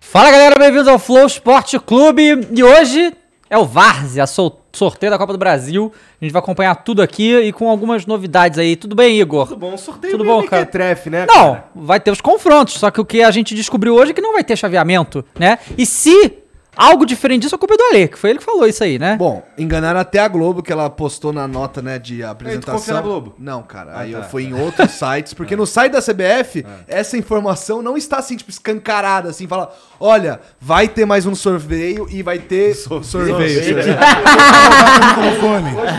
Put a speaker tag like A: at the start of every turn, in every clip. A: Fala galera, bem-vindos ao Flow Esporte Clube e hoje é o Várzea, sol- sorteio da Copa do Brasil. A gente vai acompanhar tudo aqui e com algumas novidades aí. Tudo bem, Igor?
B: Tudo bom, sorteio
A: Tudo
B: Tudo
A: bom,
B: bom,
A: cara?
B: Trefe, né?
A: Não,
B: cara?
A: vai ter os confrontos, só que o que a gente descobriu hoje é que não vai ter chaveamento, né? E se algo diferente disso, a culpa é do Ale, que foi ele que falou isso aí, né?
C: Bom, enganaram até a Globo, que ela postou na nota, né, de apresentação.
B: confia na Globo?
C: Não, cara.
B: Ah,
C: aí
B: tá, Ah.
C: eu fui em outros sites, porque no site da CBF, essa informação não está assim, tipo, escancarada, assim, fala, olha, vai ter mais um sorteio e vai ter sorveio. Hoje,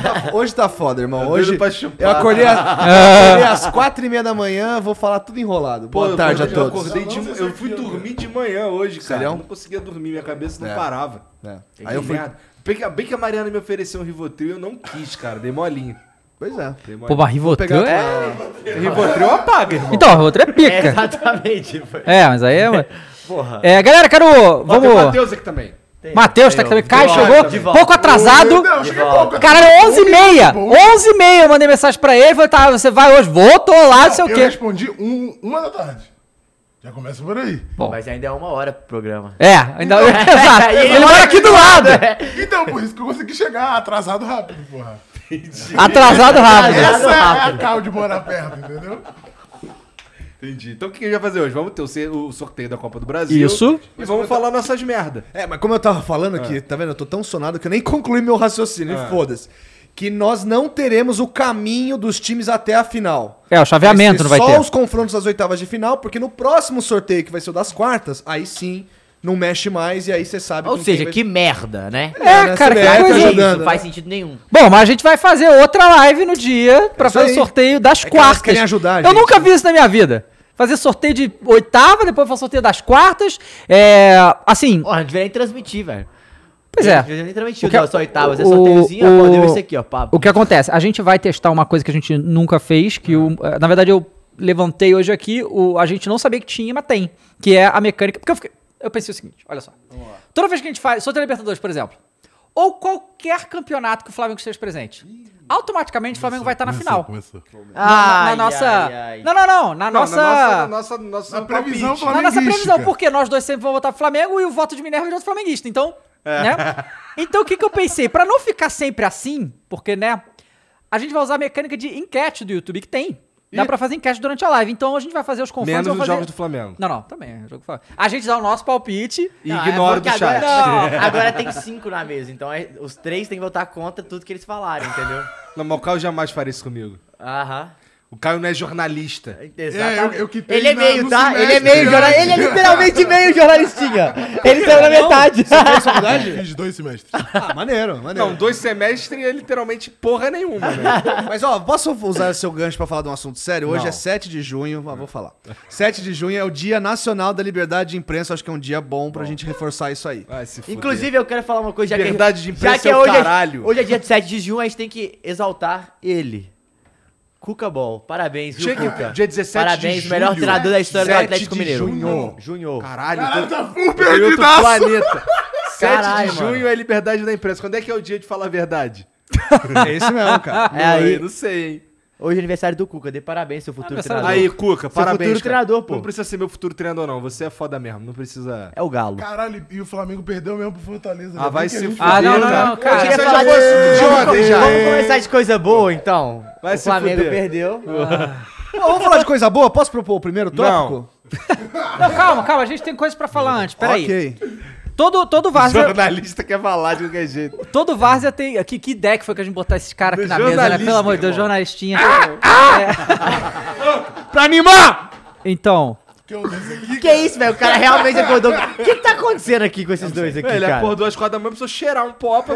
C: tá, hoje tá foda, irmão.
B: Eu
C: hoje
B: doido pra chupar.
C: eu acordei, a- eu acordei às quatro e meia da manhã, vou falar tudo enrolado.
B: Pô,
C: Boa
B: eu
C: tarde a
B: acordei-
C: todos.
B: Eu, acordei de- eu fui dormir de manhã hoje, cara.
C: Sério?
B: Eu não conseguia dormir, minha cabeça não
C: É.
B: parava.
C: É.
B: Que
C: Aí eu fui...
B: merda. Bem que, a- bem que a Mariana me ofereceu um Rivotril, eu não quis, cara. Dei molinho.
C: Pois é.
B: Dei
A: Pô,
B: molinho.
A: mas Rivotril
C: Pegar
A: é...
C: a-
B: Rivotril apaga, irmão.
A: Então, Rivotril é pica.
D: Exatamente. foi.
A: É, mas aí é...
D: Porra.
A: É, galera, quero...
B: Ó, tem o
A: Vamos...
B: Matheus aqui também.
A: Matheus tá aqui também. Caio
D: volta, de
A: chegou,
D: volta.
A: pouco atrasado. Caralho, 11 e meia. 11 e meia eu mandei mensagem pra ele. Falei, tá, você vai hoje. Voltou lá, não sei o
E: eu
A: quê.
E: respondi um, uma da tarde. Já começa por aí.
A: Bom.
D: Mas ainda é uma hora pro programa.
A: É, ainda... Exato.
D: E ele
A: Ele mora aqui do lado.
E: Então, por isso que eu consegui chegar atrasado rápido, porra.
A: Atrasado rápido.
E: Essa é a cal de morar perto, entendeu?
B: Entendi. Então o que a gente vai fazer hoje? Vamos ter o se- o sorteio da Copa do Brasil.
A: Isso.
B: E vamos falar nossas merda.
C: É, mas como eu tava falando
E: É.
C: aqui, tá vendo? Eu tô tão sonado que eu nem concluí meu raciocínio, e foda-se. Que nós não teremos o caminho dos times até a final.
A: É, o chaveamento não vai
C: só
A: ter.
C: os confrontos das oitavas de final, porque no próximo sorteio, que vai ser o das quartas, aí sim, não mexe mais e aí você sabe
D: Ou
C: com
D: seja,
C: quem vai-
D: que merda, né?
A: É, cara,
C: É,
A: que
C: tá
D: Não
A: coisa.
C: ajudando,
D: Não
C: né?
D: faz sentido nenhum.
A: Bom, mas a gente vai fazer outra live no dia pra
C: É isso
A: fazer o
C: aí.
A: sorteio das
C: É que elas
A: quartas.
C: querem ajudar a
A: Eu
C: gente,
A: nunca
C: né?
A: vi isso na minha vida. Fazer sorteio de oitava, depois fazer sorteio das quartas. É. Assim,
D: Ó, a gente vai nem transmitir, velho.
A: pois
D: A gente
A: é.
D: vai nem
A: O
D: transmitir
A: que-
D: o nosso oitavo. Você
A: o-
D: sorteiozinho,
A: o-
D: ó, pô, deu isso aqui, ó, pá.
A: O que acontece? A gente vai testar uma coisa que a gente nunca fez, que o, eh, na verdade eu levantei hoje aqui, o, a gente não sabia que tinha, mas tem. Que é a mecânica. Porque eu, fiquei- eu pensei o seguinte: olha só. Toda vez que a gente faz. Sorteio da Libertadores, por exemplo. Ou qualquer campeonato que o Flamengo esteja presente. Automaticamente o Flamengo vai estar na final.
E: Começou.
A: na, na
D: Ai,
A: nossa.
D: ai, ai.
A: Não, não, não. Na
B: Não,
A: nossa.
B: na nossa, na nossa, nossa
E: Na previsão
B: palpite.
A: na nossa previsão, é
E: flamenguística.
A: porque nós dois sempre vamos votar pro Flamengo e o voto de Minerva é de outro flamenguista. Então,
B: É.
A: né? Então o que, que eu pensei? Pra não ficar sempre assim, porque, né? A gente vai usar a mecânica de enquete do YouTube que tem. Dá
B: E-
A: pra fazer enquete durante a live. Então a gente vai fazer os confrontos.
B: Menos
A: vamos
B: os
A: fazer...
B: jogos do Flamengo.
A: Não, não, também. é Jogo... fora. A gente dá o nosso palpite. Ah,
B: E
D: Não,
B: ignora
D: é
B: o do
D: porque
B: chat.
D: Agora, não, agora tem cinco na mesa, então é- os três têm que votar contra tudo que eles falaram, entendeu?
B: Não, mas o Caio jamais faria isso comigo.
D: Aham.
B: O Caio não é jornalista.
D: Exatamente.
E: eu- eu que tenho
D: ele é
E: na-
D: meio,
E: no
D: tá? Ele é
E: semestre,
D: meio
E: né?
D: jornalista. Ele é literalmente meio jornalistinha. Ele saiu na metade.
E: Fiz dois semestres.
C: Ah, maneiro, maneiro.
B: Não, dois semestres é literalmente porra nenhuma, né?
C: Mas ó, posso usar seu gancho pra falar de um assunto sério? Hoje
B: Não.
C: é 7 de junho, mas vou falar. 7 de junho é o Dia Nacional da Liberdade de Imprensa, acho que é um dia bom pra gente reforçar isso aí.
B: Vai se fuder.
D: Inclusive, eu quero falar uma coisa. Já
B: Liberdade
D: que,
B: de imprensa
D: já que
B: é o
D: hoje,
B: caralho.
D: hoje é dia de 7 de junho, a gente tem que exaltar ele. Cuca Ball. Parabéns, viu,
B: Tinha que-
D: Cuca?
B: dia 17 de
D: Parabéns,
B: julho.
D: melhor treinador da história do
B: 7
D: Atlético
B: de
D: Mineiro.
B: junho.
D: Junho.
B: Caralho,
E: Caralho,
B: tô-
E: tá full
B: tô em outro
E: perdidaço.
B: planeta. 7
D: Caralho,
B: de
D: mano.
B: junho é liberdade da imprensa. Quando é que é o dia de falar a verdade?
C: É isso mesmo, cara.
D: É
B: Não, eu
D: aí.
B: Não sei, hein?
D: Hoje é aniversário do Cuca. Dê parabéns, seu futuro
A: Aniversário
D: treinador.
B: Aí, Cuca, parabéns.
D: Tá futuro
B: cara.
D: treinador, pô.
B: Não precisa ser meu futuro treinador, não. Você é foda mesmo. Não precisa.
D: É o Galo.
E: Caralho, e o Flamengo perdeu mesmo pro Fortaleza.
B: Ah,
E: Bem
B: vai
E: que a
B: se
E: gente-
B: fuder,
A: Ah, não, não, não, cara.
B: Eu achei que
D: Eu
B: você
D: ia
B: já
D: falar
B: fosse
D: de-
B: de
D: vamos,
B: ontem já.
D: vamos começar de coisa boa, então.
B: Vai
D: o
B: se
D: Flamengo
B: fuder.
D: perdeu.
C: Pô, vamos falar de coisa boa? Posso propor o primeiro tópico?
A: Não, calma, calma. A gente tem coisa pra falar antes. Peraí.
C: Ok.
A: Todo, todo Várzea.
B: Jornalista quer falar de qualquer jeito.
A: Todo Várzea tem. Que, que ideia que foi que a gente botar esses caras aqui
B: Do
A: na mesa, né?
B: jornalista,
A: Pelo amor de Deus,
B: irmão.
A: jornalistinha.
C: Pra animar!
A: Então,
E: Que eu lembro aqui,
D: Que isso, velho? O cara realmente acordou. O que, que tá acontecendo aqui com esses dois aqui,
B: Ele
D: cara?
B: acordou às quatro da manhã, precisou cheirar um pó pra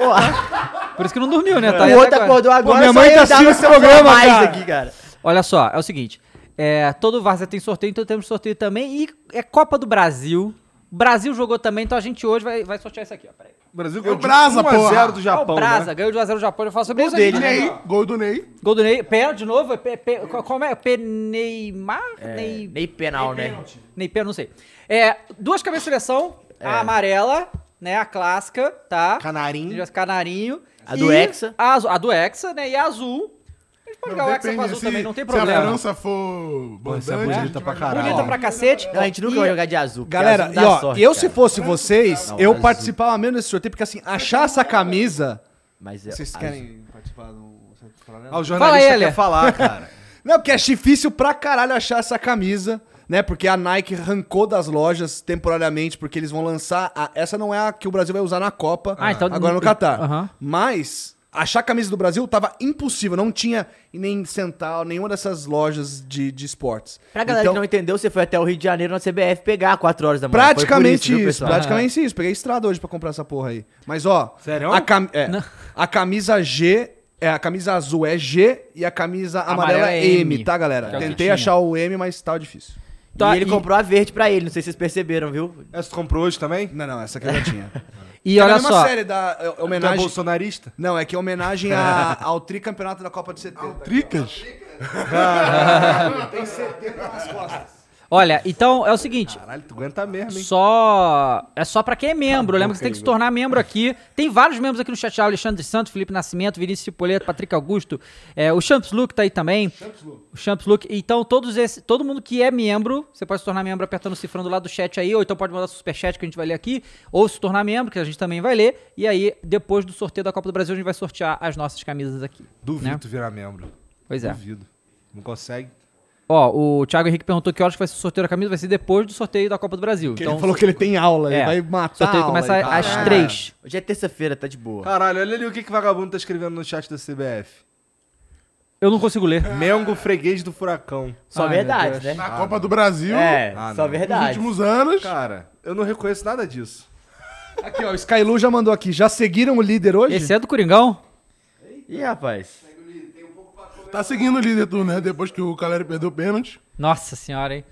A: Por isso que não dormiu, né? Tá aí
D: É. O outro
A: até agora.
D: acordou agora.
C: minha
D: só
C: mãe
D: ele
C: tá assistindo
D: tava
C: esse programa,
D: mais
C: cara.
D: aqui, cara.
A: Olha só, é o seguinte. É, todo Varsa tem sorteio, então temos sorteio também. E é Copa do Brasil. O Brasil jogou também, então a gente hoje vai, vai sortear isso aqui, ó. Peraí.
B: O Brasil
E: É o Brasa,
B: 1 a 0
E: porra.
B: do
A: Ó,
B: Japão,
A: o Brasa,
B: né?
A: ganhou de 1x0 o Japão, eu falo sobre isso
E: Gol do
A: aqui.
C: né?
A: né?
E: Ney, gol do Ney.
A: Gol do Ney. Pera, de novo? Pe, pe, qual- como é? Pe, Neymar? Ney,
D: É, Nem penal, né?
A: Ney Pera, não sei. É, duas cabeças de seleção.
D: É.
A: A amarela, né? A clássica, tá?
E: Canarinho.
A: Canarinho.
D: A
A: E
D: do Hexa.
A: A, azu- a do Hexa, né? E a azul. A gente pode
E: Não,
A: ligar o Hexa com
E: depende,
A: a azul
E: se-
A: também, não tem
E: Se a
A: problema.
E: França for
B: essa é
E: bandante,
B: bonita
E: a gente
B: pra
E: vai
B: caralho.
E: ganhar.
A: Bonita pra cacete.
D: Não, a gente nunca
A: E-
D: vai jogar de azul. porque
C: Galera,
D: azul
C: e
D: dá
C: ó,
D: sorte,
C: eu
D: cara.
C: se fosse vocês, eu
D: azul.
C: participava menos desse sorteio, porque assim, achar essa camisa.
D: Mas é-
C: Vocês
D: azul.
C: querem participar
E: um
C: do.
B: Ah, o
A: Fala aí,
B: jornalista
A: Helena.
D: é
B: quer falar, cara.
C: Não, porque é difícil pra caralho achar essa camisa, né? Porque a Nike arrancou das lojas temporariamente, porque eles vão lançar. a- essa não é a que o Brasil vai usar na Copa,
A: Ah, então-
C: agora no Catar.
A: Aham.
C: Mas achar a camisa do Brasil tava impossível, não tinha nem central, nenhuma dessas lojas de, de esportes.
D: Pra galera
C: Então,
D: que não entendeu, você foi até o Rio de Janeiro na CBF pegar 4 horas da manhã. Foi por
C: Praticamente isso,
D: viu, pessoal?
C: praticamente isso. Peguei estrada hoje pra comprar essa porra aí. Mas ó,
B: Sério?
C: A, cam- é, a camisa G, é, a camisa azul é G e a camisa amarela,
A: Amarela é
C: é M,
A: M,
C: tá, galera?
A: que é o que
C: Tentei
A: tinha.
C: achar o M, mas tava difícil.
A: Tá,
D: e ele
A: e-
D: comprou a verde pra ele, não sei se vocês perceberam, viu?
B: Essa tu comprou hoje também?
C: Não, não, essa aqui eu já tinha.
A: E
C: É
A: olha
C: a mesma
A: só.
C: série da é, é
B: Tu é
C: homenagem.
B: bolsonarista?
C: Não, é que é homenagem a- ao tricampeonato da Copa de tá 70.
E: Tricas?
A: Olha, então é o seguinte.
B: Caralho, tu aguenta mesmo, hein?
A: Só. É só pra quem é membro. Lembra que você tem que se tornar membro aqui. Tem vários membros aqui no chat: Alexandre Santos, Felipe Nascimento, Vinícius Cipoleto, Patrick Augusto. é, o Champs Luke tá aí também. O Champs Luke. Então, todos esse, todo mundo que é membro, você pode se tornar membro apertando o cifrão do lado do chat aí, ou então pode mandar superchat que a gente vai ler aqui, ou se tornar membro, que a gente também vai ler. E aí, depois do sorteio da Copa do Brasil, a gente vai sortear as nossas camisas aqui.
B: Duvido
A: Né?
B: tu virar membro.
A: Pois é.
B: Duvido. Não consegue?
A: Ó, o Thiago Henrique perguntou que horas que vai ser o sorteio da camisa, vai ser depois do sorteio da Copa do Brasil. então,
C: que ele tem aula,
A: É. o sorteio começa às três.
D: Hoje é terça-feira, tá de boa.
B: Caralho, olha ali o que que vagabundo tá escrevendo no chat da CBF.
A: Eu não consigo
B: É
A: ler.
B: Mengo freguês do furacão.
D: Só
C: Ah,
A: Ai, meu
D: verdade, né?
E: Na Copa do Brasil,
D: É,
B: Ah,
D: só
B: não.
E: nos
D: verdade.
E: últimos anos.
B: Cara, eu não reconheço nada disso.
C: Aqui, ó, o Skylu já mandou aqui. Já seguiram o líder hoje?
A: Esse é do Coringão?
D: Ih, rapaz.
E: Tá seguindo o líder tu, né? Depois que o Caleri perdeu o pênalti.
A: Nossa senhora, hein?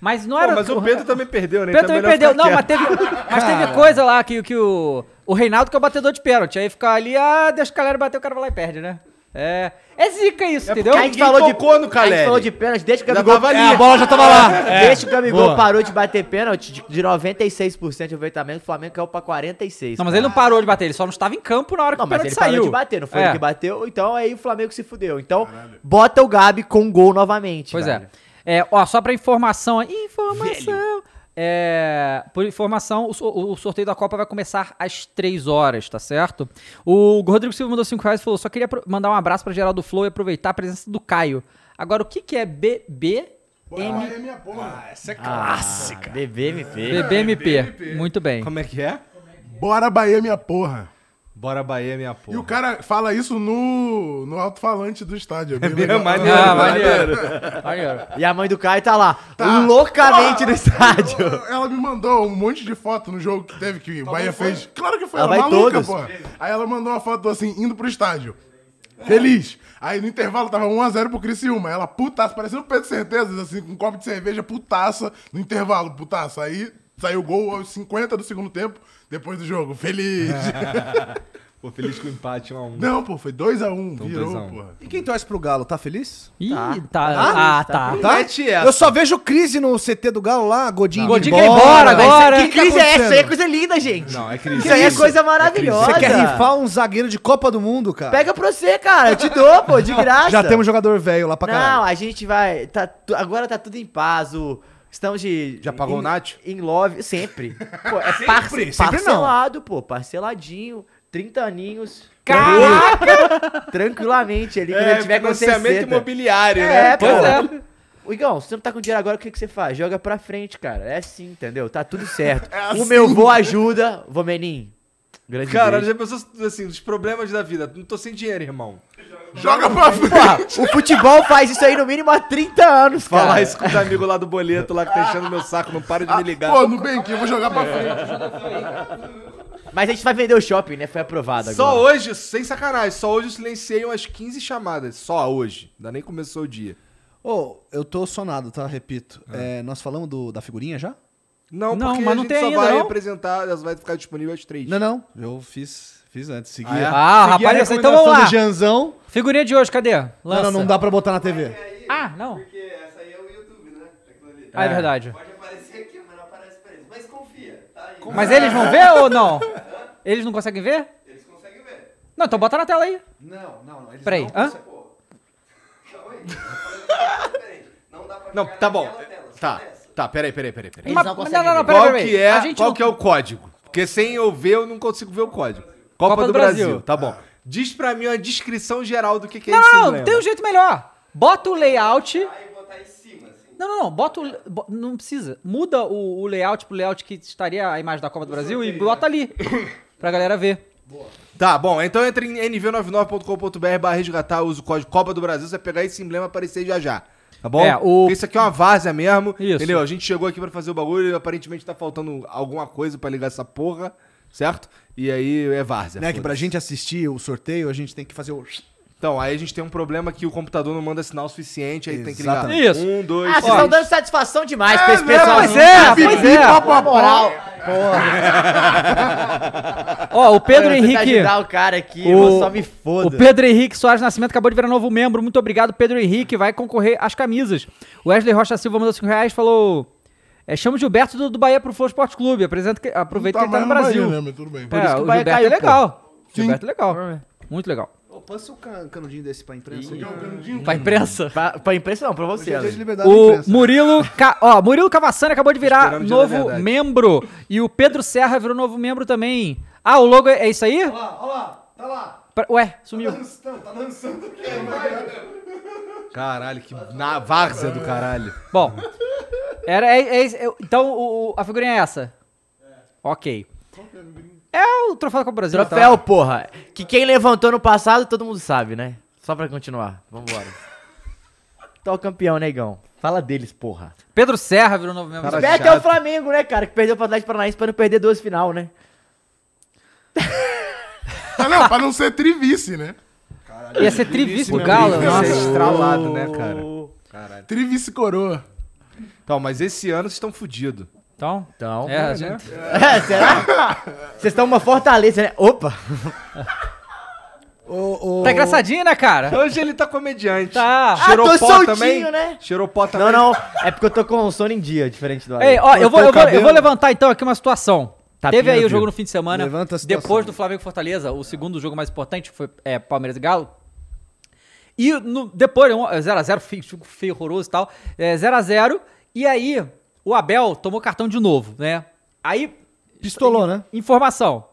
A: Mas não
B: Pô,
A: era.
B: mas o Pedro também perdeu,
A: O
B: né?
A: Pedro
B: Então é
A: também
B: melhor
A: perdeu.
B: ficar
A: Não, mas
B: quieto.
A: teve, mas teve coisa lá que, que o. O Reinaldo que é o batedor de pênalti. Aí fica ali, ah, deixa o galera bater, o cara vai lá e perde, né? É. É zica isso, entendeu?
D: A gente falou de
B: tocou no
D: A
B: Caleri.
D: gente falou de pênalti desde que o
B: Já
D: Gabigol...
B: tava ali.
D: É, a bola já tava lá. Desde que o Gabigol
C: Boa.
D: parou de bater pênalti, de, de 96% de aproveitamento, o Flamengo caiu pra 46.
A: Não, mas ele não parou de bater, ele só não estava em campo na hora que
D: Não,
A: o
D: mas
A: pênalti
D: ele
A: saiu.
D: parou de bater, não foi
A: É,
D: ele que bateu, então aí o Flamengo se fudeu. Então, bota o Gabi com gol novamente.
A: Pois
D: velho.
A: é. é. Ó, só pra informação. Informação. É, por informação, o, so- o sorteio da Copa vai começar às 3 horas, tá certo? O Rodrigo Silva mandou 5 reais e falou: só queria apro- mandar um abraço pra geral do Flow e aproveitar a presença do Caio. Agora, o que, que é BB?
E: Aí é minha porra.
D: Clássica. Ah, Bebê me fez.
A: BBMP. Muito bem.
B: Como é que é?
E: Bora Bahia, minha porra.
B: Bora Bahia, minha porra.
E: E o cara fala isso no, no alto-falante do estádio. É
B: É
E: legal.
B: maneiro,
A: Ah,
B: maneiro.
A: maneiro. maneiro.
D: E a mãe do Caio tá lá, loucamente no estádio.
E: Ela me mandou um monte de foto no jogo que teve que o Bahia fez. Claro que foi,
D: Ela
E: ela, é
D: vai
E: maluca,
D: todas.
E: pô. Aí ela mandou uma foto assim, indo pro estádio. Feliz. Aí no intervalo tava 1x0 pro Criciúma. Ela putaça, parecendo o Pedro Certezas, assim, com um copo de cerveja, putaça. No intervalo, putaça. Aí saiu o gol aos 50 do segundo tempo, depois do jogo. Feliz.
B: É. Pô, feliz com o empate, 1 a Então, 1
E: Não, pô, foi 2x1. virou,
B: 2x1.
E: porra.
C: E quem torce pro Galo, tá feliz?
A: Ih, tá. Ah, tá.
C: Tá?
B: Mete essa.
C: Eu só vejo crise no CT do Galo lá, Godinho. né? indo
A: Godinho quer ir embora
C: Mas
A: agora.
D: que crise é essa? Isso aí é
C: acontecendo?
D: coisa linda, gente.
B: Não, é
D: isso,
B: crise.
D: aí é coisa maravilhosa.
C: Você quer rifar um zagueiro de Copa do Mundo, cara?
D: Pega pra você, cara. Eu te dou, pô, de graça.
C: Já temos jogador velho lá pra
D: Não,
C: caralho.
D: a gente vai. tá tu- agora tá tudo em paz. O, estamos de.
B: Já pagou
D: in-
B: o Nath?
D: In love. Sempre. Pô, é par-
C: sempre não.
D: parcelado, pô. Parceladinho. 30 aninhos. Tranquilamente ali. Quando ele tiver com 60.
B: É, imobiliário, né?
D: É, pô.
A: Pois é.
D: O Igão, se você não tá com dinheiro agora, o que, que você faz? Joga pra frente, cara. É assim, entendeu? Tá tudo certo. O meu vô ajuda. Vô Menin. Grande
B: Cara,
D: beijo.
B: já pensou assim, os problemas da vida. Não tô sem dinheiro, irmão.
E: Joga pra
D: Porra,
E: frente.
D: o futebol faz isso aí no mínimo há 30 anos, cara.
B: Falar isso com os amigos lá do boleto, lá que tá enchendo meu saco, não para de me ligar.
E: Pô, Nubank, eu vou jogar pra frente.
D: Mas a gente vai vender o shopping, né? Foi aprovado agora.
B: Só hoje, sem sacanagem, só hoje eu silenciei umas 15 chamadas. Só hoje. Ainda nem começou o dia.
A: é-
C: Ô, eu tô sonado, tá? Repito. É, nós falamos do- da figurinha já?
B: Não,
A: Não,
B: porque
A: mas
B: a
A: não
B: gente
A: tem
B: só
A: ainda,
B: vai
A: não?
B: representar, elas vai ficar disponível às três.
C: Não, não. Eu fiz, fiz antes. Segui,
B: é?
A: Ah,
C: segui
A: rapaz,
C: a
A: então vamos
C: recomendação
A: lá.
C: do Janzão.
A: Figurinha de hoje, cadê?
C: Não,
A: Lança.
C: não, não dá pra botar na TV.
A: Ah, não. Porque essa aí é o YouTube, né? Ah, é, verdade. Pode aparecer aqui, mas não aparece pra eles. Mas confia, tá aí. Mas eles vão ver ou não? Eles não conseguem ver? Eles conseguem ver. Não, então bota na tela aí.
C: Não, não, não.
A: Peraí. Hã?
B: Não, tá bom. Tá, tá, peraí, peraí, peraí. peraí.
A: Mas- mas não, não, não, peraí,
B: Qual
A: peraí.
B: que é,
A: A gente
B: qual
A: não-
B: que é o código? Porque sem eu ver, eu não consigo ver o código. Copa, do, Brasil. tá bom. Diz pra mim uma descrição geral do que, que é esse
A: Não,
B: emblema.
A: não, tem um jeito melhor. Bota o layout. Não, não, não. Bota o. bo- Não precisa. Muda o, o layout pro layout que estaria a imagem da Copa do Brasil e bota ali. pra galera ver.
B: Tá, bom, então entra em nv99.com.br barra resgatar, usa o código Copa do Brasil, você vai pegar esse emblema e aparecer já já. Tá bom?
A: É, o-
B: Isso aqui é uma várzea mesmo,
A: Isso.
B: entendeu? A gente chegou aqui pra fazer o bagulho e aparentemente tá faltando alguma coisa pra ligar essa porra, certo? E aí é várzea.
C: Né, que
B: foda-se.
C: pra gente assistir o sorteio, a gente tem que fazer o...
B: Então, aí a gente tem um problema que o computador não manda sinal suficiente, aí tem que ligar.
C: Exatamente.
A: Isso.
B: Um, dois,
D: Ah, vocês estão
B: três.
D: dando satisfação demais pra esse Tá pessoal.
A: Pois é, pois é.
D: Na moral.
A: Ó, o Pedro
D: eu vou tentar
A: Henrique.
D: ajudar o cara aqui,
A: O-
D: eu só me
A: O
D: foda.
A: Pedro Henrique Soares Nascimento acabou de virar novo membro. Muito obrigado, Pedro Henrique. Vai concorrer às camisas. O Wesley Rocha Silva mandou 5 reais falou. É, chama o Gilberto do, do Bahia pro Flow Esporte Clube. Apresenta, que- aproveita que ele tá
E: mais
A: no Brasil.
E: Bahia, né, mas tudo bem.
A: É,
D: isso que
A: o
D: o Bahia
A: Gilberto
D: caiu,
A: é
D: pô.
A: legal.
E: Sim.
A: Gilberto é legal. Muito legal.
C: Ô, passa o can- canudinho desse pra imprensa. aí.
E: É o canudinho.
A: Pra imprensa.
D: Pra, pra imprensa não, pra você.
C: Dia de
D: Ana.
C: liberdade da
A: O
C: imprensa.
A: Murilo, Ca... ó, Murilo Cavassani acabou de virar
B: Esperando o dia da
A: novo
B: verdade.
A: membro. E o Pedro Serra virou novo membro também. Ah, o logo é é isso aí?
C: Olha lá, olha lá, tá lá.
A: Pra- Ué, sumiu.
C: Tá dançando aqui.
B: Caralho, que na várzea do caralho.
A: Bom, era, é, é isso, eu- então o- o- a figurinha é essa? Ok. É o troféu da Copa do Brasil.
D: Troféu,
A: tá?
D: porra. Que quem levantou no passado, todo mundo sabe, né? Só pra continuar. Vambora. Tô campeão, negão. Fala deles, porra.
A: Pedro Serra virou novo membro.
B: Cara,
D: Espera
B: chato.
D: até o Flamengo, né, cara? Que perdeu pro Atlético Paranaense pra não perder duas final, né?
E: Ah, não, pra não ser trivice, né?
B: é
A: Ia ser trivice do Galo.
B: Isso é
A: Nossa.
B: estralado, né, cara?
E: Trivice coroa.
B: Então, mas esse ano vocês estão fodidos.
A: Então,
D: Então.
A: é, a gente-
D: É, será? Vocês estão uma fortaleza, né? Opa!
A: Tá engraçadinho, né, cara?
B: Hoje ele tá comediante.
A: Tá.
B: Cheirou
D: Ah, tô
B: pó
D: soltinho,
B: também?
D: né?
B: Cheirou pó também?
D: Não, não. É porque eu tô com sono em dia, diferente do
A: Ei,
D: Ale.
A: ó, eu vou, eu,
C: Cortou o
A: vou, eu
C: cabelo.
A: vou levantar então aqui uma situação.
D: Tá
A: Teve aí
D: pena,
A: o jogo
D: viu?
A: no fim de semana.
C: Levanta a situação.
A: depois do Flamengo e Fortaleza, o segundo jogo mais importante, que foi é, Palmeiras e Galo. E no- depois, um, é, 0x0, feio, jogo feio, horroroso e tal. é, 0x0. e aí, o Abel tomou cartão de novo, né? Aí.
C: Pistolou, né?
A: Informação.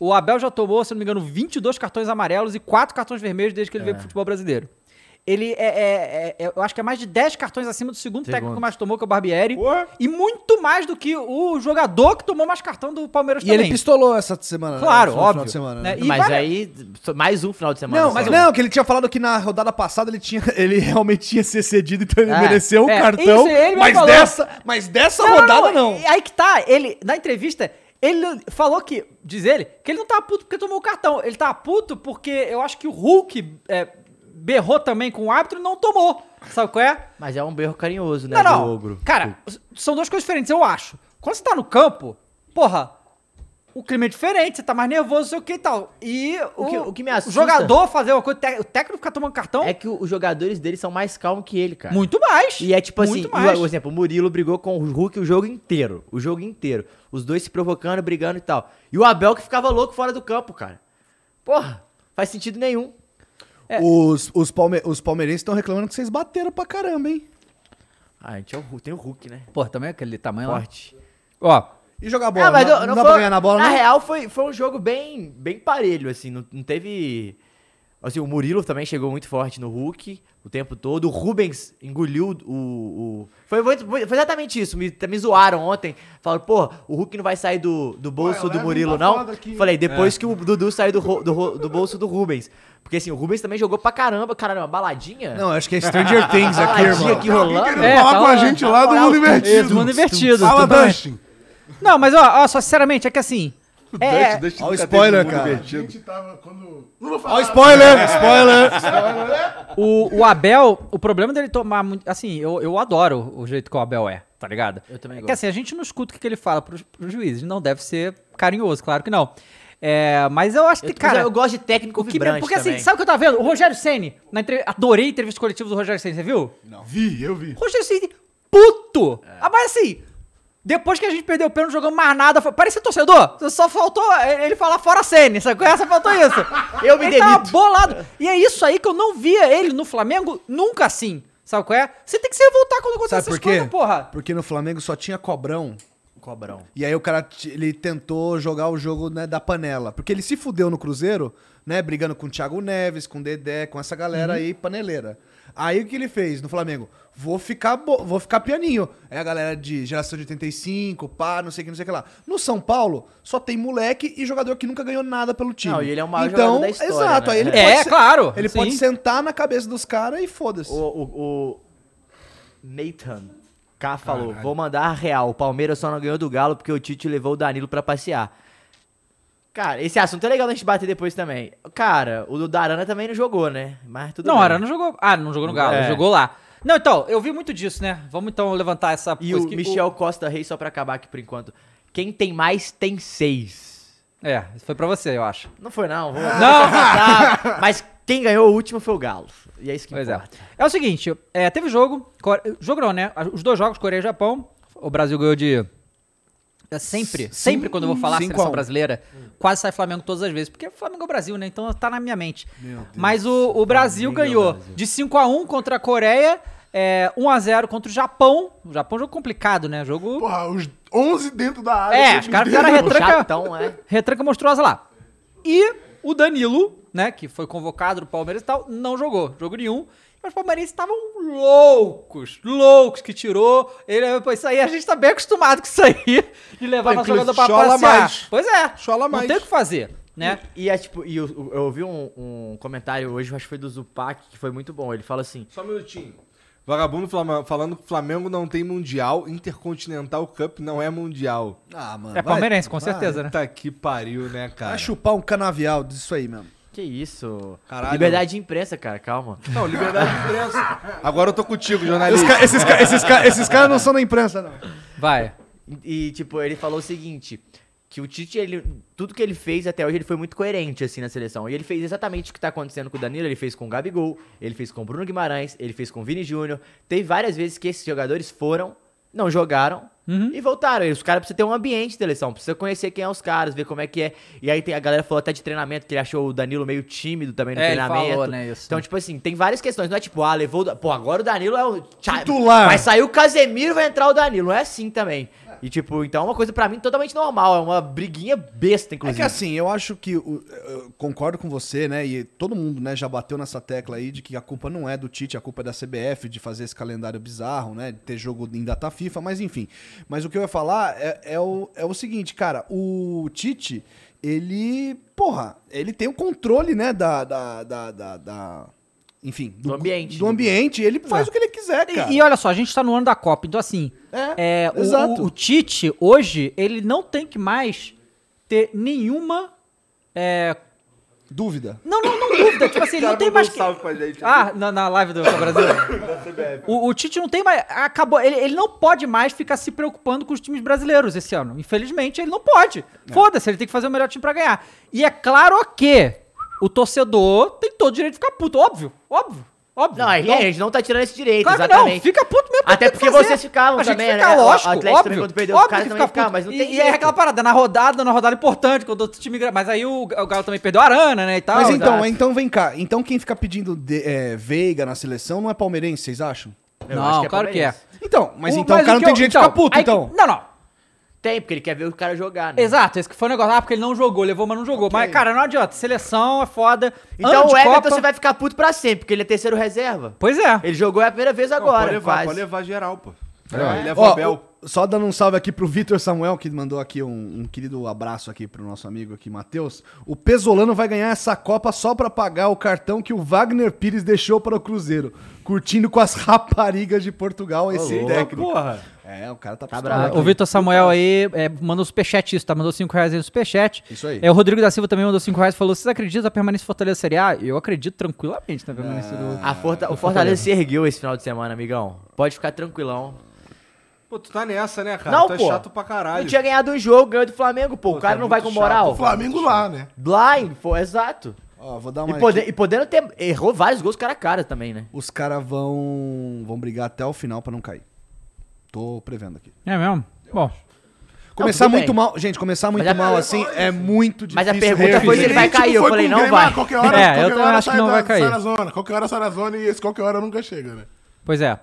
A: O Abel já tomou, se não me engano, 22 cartões amarelos e 4 cartões vermelhos desde que ele veio
C: É.
A: pro futebol brasileiro. Ele é, é- é- é- Eu acho que é mais de 10 cartões acima do segundo, técnico que mais tomou, que é o Barbieri.
B: Porra.
A: E muito mais do que o jogador que tomou mais cartão do Palmeiras
C: E
A: também.
C: ele pistolou essa semana. né?
A: Claro,
C: Esse
A: óbvio.
C: de semana,
A: né?
C: né?
A: E
D: Mas
A: vai-
D: aí, só mais um final de semana.
C: Não, mas
D: só.
C: não, que ele tinha falado que na rodada passada ele tinha, ele realmente tinha se excedido, então ele
D: É,
C: mereceu um
A: é,
C: cartão.
A: isso, ele mesmo
C: mas
A: falou.
C: dessa, mas dessa
A: Não,
C: rodada não.
A: e Aí que tá, ele, na entrevista, ele falou que, diz ele, que ele não tava puto porque tomou o cartão. Ele tava puto porque eu acho que o Hulk é, berrou também com o árbitro e não tomou. Sabe qual é?
D: Mas é um berro carinhoso, né?
A: Não, não.
D: do ogro.
A: Cara, s- são duas coisas diferentes, eu acho. Quando você tá no campo, porra, o clima é diferente, você tá mais nervoso, sei o que e tal. E o,
D: O que- o que me assusta-
A: jogador fazer uma coisa, o tec- o técnico ficar tomando cartão,
D: É que o- os jogadores dele são mais calmos que ele, cara.
A: Então? muito mais.
D: E é tipo assim,
A: muito
D: o-
A: mais.
D: por exemplo, o Murilo brigou com o Hulk o jogo inteiro. O jogo inteiro. Os dois se provocando, brigando e tal. E o Abel que ficava louco fora do campo, cara. Porra, faz sentido nenhum.
C: Os, os, palme, os palmeirenses estão reclamando que vocês bateram pra caramba, hein?
D: Ah, a gente é o Hulk, tem o Hulk, né?
A: Pô, também é aquele tamanho
D: Forte.
A: lá. Ó,
C: E jogar bola,
D: Ah, mas
C: não,
D: eu-
C: não dá pra ganhar na bola,
D: Na
C: não?
D: real, foi, foi um jogo bem, bem parelho, assim. Não, não teve Assim, o Murilo também chegou muito forte no Hulk o tempo todo. O Rubens engoliu o. o- Foi, foi- foi exatamente isso. Me, me zoaram ontem. Falaram, pô, o Hulk não vai sair do, do bolso do
E: leva
D: Murilo,
E: uma
D: não?
E: foda aqui.
C: É.
D: Falei, depois que o Dudu saiu do, ro- do, ro- do bolso do Rubens. Porque assim, o Rubens também jogou pra caramba. Caramba, baladinha?
C: Não, acho que é Stranger Things aqui,
D: baladinha
C: irmão.
D: aqui rolando.
E: Querendo
A: É,
E: falar
A: tá
E: com a
A: lá.
E: gente lá do
D: Na moral,
E: mundo
A: Isso,
E: invertido.
A: mundo invertido.
E: Fala,
A: tudo bem.
E: Dustin.
A: Não, mas ó, ó, só sinceramente, é que assim. É,
B: Dante,
C: Olha
B: Dante
C: o
B: nunca teve
C: spoiler,
B: mundo
C: cara.
E: A
B: invertido.
E: gente tava quando. Não vou falar.
C: Ó, spoiler! Spoiler!
A: o, o Abel, o problema dele tomar muito. Assim, eu, eu adoro o jeito que o Abel é, tá ligado? Eu também gosto. Que assim, a gente não escuta o que que ele fala pros, pros juízes. Não deve ser carinhoso, claro que não. É, mas eu acho que,
D: Eu,
A: cara.
D: cara, eu gosto de técnico
A: o que
D: vibrante
A: me- Porque
D: também.
A: assim, sabe o que eu tava vendo? O Rogério Senni, na entre... adorei a entrevista coletiva do Rogério Senni, você viu?
E: Vi, eu vi.
A: Rogério Ceni puto!
D: É.
A: Ah, mas assim, depois que a gente perdeu o pênalti, jogando mais nada, foi- parecia torcedor. Só faltou é, ele falar fora Ceni, sabe? Essa faltou isso.
D: Eu me
A: ele tava
D: demito.
A: bolado. E é isso aí que eu não via ele no Flamengo nunca assim. Sabe qual é? Você tem que se revoltar quando acontece
C: Sabe
A: essas
C: por quê?
A: coisas, porra.
C: Porque no Flamengo só tinha cobrão.
D: Cobrão.
C: E aí o cara, t- ele tentou jogar o jogo né, da panela. Porque ele se fudeu no Cruzeiro, né? Brigando com o Thiago Neves, com o Dedé, com essa galera
A: Uhum.
C: aí, paneleira. Aí o que ele fez no Flamengo? Vou ficar, bo- vou ficar pianinho. É a galera de geração de 85, pá, não sei o que, não sei o que lá. No São Paulo, só tem moleque e jogador que nunca ganhou nada pelo time.
D: Não, e ele é o maior
C: então,
D: jogador da história,
C: Exato,
D: né?
C: aí ele
A: É,
C: pode
A: é claro,
C: Ele
A: sim.
C: pode sentar na cabeça dos caras e foda-se.
D: O, o, o Nathan K falou: vou mandar a real. O Palmeiras só não ganhou do Galo porque o Tite levou o Danilo pra passear. Cara, esse assunto é legal da gente bater depois também. Cara, o do Darana também não jogou, né? Mas tudo
A: Não,
D: bem.
A: o Arana jogou. Ah, não jogou no Galo,
D: É.
A: jogou lá. Não, então, eu vi muito disso, né? Vamos então levantar essa
D: E
A: coisa
D: o
A: que
D: Michel Costa Reis, só pra acabar aqui por enquanto. Quem tem mais tem seis.
A: É, isso foi pra você, eu acho.
D: Não foi, não. Vou... Não! Mas quem ganhou o último foi o Galo. E é isso que
A: Pois é.
D: importa.
A: É o seguinte, é, teve jogo, Core- jogo não, né? Os dois jogos, Coreia e Japão, o Brasil ganhou de... é sempre, sempre quando eu vou falar
C: cinco a
A: seleção
C: um.
A: brasileira, quase sai Flamengo todas as vezes, porque Flamengo é o Brasil, né? Então tá na minha mente. Mas o, o Brasil ganhou de 5 a 1 contra a Coreia, é, 1 a 0 contra o Japão. O Japão é um jogo complicado, né? Jogo...
E: Porra, os 11 dentro da área.
A: É,
C: assim.
E: todos
A: os caras
E: dentro.
A: ficaram retranca,
D: Chatão, é.
A: retranca monstruosa lá. E o Danilo, né, que foi convocado do Palmeiras e tal, não jogou, jogo nenhum. Mas os palmeirenses estavam loucos, loucos que tirou. Ele, pô, isso aí, a gente tá bem acostumado com isso aí, de levar
B: Pô,
A: nosso
B: inclusive,
A: jogador pra
B: chola
A: passear.
B: mais.
A: Pois é,
B: Chola
A: não
B: mais.
A: tem o que fazer, né?
D: E, e é tipo, e eu, eu ouvi um, um comentário hoje, eu acho que foi do Zupac, que foi muito bom. Ele fala assim:
B: Só um minutinho. Vagabundo Flama- falando que o Flamengo não tem mundial, Intercontinental Cup não é mundial.
C: Ah, mano.
A: É
C: vai-
A: palmeirense, com
C: vai.
A: certeza, né?
B: Puta que pariu, né, cara?
C: Vai chupar um canavial disso aí mesmo.
D: Que isso?
B: Caralho.
D: Liberdade de imprensa, cara, calma.
B: Não, é liberdade de imprensa. Agora eu tô contigo,
C: Os
B: jornalista.
C: ca- esses ca- esses ca- esses caras não são da imprensa, não.
A: Vai.
D: E, e, tipo, ele falou o seguinte: que o Tite, ele, tudo que ele fez até hoje, ele foi muito coerente, assim, na seleção. E ele fez exatamente o que tá acontecendo com o Danilo, ele fez com o Gabigol, ele fez com o Bruno Guimarães, ele fez com o Vini Júnior. Tem várias vezes que esses jogadores foram, não jogaram.
A: Uhum.
D: E voltaram. E os caras precisam ter um ambiente de seleção, precisa conhecer quem é os caras, ver como é que é. E aí tem, a galera falou até de treinamento, que ele achou o Danilo meio tímido também no
A: É, ele
D: treinamento.
A: falou, né, isso.
D: Então, tipo assim, tem várias questões. Não é tipo, ah, levou. o Da- Pô, agora o Danilo é o. tcha-
C: Titular.
D: Vai sair o Casemiro, vai entrar o Danilo. Não é assim também. E, tipo, então é uma coisa pra mim totalmente normal. É uma briguinha besta,
C: É
D: inclusive.
C: que assim, eu acho que. o- eu concordo com você, né? E todo mundo né, já bateu nessa tecla aí de que a culpa não é do Tite, a culpa é da CBF de fazer esse calendário bizarro, né? De ter jogo em data FIFA, mas enfim. Mas o que eu ia falar é, é o, é o seguinte, cara. O Tite, ele. Porra, ele tem o controle, né? Da. da, da, da- da- enfim.
D: Do ambiente.
C: Do ambiente. Ele faz o que ele quiser, É, cara.
A: É. E, e olha só, a gente tá no ano da Copa, então assim,
C: É,
A: é, o-
C: exato.
A: o, o Tite, hoje, ele não tem que mais ter nenhuma... é,
C: Dúvida.
A: Não, não, não dúvida. Tipo assim, ele não tem mais.
C: um
B: um
A: Que... Ah, na, na live do Brasil. o, o Tite não tem mais. Acabou. Ele, ele não pode mais ficar se preocupando com os times brasileiros esse ano. Infelizmente, ele não pode.
C: É.
A: Foda-se, ele tem que fazer o melhor time pra ganhar. E é claro que o torcedor tem todo o direito de ficar puto. Óbvio, óbvio, óbvio.
D: Não, aí a gente não tá tirando esse direito,
A: Claro que não,
D: exatamente.
A: fica puto mesmo. tem
D: Até
A: que
D: porque
A: fazer.
D: vocês ficavam
A: a gente
D: também,
A: fica,
D: né? O- o
A: Lógico,
D: Atlético
A: óbvio.
D: também, quando perdeu, os
A: óbvio
D: caras
A: que
D: também
A: fica
D: ficavam,
A: puto.
D: mas não
A: e,
D: tem
A: E é
D: jeito.
A: aquela parada, na rodada, na rodada importante, quando o time... gra- Mas aí o, o Galo também perdeu a Arana, né, e tal.
C: Mas
A: Exato.
C: então, então vem cá. Então quem fica pedindo de- é, Veiga na seleção não é palmeirense, vocês acham?
D: Eu acho
A: Não,
D: que é
A: claro que é.
D: palmeirense.
C: Então, mas
A: O-
C: então o
A: o
C: cara
A: que
C: não tem
A: eu-
C: direito de
A: então,
C: ficar puto,
A: aí que-
C: então.
A: Não, não.
D: Tem, porque ele quer ver o cara jogar, né?
A: Exato, esse que foi o negócio. Ah, porque ele não jogou, levou, mas não jogou. Mas, cara, não adianta. Seleção é foda.
D: Então
A: Ano de
D: o Everton
A: Copa-
D: você vai ficar puto pra sempre, porque ele é terceiro reserva.
A: Pois é.
D: Ele jogou é a primeira vez agora,
B: pode levar,
D: quase.
B: pode levar geral, pô. Ele é leva o
C: Ó,
B: Abel.
C: só dando um salve aqui pro Vitor Samuel, que mandou aqui um, um querido abraço aqui pro nosso amigo aqui, Matheus. O Pesolano vai ganhar essa Copa só pra pagar o cartão que o Wagner Pires deixou para o Cruzeiro, curtindo com as raparigas de Portugal esse técnico.
B: Porra.
C: É, o cara tá,
D: Tá
C: pistola.
D: bravo.
A: Ah, o Vitor Samuel aí é, mandou superchat isso, tá? Mandou 5 reais aí no superchat.
C: Isso aí.
A: É, o Rodrigo da Silva também mandou 5 reais e falou: Vocês acreditam na permanência do Fortaleza Série A? Eu acredito tranquilamente na permanência do.
D: A Forta- o Fortaleza se ergueu esse final de semana, amigão. Pode ficar tranquilão.
B: Pô, tu tá nessa, né, cara?
D: não,
B: tu é
D: pô.
B: chato pra caralho.
D: Não tinha ganhado um jogo, ganhou do Flamengo, pô.
B: Pô,
D: o cara
B: tá
D: não vai
B: muito
D: com
B: chato.
D: moral.
E: Flamengo lá, né?
D: Blind, pô, exato.
C: Ó, vou dar uma
D: E, pode-
C: aqui.
D: e podendo ter. Errou vários gols cara a cara também, né?
C: Os caras vão vão brigar até o final pra não cair. Tô prevendo aqui.
A: É mesmo? Bom.
C: Começar
D: tudo
C: muito
D: bem.
C: mal, gente, começar muito
D: a-
C: mal assim é muito difícil.
D: Mas a pergunta foi se
C: reverter.
D: ele vai
E: Tipo,
D: cair. Eu
E: foi
D: falei,
E: com o
D: não
E: Grêmio, ah,
D: vai.
E: Qualquer hora,
A: É, eu
E: qualquer
A: também
E: hora
A: acho que
E: sai
A: não
E: da-
A: vai cair.
E: Sai da zona. Qualquer hora sai da zona e esse qualquer hora nunca chega, né?
A: Pois é.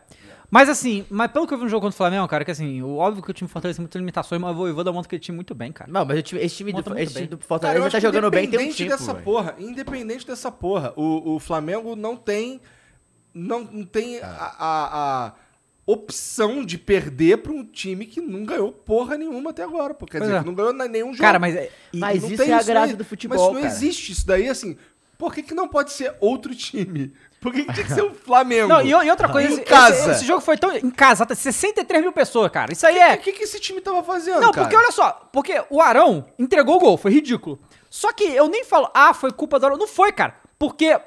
A: Mas assim, mas pelo que eu vi no jogo contra o Flamengo, cara, que assim, o- óbvio que o time do Fortaleza tem muitas limitações, mas o Ivan monta que ele time muito bem, cara.
D: Não, mas o time- esse time,
A: Monta
D: do,
A: muito
D: esse time
A: bem.
D: do
B: Cara, eu
D: Fortaleza
B: acho
D: tá
B: que
D: jogando bem tem um
B: independente
D: tempo,
B: dessa
D: velho.
B: porra, independente dessa porra, o, o Flamengo não tem não, não tem a, a- a opção de perder pra um time que não ganhou porra nenhuma até agora, pô. Quer
A: Pois
B: dizer,
A: é.
B: que não ganhou na- nenhum jogo.
A: Cara, mas é-
B: E
D: Mas
B: não
D: isso
B: tem
D: é a graça
B: daí.
D: do futebol,
B: Mas isso não
D: cara.
B: existe isso daí, assim. Por que, que não pode ser outro time? Por que, que tinha que ser o
E: é
B: Flamengo?
A: Não, e, e outra coisa,
B: Em
A: esse,
B: casa.
A: Esse, esse jogo foi tão. Em casa, tá 63 mil pessoas, cara. Isso aí é.
B: O que, que esse time tava fazendo,
A: Não,
B: cara?
A: porque olha só, porque o Arão entregou o gol, foi ridículo. Só que eu nem falo, ah, foi culpa do Arão. Não foi, cara. Porque.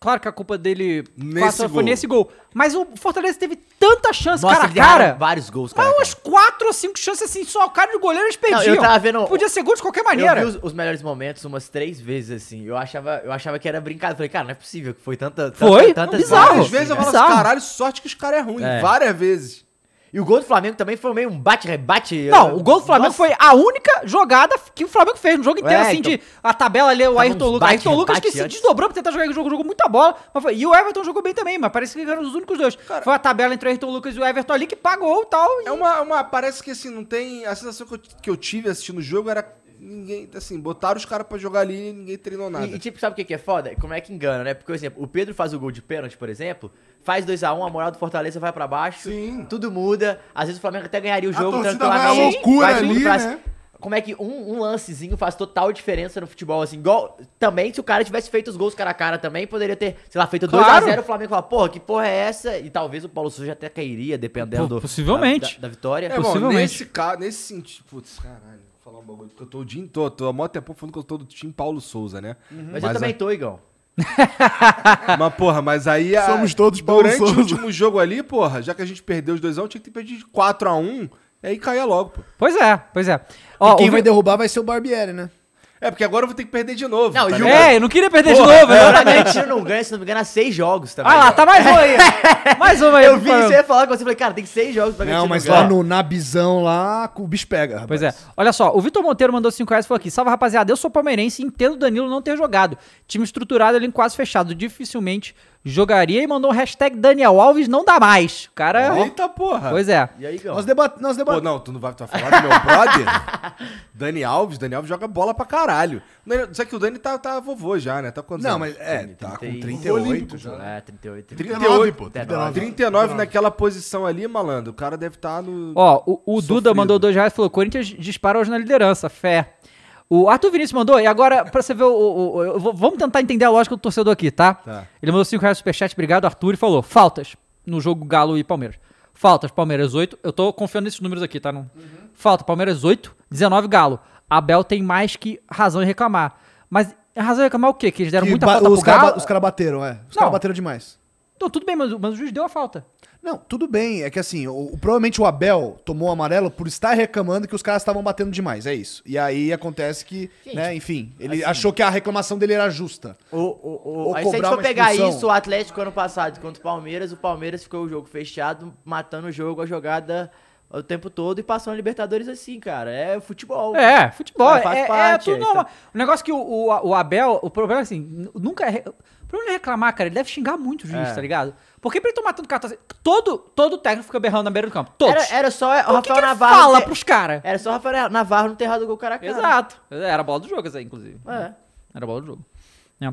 A: Claro que a culpa dele
B: Nesse
A: quase foi
B: gol.
A: nesse gol. Mas o Fortaleza teve tanta chance,
D: Nossa,
A: cara a
D: eles erraram
A: cara.
D: vários gols,
A: Mas
D: cara. a cara.
A: umas quatro ou cinco chances assim, só o cara de goleiro eles perdiam.
D: eu tava vendo-
A: Podia ser gol de qualquer
D: Eu
A: maneira.
D: vi os, os melhores momentos umas três vezes, assim. Eu achava, eu achava que era brincado. Falei, cara, não é possível que foi tanta. tanta-
A: Foi?
D: tantas
A: Bizarro.
D: bolas,
B: Várias
D: assim,
B: vezes eu
D: né?
B: falo assim,
A: Bizarro.
B: caralho, sorte que os caras é ruim.
D: É.
B: Várias vezes.
D: E o gol do Flamengo também foi meio um bate-rebate.
A: Não,
D: Eu-
A: o gol do Flamengo
D: Nossa,
A: foi a única jogada que o Flamengo fez no jogo inteiro,
D: É,
A: assim,
D: então-
A: de a tabela ali, o
D: Tava
A: Ayrton
D: uns
A: Lucas. Ayrton
D: bate,
A: Lucas que
D: bate
A: se
D: antes.
A: desdobrou pra tentar jogar o jogo, jogou muita bola. mas foi- e o Everton jogou bem também, mas parece que eram os únicos dois. Foi a tabela entre o Ayrton Lucas e o Everton ali que pagou e tal. e-
B: É uma, uma- Parece que assim, não tem. A sensação que eu, que eu tive assistindo o jogo era. Ninguém. Assim, botaram os caras pra jogar ali e ninguém treinou nada.
D: E, e, tipo, sabe o que que é foda? Como é que engana, né? Porque, por exemplo, o Pedro faz o gol de pênalti, por exemplo, faz 2x1, a, moral do Fortaleza vai pra baixo,
E: Sim.
D: tudo muda. Às vezes o Flamengo até ganharia o
E: A
D: jogo
E: torcida vai à
D: tranquilamente.
E: loucura
D: vai tudo
E: ali,
D: pra-
E: né?
D: Como é que um, um lancezinho faz total diferença no futebol, assim? Igual, também, se o cara tivesse feito os gols cara a cara também, poderia ter, sei lá, feito 2x0,
A: Claro.
D: o Flamengo fala, porra, que porra é essa? E talvez o Paulo Souza até cairia, dependendo
A: Po-
D: do-
A: possivelmente.
D: da, da- da vitória.
B: É, bom,
A: Possivelmente.
B: nesse caso, nesse sentido. Putz, caralho, vou falar um bagulho. Porque eu tô o dia todo, tô há mó tempo falando que eu tô do time Paulo Souza, né?
D: Uhum. Mas, eu também tô, Igão.
B: a- Mas, porra, mas aí. a-
E: Somos todos Paulo
B: Durante
E: Souza.
B: o último jogo ali, porra, já que a gente perdeu os 2x1, tinha que ter perdido de 4x1. E aí caía logo, pô.
A: Pois é, pois é. Ó,
C: E quem
A: o-
C: vai derrubar vai ser o Barbieri, né?
B: É, porque agora eu vou ter que perder de novo. tá
D: Não, e o-
B: ligado?
A: É, eu não queria perder
D: Porra,
A: de novo,
D: é,
A: exatamente.
D: a gente não ganha, se não me engano, há seis jogos também. né?
A: Ah lá, tá mais um aí. mais uma aí.
D: Eu
A: pro
D: vi
A: Flamengo.
D: você falar com você, falei, cara, tem seis jogos pra
C: Não,
D: Bragantino
C: mas
D: ganhar.
C: lá no, na Bizão, lá, o bicho pega.
A: Pois é. Olha só, o Vitor Monteiro mandou 5 reais e falou aqui: salve rapaziada, eu sou palmeirense e entendo o Danilo não ter jogado. Time estruturado, ele quase fechado. Dificilmente jogaria e mandou um hashtag Daniel Alves não dá mais. O Cara.
B: Eita porra.
A: Pois é.
D: E aí, Igão?
C: Nós debatemos. Nós
B: Pô,
C: deba
B: não, tu não vai tu vai falar do meu brother? Dani Alves, Dani Alves joga bola pra caralho. Dani- Só que o Dani tá, tá vovô já, né? Tá com quantos
C: Não,
B: anos?
C: mas é, tá com
D: Trinta e-
C: 38 já.
D: É, 38.
E: 39, pô.
B: Tá
D: 39.
B: 39 naquela posição ali, malandro. O cara deve estar no.
A: Ó, o, o
B: Sofrido.
A: Duda mandou 2 reais e falou: Corinthians dispara hoje na liderança, fé. O Arthur Vinícius mandou, e agora, pra você ver, o, o- o- eu vou- vamos tentar entender a lógica do torcedor aqui, tá?
B: Tá.
A: Ele mandou 5 reais no superchat, obrigado, Arthur, e falou: faltas no jogo Galo e Palmeiras. Faltas, Palmeiras 8. Eu tô confiando nesses números aqui, tá? Não...
C: Uhum.
A: Falta, Palmeiras 8, 19 Galo. Abel tem mais que razão em reclamar. Mas razão em reclamar o quê? Que eles deram
C: Que
A: muita
C: ba-
A: falta pro
C: os caras
A: Galo?
C: ba- os caras bateram, é. Os
A: Não.
C: caras bateram demais.
A: Então, tudo bem, mas, o- mas o juiz deu a falta.
C: Não, tudo bem. É que assim, o, o- provavelmente o Abel tomou o amarelo por estar reclamando que os caras estavam batendo demais, é isso. E aí acontece que, né, enfim, ele achou que a reclamação dele era justa.
D: O, o,
C: Ou
D: o, aí, se a gente
C: cobrar
D: for
C: uma
D: pegar
C: expulsão.
D: isso, ah, o Atlético ano passado contra o Palmeiras, o Palmeiras ficou o jogo fechado, matando o jogo, a jogada o tempo todo e passou na Libertadores assim, cara. É futebol.
A: É, futebol.
D: É,
A: É,
D: faz
A: é,
D: parte,
A: tudo
D: é,
A: normal.
D: tá.
A: O negócio que o, o, o Abel, o problema é assim, n- nunca. é re- O problema não é reclamar, cara. Ele deve xingar muito o juiz,
D: É.
A: tá ligado? Por que pra ele tomar tanto cartão assim? Todo, todo técnico fica berrando na beira do campo. Todos.
D: Era, era só o
A: Por
D: Rafael
A: que que ele
D: Navarro.
A: fala
D: ter-
A: pros caras?
D: Era só o Rafael Navarro não ter errado o gol cara a cara.
A: Exato. Era a bola do jogo, essa aí, inclusive.
D: É.
A: Era a bola do jogo. É.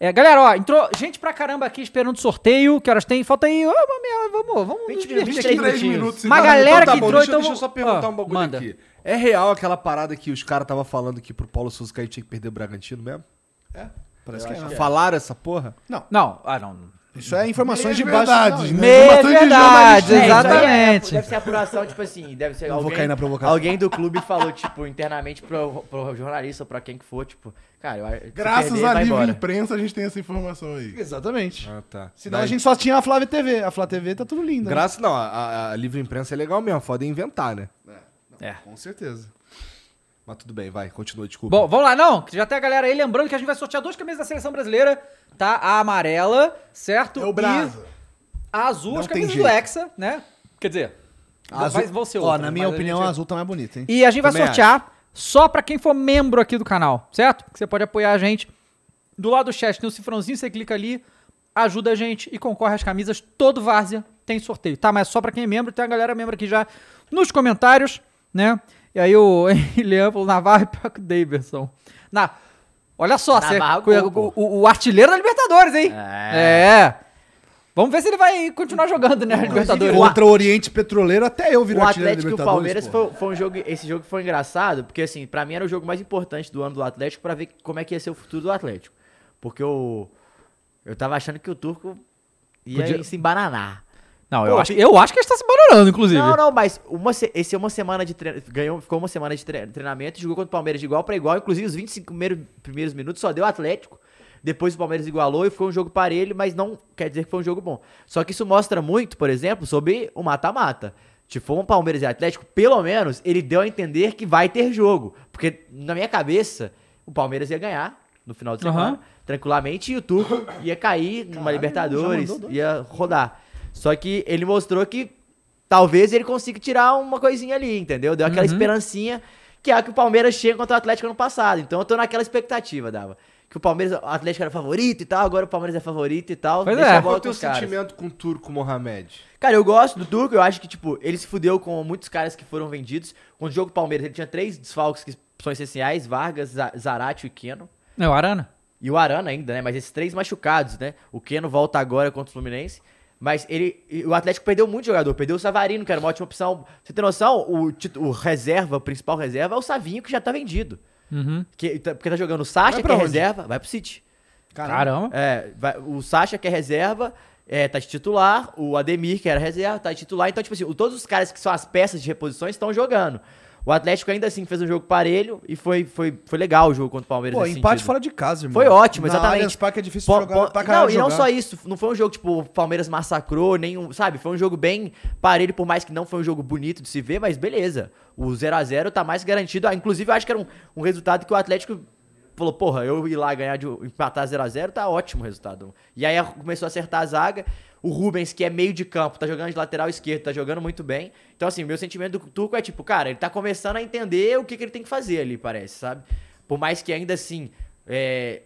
A: É, galera, ó, entrou gente pra caramba aqui esperando o sorteio. Que horas tem? Falta aí. Ô, meu, vamos, vamos. nos
D: 20
A: divertir aqui.
E: 23
D: 23 minutinhos.
E: minutos.
A: Uma
E: então,
A: galera
B: tá
A: que
B: bom,
A: entrou,
B: deixa,
A: então.
B: Deixa eu só perguntar
A: ó,
B: um bagulho
A: manda.
B: aqui. É real aquela parada que os caras estavam falando que pro Paulo Souza que aí tinha que perder o Bragantino mesmo?
C: Parece que é.
B: Falaram essa porra?
A: Não, ah, não.
C: Isso é informações É, de baixo.
E: verdades, né?
A: Meia
E: Informações de
A: é verdade,
C: É.
E: jornalista.
D: isso aí
A: exatamente.
D: deve ser apuração, tipo assim, deve ser
C: Não vou
D: alguém...
C: cair na provocação.
D: Alguém do clube falou, tipo, internamente pro, pro jornalista, pra quem que for, tipo... Cara, eu acho que se
E: Graças
D: perder,
E: à
D: vai
E: livre
D: embora.
E: imprensa, a gente tem essa informação aí.
C: Exatamente.
B: Ah, tá.
C: Senão a gente só tinha a Flávia TV. A Flávia TV tá tudo linda.
B: Graça não, a- a, a livre imprensa é legal mesmo, foda é inventar, né?
C: Com certeza.
B: Mas tudo bem, vai, continua, desculpa.
A: Bom, vamos lá, não. que Já tem a galera aí lembrando que a gente vai sortear duas camisas da seleção brasileira, tá? A amarela, certo?
E: É o Brasa.
A: E a azul,
C: Não
A: as
C: tem
A: camisas do
C: jeito.
A: Hexa, né? Quer dizer, vai, vão ser
C: Ó,
A: outras,
C: na minha
A: mas a
C: opinião,
A: gente-
C: a azul tá mais bonita, hein?
A: E a gente vai
B: Também
A: sortear só pra quem for membro aqui do canal, certo? Que você pode apoiar a gente. Do lado do chat tem um cifrãozinho, você clica ali, ajuda a gente e concorre às camisas. Todo Várzea tem sorteio, tá? Mas só pra quem é membro, tem a galera membro aqui já nos comentários, né? E aí o Leandro falou, Navarro e pior que o Davidson. Na... Olha só, você-
D: Navarro,
A: o,
D: gol,
A: o- o artilheiro da Libertadores, hein?
D: É.
A: É. Vamos ver se ele vai continuar jogando, né, a Libertadores.
C: Contra o Oriente Petroleiro, até eu viro
D: O Atlético e o
C: Libertadores,
D: Palmeiras
C: pô.
D: foi, foi um jogo. Esse jogo foi engraçado, porque assim, pra mim era o jogo mais importante do ano do Atlético pra ver como é que ia ser o futuro do Atlético. Porque eu. Eu tava achando que o turco ia
A: Podia-
D: se embananar.
A: Não, eu
D: Pô,
A: acho, eu acho que ele está se barulhando, inclusive.
D: Não, não, mas uma, se- esse é uma semana de treinamento. Ganhou, ficou uma semana de tre- treinamento, jogou contra o Palmeiras de igual pra igual. Inclusive, os 25 primeiros, primeiros minutos só deu Atlético. Depois o Palmeiras igualou e foi um jogo parelho, mas não quer dizer que foi um jogo bom. Só que isso mostra muito, por exemplo, sobre o mata-mata. Se for um Palmeiras e Atlético, pelo menos ele deu a entender que vai ter jogo. Porque na minha cabeça, o Palmeiras ia ganhar no final de semana,
A: Aham.
D: tranquilamente, e o Turco ia cair numa Libertadores, ia rodar. Só que ele mostrou que talvez ele consiga tirar uma coisinha ali, entendeu? Deu
A: Uhum.
D: aquela esperancinha que é a que o Palmeiras chega contra o Atlético ano passado. Então eu tô naquela expectativa, Dava. Que o Palmeiras, o Atlético era favorito e tal, agora o Palmeiras é favorito e tal.
A: Pois
D: deixa
A: é.
D: a
B: Qual é
D: bola
B: o
D: com
B: teu
D: os caras.
B: sentimento com o turco Mohamed?
D: Cara, eu gosto do Turco, eu acho que, tipo, ele se fudeu com muitos caras que foram vendidos. Com o jogo do Palmeiras, ele tinha três desfalques que são essenciais, Vargas, Za- Zaratio e Keno.
A: É o Arana.
D: E o Arana ainda, né? Mas esses três machucados, né? O Keno volta agora contra o Fluminense. Mas ele. e O Atlético perdeu muito jogador. Perdeu o Savarino, que era uma ótima opção. Você tem noção? O, tit- o reserva, o principal reserva, é o Savinho, que já tá vendido. Que, tá- porque tá jogando o Sacha,
C: Vai
D: que
C: pra
D: é
C: onde?
D: reserva, vai pro City.
A: Caramba.
D: É, vai- o Sacha, que é reserva, é, tá de titular. O Ademir, que era reserva, tá de titular. Então, tipo assim, o- todos os caras que são as peças de reposições estão jogando. O Atlético ainda assim fez um jogo parelho e foi, foi, foi legal o jogo contra o Palmeiras.
C: Pô,
D: nesse
C: empate
D: sentido.
C: fora de casa, irmão.
D: Foi ótimo,
C: Na
D: exatamente.
C: Allianz Parque é difícil
D: Po-
C: jogar
D: po-
C: pra caralho
D: Não, e não
C: jogar.
D: só isso. Não foi um jogo, tipo, o Palmeiras massacrou, nenhum. Sabe? Foi um jogo bem parelho, por mais que não foi um jogo bonito de se ver, mas beleza. O 0x0 tá mais garantido. Ah, Inclusive, eu acho que era um, um resultado que o Atlético falou, porra, eu ir lá ganhar de um, empatar 0x0, tá ótimo o resultado. E aí começou a acertar a zaga. O Rubens, que é meio de campo, tá jogando de lateral esquerdo, tá jogando muito bem. Então, assim, meu sentimento do Turco é tipo, cara, ele tá começando a entender o que, que ele tem que fazer ali, parece, sabe? Por mais que ainda assim. é,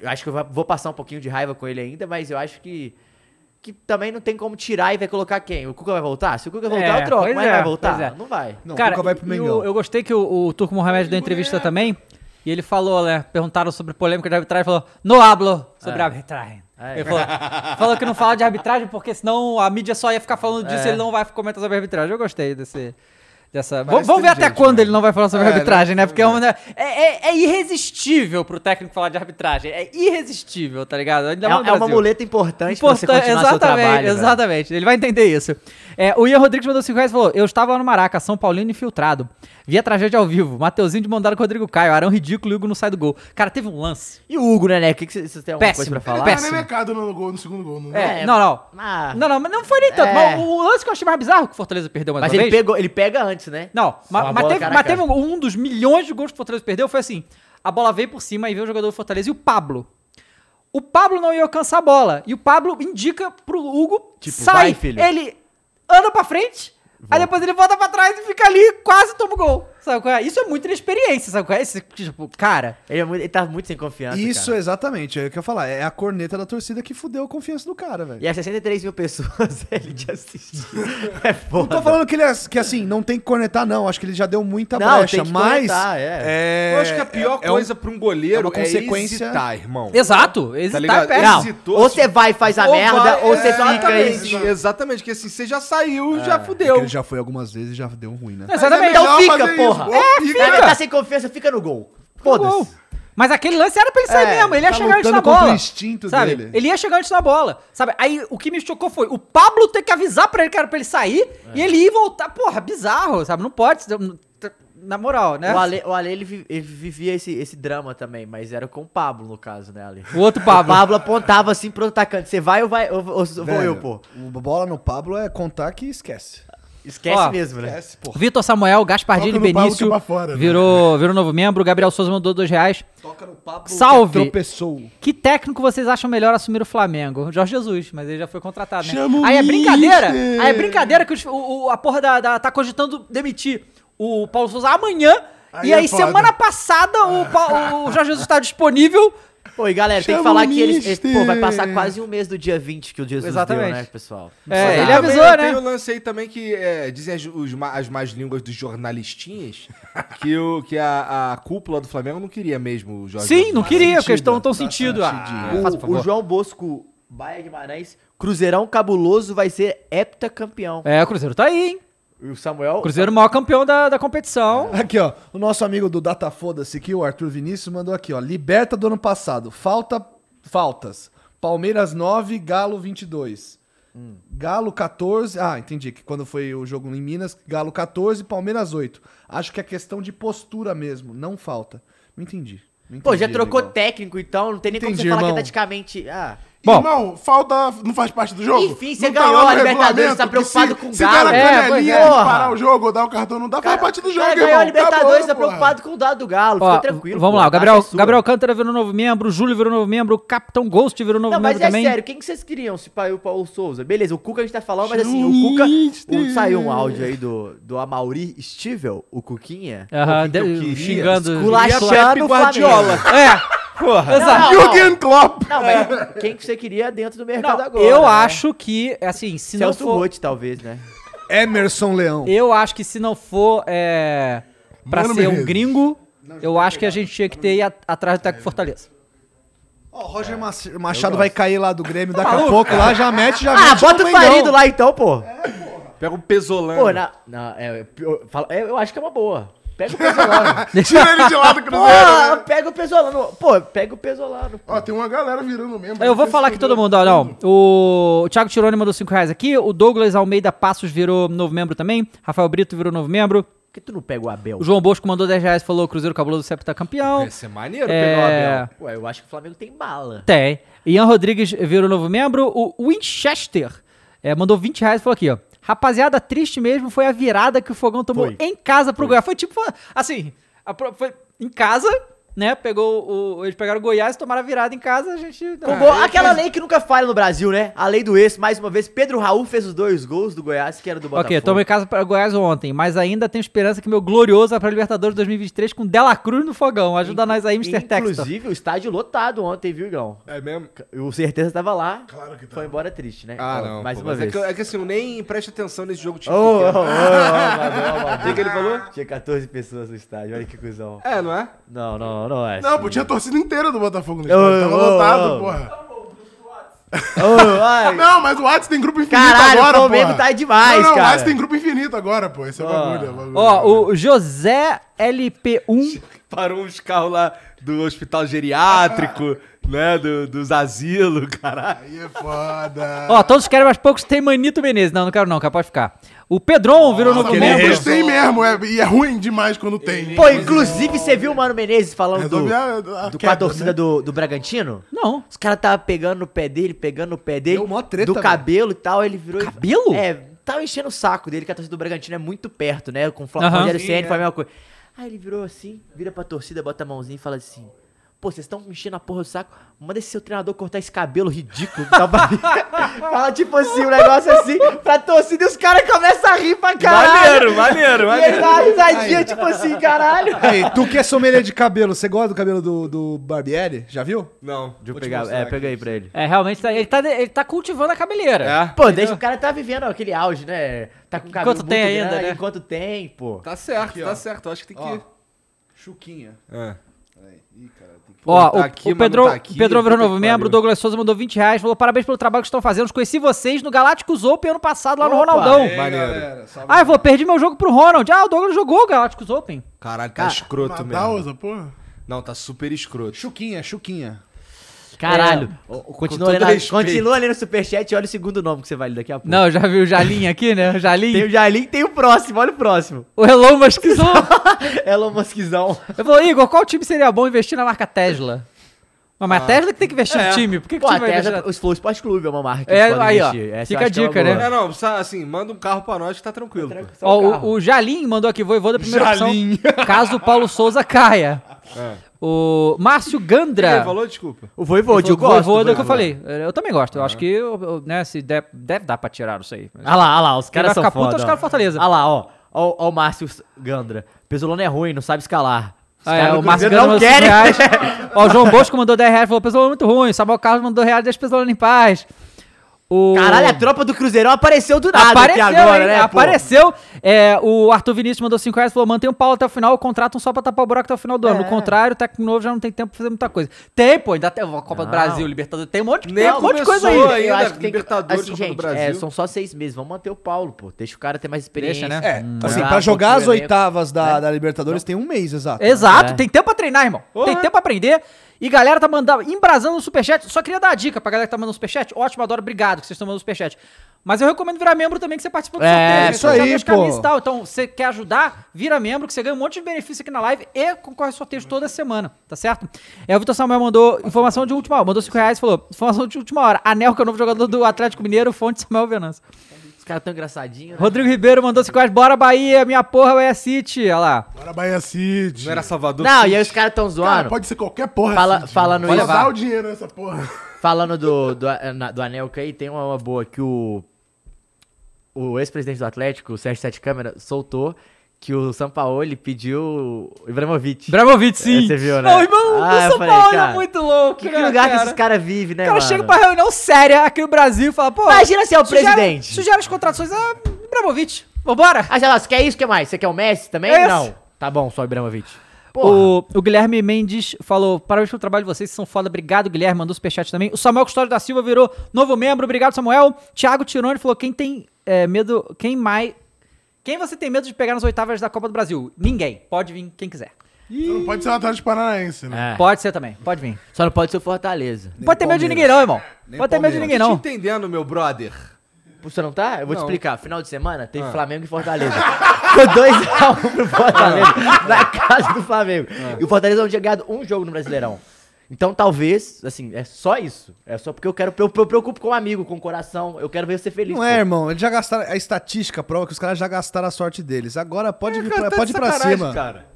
D: eu acho que eu va- vou passar um pouquinho de raiva com ele ainda, mas eu acho que. Que também não tem como tirar e vai colocar quem? O Cuca vai voltar? Se o Cuca voltar,
A: É,
D: eu troco.
A: pois
D: Mas
A: é,
D: vai voltar?
A: pois é.
D: Não vai.
C: Não,
A: Cara,
C: Cuca vai pro
A: e
C: Mengão.
A: o- eu gostei que o, o Turco Mohamed deu entrevista também. E ele falou, né? Perguntaram sobre polêmica de arbitragem. Falou, no hablo sobre arbitragem.
D: É.
A: Ele falou, falou que não fala de arbitragem porque senão a mídia só ia ficar falando disso e ele não vai comentar sobre arbitragem. Eu gostei desse. Dessa... V- Vamos ver até
B: inteligente,
A: quando
B: né?
A: ele não vai falar sobre
C: É,
A: arbitragem, né? Porque é, uma- é- é- é irresistível pro técnico falar de arbitragem. É irresistível, tá ligado? Ainda
D: É,
A: mais no
D: é uma
A: Brasil.
D: muleta importante,
A: Importante,
D: pra você continuar seu
A: exatamente,
D: trabalho. velho.
A: exatamente. Ele vai entender isso. É, o Ian Rodrigues mandou 5 reais e falou: Eu estava lá no Maraca, São Paulino infiltrado. Vi a tragédia ao vivo. Mateuzinho de mandado com o Rodrigo Caio. Arão ridículo e Hugo não sai do gol. Cara, teve um lance.
D: E o Hugo, né, né? O que, que vocês vocês têm alguma
A: Péssimo,
D: coisa pra
E: Ele
D: falar?
E: tava
A: Péssimo.
C: é
E: nemecado no gol, no segundo gol. Não
A: É, não, não.
D: Ah,
A: Não, não, mas não foi nem tanto.
D: É.
A: Mas o lance que eu achei mais bizarro que o Fortaleza perdeu mais
D: mas
A: uma
D: ele,
A: vez.
D: pegou, ele pega antes, né?
A: Não,
D: uma
A: mas, mas
D: bola
A: teve,
D: cara a
A: mas
D: cara.
A: teve um, um dos milhões de gols que o Fortaleza perdeu foi assim: a bola veio por cima e veio o jogador do Fortaleza e o Pablo. O Pablo não ia alcançar a bola. E o Pablo indica pro Hugo,
D: Tipo,
A: sai,
D: vai, filho.
A: ele anda pra frente, aí depois ele volta pra trás e fica ali, quase toma o gol. Sabe qual é? Isso é muito inexperiência, sabe qual é? Esse, tipo, cara.
D: Ele, é muito, ele tá muito sem confiança.
C: Isso,
D: cara.
C: exatamente. É o que eu ia falar. É a corneta da torcida que fudeu a confiança do cara, velho.
D: E as 63 mil pessoas ele te assistiu.
C: Não
D: É foda.
C: tô falando que ele é- que assim, não tem que cornetar, não. Acho que ele já deu muita
D: Não,
C: brecha,
D: tem que
C: mas.
D: cornetar, é.
C: é-
B: Eu acho que a pior
C: é- é um-
B: coisa pra um
C: é
B: goleiro é,
C: uma consequência-
B: hesitar, irmão.
A: Exato. Ele tá
B: ligado?
A: perto.
B: Não.
D: Ou você vai e faz a merda,
B: vai-
D: ou você fica
B: exatamente,
D: e.
B: Exatamente, que assim, você já saiu, já
C: é que
B: fudeu.
C: ele já foi algumas vezes e já deu ruim, né?
A: Exatamente.
D: Então
E: melhor
D: fica,
E: fazer isso,
D: porra.
E: ou
D: É,
E: fica.
D: Ele tá sem confiança, fica no gol.
A: Gol.
D: Foda-se.
A: Mas aquele lance era pra ele sair
D: É,
A: mesmo, ele ia
C: tá
A: chegar antes
C: lutando
A: na
C: contra
A: bola.
C: o instinto
A: sabe?
C: dele.
A: Ele ia chegar antes na bola. Sabe? Aí o que me chocou foi o Pablo ter que avisar pra ele que era pra ele sair e ele ir voltar. Porra, bizarro, sabe? Não pode. Na moral, né?
D: O Ale, o Ale ele, vi- ele vivia esse, esse drama também, mas era com o Pablo, no caso, né, Ale?
A: O outro Pablo.
D: O Pablo apontava assim pro atacante: você vai ou vai? Ou, ou- ou vou
C: Velho,
D: eu, pô?
C: o Bola no Pablo é contar que esquece.
D: Esquece
A: Ó,
D: mesmo, né?
A: Vitor Samuel, Gaspardini
E: Toca no Pablo que
A: Benício.
E: é pra fora, né?
A: virou, virou novo membro. Gabriel Souza mandou dois reais.
C: Toca no Pablo.
A: Salve!
C: Tropeçou.
A: Que técnico vocês acham melhor assumir o Flamengo? Jorge Jesus, mas ele já foi contratado, né?
E: Chama o
A: aí é brincadeira,
E: Mister.
A: aí é brincadeira que os- o, o- a porra da, da- tá cogitando demitir o Paulo Souza amanhã.
E: Aí
A: e
E: é
A: aí,
E: foda.
A: semana passada, o, Pa- o Jorge Jesus tá disponível.
D: Pô, e galera, tem que
E: Chama
D: falar
E: o
D: que eles, eles- Pô, vai
E: mister.
D: passar quase um mês do dia 20 que o Jesus
A: Exatamente.
D: deu, né, pessoal?
A: É, ele
B: Também um
A: avisou,
B: Tem
A: né?
B: o lance aí também que é, dizem as, os ma- as más línguas dos jornalistinhas que, o, que a, a cúpula do Flamengo não queria mesmo o Jorge
A: Sim,
B: Jesus.
A: não queria, porque eles
C: sentido,
A: estão tão
C: tá
A: sentido. Ah,
C: sentido.
A: faça por
D: O, o
A: favor.
D: João Bosco, Baia Guimarães, Cruzeirão cabuloso vai ser heptacampeão.
A: É, o Cruzeiro tá aí, hein?
D: E o Samuel.
A: O Cruzeiro é o maior campeão da, da competição.
C: Aqui, ó. O nosso amigo do Data Foda-se aqui, o Arthur Vinícius, mandou aqui, ó. Liberta do ano passado. Falta. Faltas. Palmeiras 9, Galo 22.
D: Hum.
C: Galo 14. Ah, entendi. Que quando foi o jogo em Minas, Galo 14, Palmeiras 8. Acho que é questão de postura mesmo, não falta. Não entendi. Não
D: Pô,
C: entendi,
D: já trocou
C: amigão.
D: técnico, então não tem nem como
C: Entendi,
D: você falar
C: irmão.
D: que é taticamente. Ah.
A: Bom.
E: Irmão, falta não faz parte do jogo.
D: Enfim, você
E: Não tá
D: ganhou
E: lá no
D: a Libertadores,
E: regulamento
D: tá
E: que
D: preocupado
E: se-
D: com o
E: Se
D: Galo.
E: der a
A: É, pois
E: canelinha
A: é.
E: de
D: Porra.
E: parar o jogo ou dar o cartão, não dá, faz parte do jogo,
D: cara
E: irmão.
D: ganhou a Libertadores,
E: Acabou,
D: tá
E: porra.
D: preocupado com o dado do Galo,
A: Ó,
D: É. fica tranquilo.
A: vamos
D: pô,
A: lá, o
D: a
A: Gabriel,
D: taça é sua.
A: Gabriel Cântara virou novo membro, o Júlio virou novo membro, o Capitão Ghost virou novo
D: Não, mas
A: membro
D: é
A: também.
D: sério, quem que vocês queriam? Se pai o Paulo Souza? Beleza, o Cuca a gente tá falando, mas assim, o Cuca. o- saiu um áudio aí do, do Amauri Stivel, o Cuquinha.
A: Aham, de-
B: queria?
A: xingando.
D: Culachando o Flamengo.
A: É,
B: Porra.
A: exato.
D: Não,
E: Jürgen Klopp.
D: Não, mas quem que você queria dentro do mercado
A: Não,
D: agora?
A: eu
D: né?
A: acho que, assim, se não
D: Celso
A: for.
D: Roth, talvez, né?
C: Emerson Leão.
A: Eu acho que se não for é, pra
E: Mano
A: ser um
E: Menezes.
A: gringo, eu
D: tá
A: acho que a gente tinha que ter ido atrás do
D: É.
A: Teco Fortaleza.
C: Ó, o Roger Mas- Machado vai cair lá do Grêmio daqui a
A: maluco?
C: pouco, lá já mete, já
D: Ah,
C: mete.
D: bota
C: no
D: o
C: Mengão.
D: Farido lá então, pô.
E: É.
B: Pega o Pesolano.
D: Pô, na, na- é, eu, falo- é, eu acho que é uma boa. Pega o Pesolano.
E: Tira ele de lá do
B: né?
E: Cruzeiro.
D: Pô, pega o Pesolano. Pô, pega o Pesolano.
E: Ó, tem uma galera virando mesmo.
A: Eu vou falar que todo mundo, ó, não. O, o Thiago Tironi mandou 5 reais aqui, o Douglas Almeida Passos virou novo membro também, Rafael Brito virou novo membro,
D: Por que tu não pega o Abel?
A: o João Bosco mandou 10 reais e falou: Cruzeiro Cabuloso sempre tá campeão.
B: Ia ser maneiro pegar o
A: É,
B: Abel.
D: Ué, eu acho que o Flamengo tem bala.
A: Tem. Ian Rodrigues virou novo membro. O Winchester eh, mandou 20 reais e falou aqui, ó. Rapaziada, triste mesmo foi a virada que o Fogão tomou
D: Foi.
A: em casa pro Goiás. Foi tipo, assim, a pro- foi em casa, né? Pegou o, eles pegaram o Goiás, tomaram a virada em casa, a gente...
D: Com
A: Ah,
D: gol- aquela lei que nunca falha no Brasil, né? A lei do ex, mais uma vez. Pedro Raul fez os dois gols do Goiás, que era do Botafogo.
A: Ok, tomei em casa para Goiás ontem, mas ainda tenho esperança que meu glorioso para Libertadores 2023 com Dela Cruz no fogão. Ajuda nós aí, Mr. Textor.
D: Inclusive, o estádio lotado ontem, viu, Igão?
B: É mesmo?
D: O Certeza tava lá.
E: Claro que tá.
D: Foi embora triste, né?
B: Ah,
D: Ó,
B: não.
D: Mais
B: pô,
D: uma
B: mas
D: vez.
B: É que, eu- é que assim, eu nem preste atenção nesse jogo de
D: Ô,
B: time
D: ô, ô,
B: pequeno.
D: ô, ô, O que
B: ele falou?
D: Tinha 14 pessoas no estádio, olha que cuzão.
B: É, não é?
D: Não, não, não é.
E: Não,
D: assim.
E: pô, tinha a torcida inteira do Botafogo no
D: Ô,
E: estádio. Tava
D: ô,
E: lotado,
D: ô.
E: porra.
D: Ô, ai.
C: tá
E: Não, mas o Whats tem grupo infinito
D: Caralho,
E: agora,
D: o
E: pô.
D: Flamengo tá demais,
E: não, não,
D: cara.
E: o Whats tem grupo infinito agora, pô. Esse é o bagulho, é o bagulho.
A: Ó, o José LP1
B: Parou uns carros lá do hospital geriátrico, né? Do, dos asilos, caralho.
E: Aí é foda.
A: Ó, todos querem, mas poucos tem Manito Menezes. Não, não quero não, cara, pode ficar. O Pedron virou novo
E: Nossa,
A: membro.
E: poucos tem mesmo, é- e é ruim demais quando
B: tá
E: tem.
D: Pô, inclusive você viu o Mano Menezes falando É do,
E: Resolve a- a
D: do, com a
E: queda,
D: torcida
E: né?
D: do, do Bragantino?
A: Não.
D: Os caras tava pegando o pé dele, pegando o pé dele.
C: Deu mó treta,
D: do
C: velho.
D: cabelo e tal, ele virou. e-
A: Cabelo?
D: É, tava enchendo o saco dele, que a torcida do Bragantino é muito perto, né? Com o Flávio
A: Aham.
C: é.
D: Rogério
A: Sim,
D: CN foi a mesma coisa. Aí ele virou assim, vira pra torcida, bota a mãozinha e fala assim: Pô, vocês estão me enchendo a porra do saco. Manda esse seu treinador cortar esse cabelo ridículo que tá barriga. Fala tipo assim, um negócio assim, pra torcida e os caras começam a rir pra caralho.
F: Maneiro, maneiro,
D: E
F: maneiro.
D: ele dá uma risadinha, tipo assim, caralho.
C: Ei, tu que é sommelier de cabelo, você gosta do cabelo do, do Barbieri? Já viu?
B: Não.
D: Deixa eu
C: Vou te
D: pegar,
C: mostrar
D: é, pega aí pra ele.
A: É, realmente, tá- ele tá, ele tá cultivando a cabeleira.
B: É?
D: Pô, desde que o cara tá vivendo aquele auge, né? Tá com o cabelo
A: Enquanto tem
D: muito
A: ainda,
D: grande,
A: né?
D: Enquanto tem, pô.
B: Tá certo,
C: Aqui,
B: tá
C: ó.
B: certo. Eu acho que tem
C: Ó.
B: que.
C: Chuquinha.
B: É.
C: Ih, cara, tem que...
A: Ó,
B: Tá
A: o,
B: aqui,
A: o
B: mas não
A: Pedro,
B: tá aqui.
A: o Pedro virou
B: Puta que
A: novo membro,
B: pariu.
A: o Douglas Souza mandou 20 reais, falou parabéns pelo trabalho que estão fazendo, conheci vocês no Galácticos Open ano passado lá no
D: Opa,
A: Ronaldão.
C: Ei,
B: maneiro.
C: galera, salve.
A: Ah, eu vou, perdi meu jogo pro Ronald. Ah, o Douglas jogou o Galácticos Open.
B: Caralho,
E: Ah,
B: tá escroto mesmo.
E: Madalza, porra.
B: Não, tá super escroto.
C: Chuquinha, Chuquinha.
D: Caralho. Ô, ô,
B: todo
D: continua, lendo, a-
B: respeito.
D: continua lendo o superchat e olha o segundo nome que você vai ler daqui a pouco.
A: Não, já viu o Jalim aqui, né? O Jalim.
D: Tem o Jalim, tem o próximo, olha o próximo.
A: O Elon Muskzão.
D: Elon Muskzão.
A: Ele falou, Igor, qual time seria bom investir na marca Tesla? Mas, mas a Tesla que tem que investir
B: É.
A: no time. Por que, que
D: Pô,
A: o time
D: a
A: vai investir
D: Tesla,
A: na...
D: os Flow Sport Clube é uma marca que
A: É,
D: eles podem
A: aí, ó.
D: investir. Essa eu
A: Fica
D: acho
A: a
D: que é uma
A: dica,
D: boa.
A: né?
B: É, não, sa- assim, manda um carro pra nós que tá tranquilo. pô.
D: Só
A: Ó,
D: o carro.
A: o, o Jalim mandou aqui, vou e vou da primeira
C: Jalim.
A: opção. Caso o Paulo Souza caia. É. O Márcio
B: Quem
A: Gandra.
B: falou? Desculpa.
D: O Voivode, eu
A: Ele falou,
D: gosto.
A: Voivoda, é
D: do
A: que eu
D: Voivoda.
A: falei. Eu também gosto. Eu acho que eu- eu- né, se der- deve dar pra tirar isso aí.
D: Ah lá, ah lá, os caras
A: vai
D: são
A: ficar puto,
D: foda,
A: os
D: ó.
A: caras Fortaleza.
D: Ah lá, ó. Ó, ó o Márcio Gandra. Pesolano é ruim, não sabe escalar. Os
A: Ah, é,
D: caras do
A: o Márcio
D: Cruzeiro
A: Gandra é um mandou 5 reais. Ó, o João Bosco mandou 10 reais, falou, pessoal, é muito ruim. Samuel Carlos mandou reais, deixa o pessoal em paz. O...
D: Caralho, a tropa do Cruzeirão apareceu do nada
A: Apareceu,
D: aqui agora,
A: hein?
D: né? pô?
A: Apareceu. É, o Arthur Vinícius mandou 5 reais e falou: mantém o Paulo até o final, contratam só pra tapar o buraco até o final do ano. No contrário, o técnico novo já não tem tempo pra fazer muita coisa. Tem, pô, ainda tem a Copa do
D: Não.
A: Brasil, Libertadores, tem um monte,
B: Nem
A: tem um monte de coisa aí.
B: começou ainda,
D: Eu acho que tem que-
B: Libertadores,
D: assim,
B: Copa do
D: gente,
B: Brasil.
D: é, são só seis meses. Vamos manter o Paulo, pô. Deixa o cara ter mais experiência.
A: Deixa, né?
C: É,
B: Hum,
C: assim,
D: Jogar
C: pra
D: um
C: jogar
D: pouco
C: as
D: do elenco, né?
C: oitavas da, da Libertadores tem um mês, exato.
A: Exato,
D: É.
A: tem tempo pra treinar, irmão. Tem tempo pra aprender. E galera tá mandando, embrasando no superchat. Só queria dar a dica pra galera que tá mandando superchat. Ótimo, adoro, obrigado que vocês estão mandando superchat. Mas eu recomendo virar membro também, que você participa do
D: É,
A: sorteio. né?
C: isso
A: Você já
C: aí,
A: vê os caminhos
C: pô.
A: e tal. Então, você quer ajudar, vira membro, que você ganha um monte de benefício aqui na live e concorre a sorteios toda semana, tá certo? É, o Vitor Samuel mandou informação de última hora, mandou 5 reais e falou, informação de última hora. Anel, que é o novo jogador do Atlético Mineiro, fonte Samuel Venâncio.
D: Os caras tão engraçadinhos. né?
A: Rodrigo Ribeiro mandou 5 reais, bora Bahia, minha porra, Bahia City. Olha lá.
E: Agora Bahia City.
B: Não era Salvador?
D: Não,
B: Sim.
D: e aí os caras tão zoando.
E: Cara, pode ser qualquer porra.
D: Fala-
E: City.
D: fala no
E: Só
D: Ivan.
E: dá o dinheiro nessa porra.
D: Falando do, do, a- na- do Anelka aí, tem uma, uma boa que o, o ex-presidente do Atlético, o Sérgio Sete Câmara, soltou que o Sampaoli pediu o Ibrahimovic.
A: Ibrahimovic,
D: É,
A: sim.
D: você viu, né?
A: Ô, irmão,
D: Ah, eu
A: o São
D: falei,
A: Paulo
D: cara,
A: é muito louco,
D: que, que
A: né,
D: lugar
A: cara?
D: que esses caras vivem, né,
A: O cara
D: mano?
A: chega pra reunião séria aqui no Brasil e fala, pô...
D: Imagina se é o
A: sugere-
D: presidente.
A: Sugere as contratações a Ibrahimovic. Vambora.
D: Ah, sei lá, você quer isso, o que mais? Você quer o Messi também?
A: Esse.
D: Não. Tá bom, só o Ibrahimovic.
A: O, o Guilherme Mendes falou, parabéns pelo trabalho de vocês, vocês são foda. Obrigado, Guilherme. Mandou superchat também. O Samuel Custódio da Silva virou novo membro. Obrigado, Samuel. Thiago Tironi falou, quem tem é, medo... Quem mais... Quem você tem medo de pegar nas oitavas da Copa do Brasil? Ninguém. Pode vir quem quiser.
E: Não pode ser o Atlético Paranaense, né?
D: É.
A: Pode ser também. Pode vir.
D: Só não pode ser o Fortaleza.
A: Não pode ter medo de ninguém não, irmão.
C: Nem
A: Pode ter medo de
C: Palmeiras.
A: ninguém
B: Te
A: não.
B: entendendo, meu brother.
D: Você não tá? Eu vou
B: Não.
D: te explicar. Final de semana
A: Ah.
D: teve Flamengo e Fortaleza. Ficou 2x1 pro Fortaleza na casa do Flamengo.
A: Ah.
D: E o Fortaleza não tinha ganhado um jogo no Brasileirão. Então talvez, assim, é só isso. É só porque eu quero. Eu, eu preocupo com o amigo, com o coração. Eu quero ver você feliz.
C: Não
D: pô.
C: é, irmão. Eles já gastaram. A estatística prova que os caras já gastaram a sorte deles. Agora
E: É,
C: pode, vir
B: Cara,
C: pra,
B: tá
C: pode ir
B: de
C: pra
B: sacanagem,
C: cima.
B: Cara.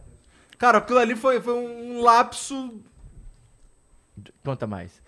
B: cara, aquilo ali foi, foi um lapso.
D: Conta mais.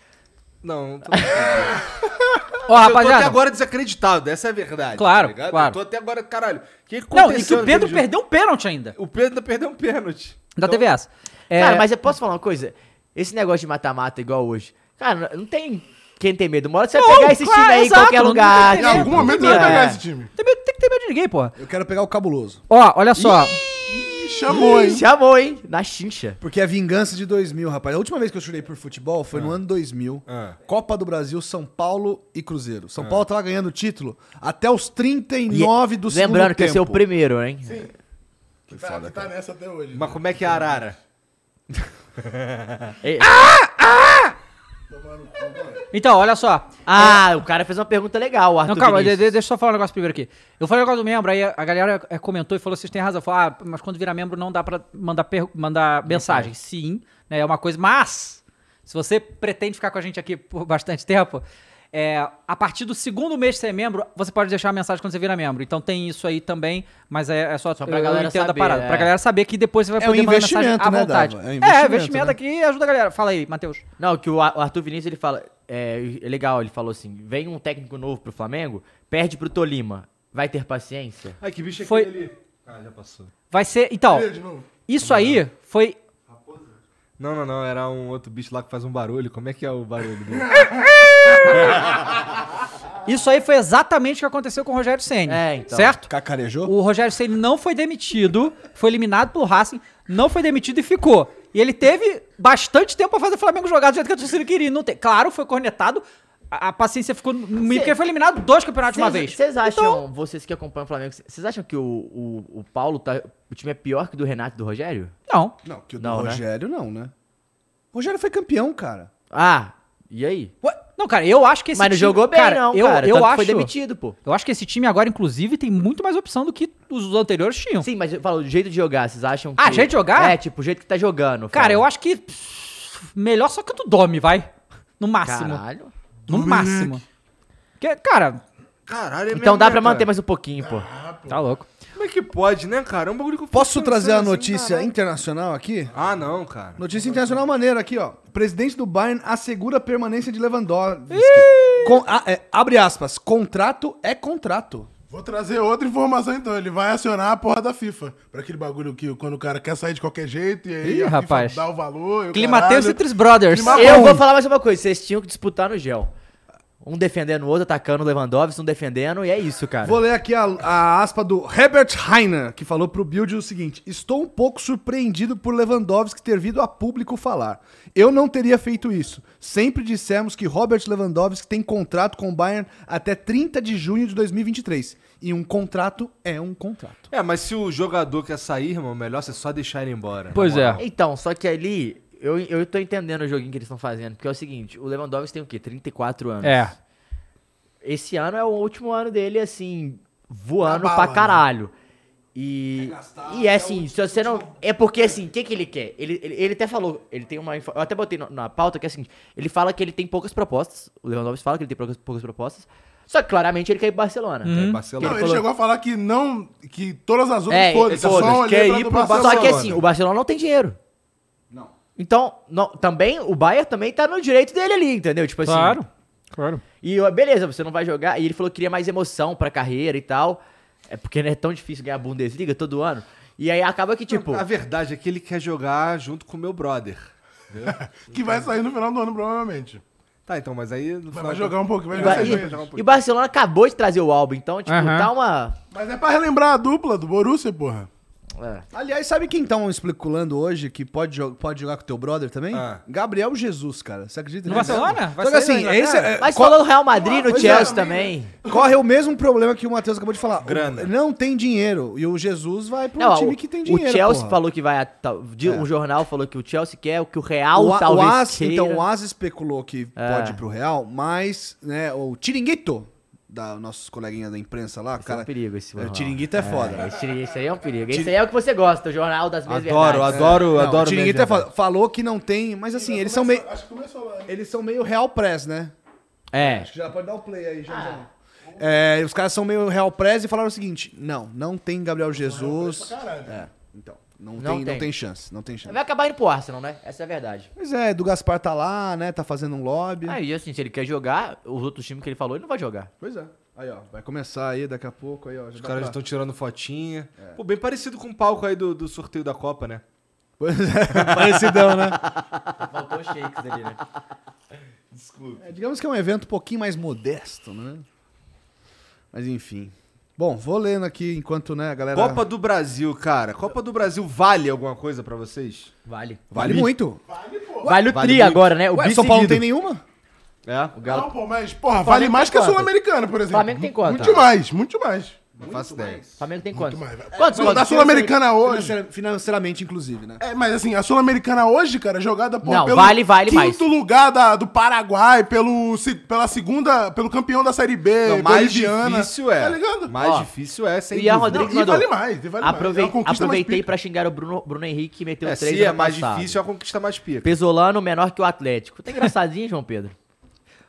B: Não, tô...
A: Ó,
B: eu tô até
A: rapaziada.
B: agora desacreditado, essa é a verdade.
A: Claro,
B: ligado?
A: claro.
B: Eu tô até agora, caralho. O que aconteceu?
A: Não, e que o
B: naquele
A: Pedro
B: jogo?
A: perdeu um pênalti ainda.
B: O Pedro ainda perdeu um pênalti.
A: Da
B: Então,
A: TVS. É,
D: Cara, mas eu posso falar uma coisa? Esse negócio de mata-mata igual hoje. Cara, não tem quem tem medo. Uma hora você vai
A: Não,
D: pegar esse
A: claro,
D: time aí em
A: exato,
D: qualquer
A: não
D: lugar.
A: tem
E: Em
A: É,
E: algum momento ele vai
D: é.
E: pegar esse time.
A: Tem, medo- tem que ter medo de ninguém, porra.
C: Eu quero pegar o cabuloso.
A: Ó, olha só.
E: Ih, Chamou, hein?
D: Chamou, hein? Na chincha.
C: Porque é vingança de 2000, rapaz. A última vez que eu chorei por futebol foi no ano 2000.
B: Ah.
C: Copa do Brasil, São Paulo e Cruzeiro. São Paulo tava ganhando o título até os 39 do segundo
D: Lembrando que esse é o
C: tempo.
D: primeiro, hein?
E: Que tá, que tá nessa até hoje.
B: Mas como é que é a Arara?
A: Então, olha só.
D: Ah, o cara fez uma pergunta legal, o Arthur
A: Não, calma, de-
D: Vinícius.
A: de- deixa eu só falar um negócio primeiro aqui. Eu falei um negócio do membro, aí a a galera é, comentou e falou: vocês têm razão. Eu falei, ah, mas quando virar membro não dá pra mandar, per- mandar mensagem. Sim, né? É uma coisa. Mas, se você pretende ficar com a gente aqui por bastante tempo, É, a partir do segundo mês de ser membro, você pode deixar a mensagem quando você vira membro. Então tem isso aí também, mas é, é só,
D: Só pra galera
A: entendo
D: saber,
A: a parada.
D: é.
A: Pra galera saber que depois você vai
C: É um
A: poder mandar mensagem à
C: investimento, né,
A: vontade.
C: Dava?
A: É,
C: É um
A: investimento,
C: investimento, né?
A: aqui ajuda a galera. Fala aí, Matheus.
D: Não, que o A- o Arthur Vinícius ele fala. É, é legal, ele falou assim: vem um técnico novo pro Flamengo, perde pro Tolima. Vai ter paciência?
B: Ai, que bicho é
A: Foi-
B: aquele ali? Ah, já passou.
A: Vai ser. Então,
E: Olha de novo.
A: isso aí foi.
B: Não, não, não. Era um outro bicho lá que faz um barulho. Como é que é o barulho dele?
A: Isso aí foi exatamente o que aconteceu com o Rogério Senna.
D: É, então.
A: Certo?
C: Cacarejou?
A: O Rogério Ceni não foi demitido, foi eliminado pelo Racing, não foi demitido e ficou. E ele teve bastante tempo pra fazer o Flamengo jogar do jeito que a torcida queria. Não tem- Claro, foi cornetado. A, a paciência ficou no meio, porque ele foi eliminado dois campeonatos de uma vez.
D: Vocês acham,
A: Então,
D: vocês que acompanham o Flamengo, vocês acham que o, o, o Paulo tá. O time é pior que o do Renato e do Rogério?
A: não.
C: Não, que o
D: Não,
C: do
D: né?
C: Rogério não, né? O Rogério foi campeão, cara.
D: Ah, e aí?
A: Ué, Não, cara, eu acho que esse
D: Mas não
A: time-
D: jogou bem,
A: cara,
D: não,
A: eu,
D: cara.
A: Eu
D: tanto que
A: acho,
D: Foi demitido, pô.
A: eu acho que esse time agora, inclusive, tem muito mais opção do que os anteriores tinham.
D: Sim, mas eu falo, o jeito de jogar, vocês acham que.
A: Ah, jeito de jogar?
D: É, tipo, o jeito que tá jogando.
A: Cara, eu
D: fala.
A: acho que pff, melhor só que o do Domi, vai. No máximo.
D: Caralho.
A: No máximo. Porque, cara,
B: Caralho, é
D: Então
B: mesmo,
D: dá
B: né,
D: pra
B: cara?
D: manter mais um pouquinho, pô.
A: tá louco.
B: Como é que pode, né, cara? É um bagulho que eu fico
C: Posso
B: pensando
C: trazer a
B: assim,
C: notícia
B: caralho.
C: internacional aqui?
B: Ah, não, cara.
C: Notícia internacional maneira aqui, ó. Presidente do Bayern assegura a permanência de Lewandowski. Com- a- é, abre aspas. Contrato é contrato.
E: Vou trazer outra informação então. Ele vai acionar a porra da FIFA. Pra aquele bagulho que quando o cara quer sair de qualquer jeito e aí
A: Ih,
E: a
A: rapaz.
E: FIFA dá o valor. e o
A: Climateus
E: caralho.
A: e Tris Brothers.
C: Tá
E: Clima-
D: Eu
E: bom.
D: vou falar mais uma coisa, vocês tinham que disputar no gel. Um defendendo o outro, atacando o Lewandowski, um defendendo, e é isso, cara.
C: Vou ler aqui a, a aspa do Herbert Heiner, que falou pro Build o seguinte: Estou um pouco surpreendido por Lewandowski ter vindo a público falar. Eu não teria feito isso. Sempre dissemos que Robert Lewandowski tem contrato com o Bayern até 30 de junho de 2023. E um contrato é um contrato.
B: É, mas se o jogador quer sair, irmão, melhor você só deixar ele embora.
A: Pois é.
D: Então, só que ali, eu, eu tô entendendo o joguinho que eles estão fazendo, porque é o seguinte, o Lewandowski tem o quê? 34 anos.
A: É.
D: Esse ano é o último ano dele, assim, voando
E: Na bala,
D: pra
E: né?
D: caralho. E, e é assim, se você não. É porque assim, o que, que ele quer? Ele, ele, ele até falou, ele tem uma. info- Eu até botei no- na pauta que é assim, ele fala que ele tem poucas propostas. O Lewandowski fala que ele tem poucas, poucas propostas. Só que claramente ele quer ir pro Barcelona.
C: Hum.
B: É,
D: Que
B: Barcelona.
E: Não, ele
D: falou-
E: chegou a falar que não. Que todas as outras
D: É,
E: foda-se,
D: foda-se,
E: tá só olhei
B: quer
E: pra
B: ir
E: do
B: pro
E: Barcelona.
D: Só que
B: Barcelona.
D: assim, o Barcelona não tem dinheiro. Não. Então, não, também, o Bayern também tá no direito dele ali, entendeu? Tipo assim.
A: Claro. Claro.
D: E eu, beleza, você não vai jogar. E ele falou que queria mais emoção pra carreira e tal. É porque não é tão difícil ganhar a Bundesliga todo ano. E aí acaba que, tipo.
B: A verdade é que ele quer jogar junto com o meu brother.
E: Que vai sair no final do ano, provavelmente.
B: Tá, então, mas aí...
E: Mas vai jogar um pouco, vai
D: e,
E: jogar
D: ba-
E: seis
D: e-
E: meses.
D: e Barcelona acabou de trazer o álbum, então, tipo,
A: Aham.
D: tá uma.
E: Mas é pra relembrar a dupla do Borussia, porra.
D: é.
C: Aliás, sabe quem estão especulando hoje que pode, jo- pode jogar com teu brother também?
B: Ah.
C: Gabriel Jesus, cara. Você acredita
A: No
C: nisso?
A: Barcelona? Vai
C: Só que
A: sair
C: assim,
A: da
C: esse
A: Inglaterra?
C: é,
D: Mas
C: qual-
D: falou no Real Madrid, no
E: Pois é,
D: Chelsea
E: amigo.
D: também.
C: Corre o mesmo problema que o Matheus acabou de falar.
B: Grana.
C: Não tem dinheiro. E o Jesus vai pro
D: Não,
C: Um time
D: o-
C: que tem dinheiro.
D: O Chelsea
C: porra.
D: falou que vai. a tal- de- Um jornal falou que o Chelsea quer, o que o Real
C: o, A-
D: talvez.
C: o As,
D: queira.
C: então, o As especulou que
D: É.
C: pode ir pro Real, mas, né, o Tiringuito, da nossos coleguinhas da imprensa lá,
D: Esse é
C: cara.
D: um perigo esse
C: é,
D: jornal.
C: Tiringuito é foda.
D: É, esse, esse aí é um perigo. Esse aí é o que você gosta, o jornal das minhas
B: Adoro,
D: verdades.
B: adoro,
C: É. Não,
B: adoro.
C: o Tiringuito
B: mesmo, né?
C: é foda. Falou que não tem, mas assim, eles são meio.
E: Acho que começou lá. né?
C: Eles são meio Real Press, né?
D: É.
C: Acho que já pode dar o play aí, já.
D: Ah.
C: É, os caras são meio Real Press e falaram o seguinte: não, não tem Gabriel Jesus.
E: né?
C: É, então. Não,
D: Não
C: tem,
D: tem.
C: não tem chance, não tem chance.
D: Vai acabar indo pro Arsenal, né? Essa é a verdade.
C: Pois é, do Gaspar tá lá, né? Tá fazendo um lobby.
D: Aí, assim, se ele quer jogar, os outros times que ele falou, ele não vai jogar.
C: Pois é. Aí, ó. Vai começar aí daqui a pouco. Aí, ó.
B: Os caras estão tirando fotinha. Pô, bem parecido com o palco aí do, do sorteio da Copa, né?
C: Parecidão, né?
D: Faltou o Shakes ali, né?
C: É, digamos que é um evento um pouquinho mais modesto, né? Mas enfim. Bom, vou lendo aqui enquanto né, a
E: É.
C: galera.
B: Copa do Brasil, cara. Copa do Brasil vale alguma coisa pra vocês?
D: Vale.
C: Vale muito.
D: Vale o
B: Vale
D: tri
B: muito.
D: agora, né? O
C: Ué,
D: bi
C: São Paulo não tem
D: seguido.
C: nenhuma?
B: É? O
E: Não, pô, mas, porra, vale mais que
D: tem
E: a
D: quanto?
E: Sul-Americana, por exemplo.
D: Flamengo tem quanto?
E: Muito mais, muito mais.
B: Não faço ideia.
D: Flamengo tem quantos?
E: mais, vai.
D: Quantos?
E: Não, da
D: quantos?
E: Sul-Americana hoje.
C: Financeira- Financeiramente, inclusive, né?
E: É, mas assim, a Sul-Americana hoje, cara, é jogada pô,
D: Não, vale, vale
E: quinto
D: mais.
E: lugar da- do Paraguai, pelo, se- pela segunda, pelo campeão da Série B,
B: Não, mais
E: boliviana.
B: difícil é.
E: Tá ligado?
B: Mais
D: Ó,
B: difícil é, sem
D: o Ian
B: dúvida.
D: Rodrigues
E: e
D: mandou.
E: vale mais, e vale mais.
D: Aprovei-
E: É uma conquista
D: Aproveitei
E: mais
D: pra xingar o Bruno, Bruno Henrique, que meteu
B: É,
D: três
B: se é
D: ano
B: mais
D: passado.
B: difícil, é a conquista mais pica.
D: Pesolano menor que o Atlético. Tá engraçadinho, João Pedro?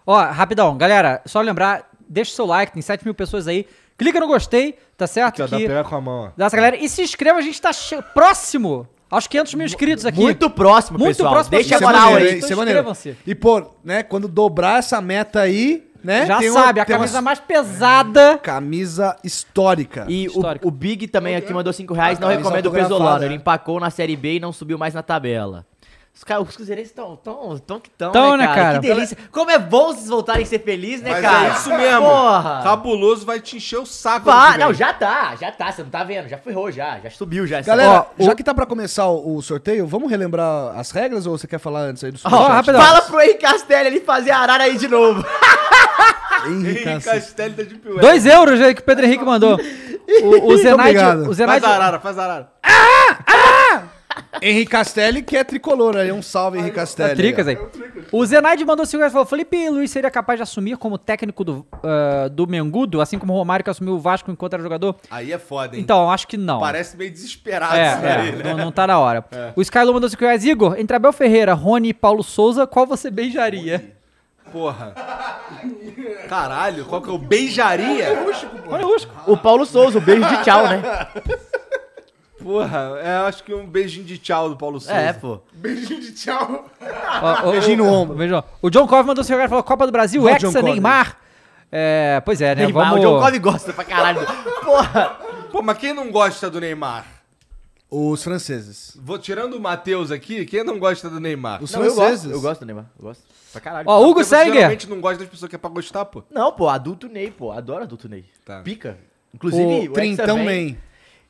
A: Ó, rapidão, galera, só lembrar, deixa o seu like, tem 7 mil pessoas aí. Clica no gostei, tá certo?
B: Aqui, ó, dá pra pegar com a mão, ó.
A: Nossa, galera, e se inscreva, a gente tá che- próximo aos 500 mil inscritos aqui.
D: Muito próximo,
A: Muito
D: pessoal.
A: próximo,
D: Deixa a
C: Isso é
D: moral
C: maneiro,
D: aí.
C: hein?
A: então
C: Isso é maneiro.
A: inscrevam-se.
C: E, pô, né, quando dobrar essa meta aí, né?
A: Já
C: tem uma-
A: sabe, a
C: tem uma
A: camisa mais pesada.
C: Camisa histórica.
D: E
A: Tá Histórico.
D: o, o Big também aqui mandou 5 reais, não
C: Ah, tá,
D: recomendo o
C: autografada,
D: Pesolano. Ele
C: é.
D: empacou na Série B e não subiu mais na tabela. Os caras, os cruzeirenses estão tão, tão que tão,
A: Tão, né, cara?
D: Que delícia. Como é bom vocês voltarem a ser felizes, né,
B: Mas
D: cara?
B: é isso mesmo. um
D: Porra.
B: Cabuloso vai te encher o saco. ano
D: Pá,
B: que vem.
D: não, já tá, já tá, você não tá vendo, já ferrou, já, já subiu já. essa-
C: Galera,
A: Ó, o-
C: já que tá pra começar o, o sorteio, vamos relembrar as regras ou você quer falar antes aí do
D: Ó,
C: superchat?
A: rapidão.
D: fala pro Henrique Castelli ele fazer a arara aí de novo.
C: Henrique
B: Henrique
C: Assis.
B: Castelli da Deep Web.
A: 2 euros aí que o Pedro Henrique mandou. O, o Zenaide.
C: obrigado.
E: é
A: O
B: Faz
A: Zenaide.
E: um.
B: arara, faz arara.
C: Henrique Castelli, que é tricolor aí. Um salve, Henrique Castelli.
A: Tá tricas aí. O Zenaide mandou 5 reais e falou: Felipe Luiz seria capaz de assumir como técnico do, ah, do Mengudo, assim como o Romário que assumiu o Vasco enquanto era jogador?
B: Aí é foda, hein?
A: Então, acho que não.
B: Parece meio desesperado
A: É,
B: isso daí, né?
A: é, não, não tá na hora. O Skylo mandou 5 reais. Igor, entre Abel Ferreira, Rony e Paulo Souza, qual você beijaria?
B: Porra. Caralho, qual que é o beijaria?
A: Rony é Rusco.
D: O Paulo Souza, o beijo de tchau, né?
B: Porra, é, acho que um beijinho de tchau do Paulo Souza.
D: É, pô.
E: Beijinho de tchau.
A: Ó, ó,
C: Beijinho
A: o-
C: no ombro.
A: beijão. O John Cove mandou 5 reais e falou: Copa do Brasil,
C: Ó, John
A: Hexa,
C: Cove.
A: Neymar. É, pois é, né?
D: Neymar,
A: vamos...
D: o John Cove gosta pra caralho. Porra.
B: Pô, mas quem não gosta do Neymar?
C: Os franceses.
B: Vou tirando o Matheus aqui, quem não gosta do Neymar?
C: Os
D: Não, eu
C: franceses.
D: gosto, eu gosto do Neymar, eu gosto. Pra caralho.
A: Ó, Hugo
B: Porque você
A: Seiger.
B: geralmente não gosta das pessoas que é pra gostar, pô.
D: Não, pô, adulto Ney, pô. Adoro adulto Ney.
B: Tá.
D: Pica. Inclusive,
C: o
D: o Hexa
C: Trintão
D: vem.
C: Man.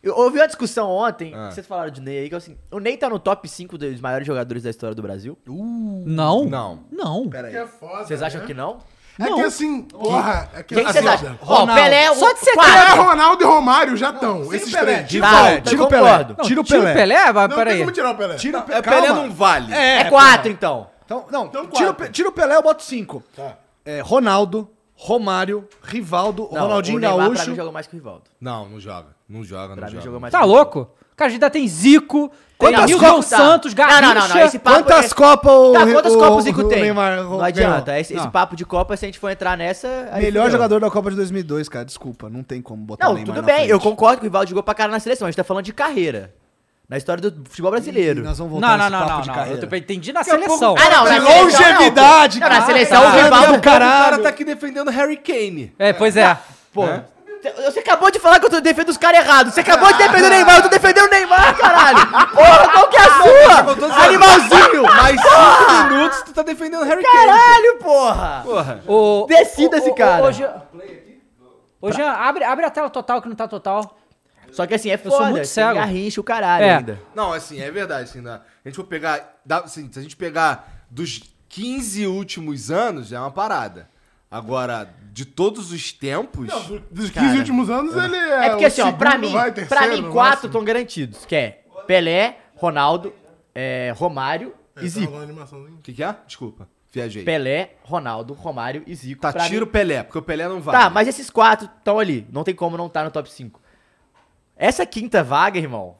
D: Eu ouvi uma discussão ontem,
B: Ah.
D: que vocês falaram de Ney aí, que eu assim, o Ney tá no top 5 dos maiores jogadores da história do Brasil.
A: Não.
B: Não.
A: Não.
E: Que é foda.
D: Vocês acham que não?
E: É que assim, porra. É que
D: Quem
E: assim,
D: vocês acham?
E: ó,
D: Ó, Pelé, é o
A: Só de ser
E: Pelé,
D: quarto.
E: Ronaldo e Romário já estão. Esses três.
B: De
D: Tá,
C: Pelé,
D: eu
C: tira o
D: concordo.
C: Pelé.
A: Não,
C: Tira o
A: Tira o
C: Pelé.
A: Pelé, vai,
E: Não tem
A: peraí.
E: como tirar o Pelé.
C: Tira o Pelé.
B: É, Pelé não vale.
D: É,
C: É,
D: 4, então.
C: Então, não, tira,
E: quatro.
C: o Pe- tira o Pelé, eu boto cinco.
E: Tá.
C: É, Ronaldo, Romário, Rivaldo,
D: Não,
C: Ronaldinho
D: o Neymar, pra
C: Gaúcho.
D: mim, joga mais que o Rivaldo.
B: Não, não joga. Não joga,
D: Pra
B: não
D: mim,
B: joga.
D: joga mais
A: Tá
D: que o
A: louco? Cara, a gente ainda tem Zico, tem
D: Tem
A: Milton
D: Copas, tá.
A: Santos, Garrincha.
D: Não, não, não, não, esse papo
C: Quantas
D: é-
C: Copas o
D: Tá, quantas
C: o-
D: Copas o Zico tem?
C: Neymar
D: não
C: ganhou?
D: adianta. é Esse, esse
A: Não.
D: papo de Copa, se a gente for entrar nessa... aí
C: Melhor
D: fudeu.
C: jogador da Copa de 2002, cara. Desculpa, não tem como botar
D: Não,
C: o Neymar
D: tudo
C: na
D: bem.
C: frente.
D: Eu concordo que o Rivaldo jogou pra cara na seleção. A gente tá falando de carreira. Na história do futebol brasileiro.
C: Ih, Nós vamos voltar
A: Não, não,
C: nesse
A: não,
C: papo
A: não,
C: de
A: não.
C: carreira.
A: Eu tô- entendi na seleção.
D: Ah, não,
C: De
D: na seleção,
C: longevidade,
D: não, pô. Não,
C: cara.
D: na seleção, o
C: Caralho,
D: Rivaldo...
B: O cara
C: Caralho.
B: tá aqui defendendo Harry Kane.
A: É, pois é.
D: Pô, você acabou de falar que eu tô defendendo os caras errados. Você acabou de defender o Neymar, eu tô defendendo o Neymar, caralho. Porra, qual que é a
B: Faltou
D: sua?
B: zero.
D: Animalzinho. Ah!
B: Mais cinco minutos tu tá defendendo Harry Kane.
D: Caralho, porra.
B: Porra.
A: O,
D: Decida esse cara.
A: Ô, Jean, Ô, Jean, abre, abre a tela total que não tá total.
D: Só que assim, é foda.
A: sou muito
D: tem
A: cego.
D: Garrincha, o caralho
A: É.
D: ainda.
B: Não, assim, é verdade, assim, dá. a gente for pegar, dá- assim, se a gente pegar dos 15 últimos anos, já é uma parada. Agora, de todos os tempos,
E: Dos 15
D: Cara,
E: últimos anos, ele é.
D: É porque
E: o
D: assim, ó, pra
E: segundo,
D: mim,
E: vai,
D: pra
E: terceiro,
D: mim,
E: no
D: quatro
E: máximo.
D: estão garantidos. Que é Pelé, Ronaldo, é, Romário e
E: É, tá
D: Zico.
E: uma animaçãozinha.
B: o que que é? Desculpa, viajei.
D: Pelé, Ronaldo, Romário e Zico.
B: Tá
D: Pra
B: tiro
D: mim-
B: Pelé, porque o Pelé não vai.
D: Tá, mas esses quatro estão ali. Não tem como não tá no top 5. Essa quinta vaga, irmão.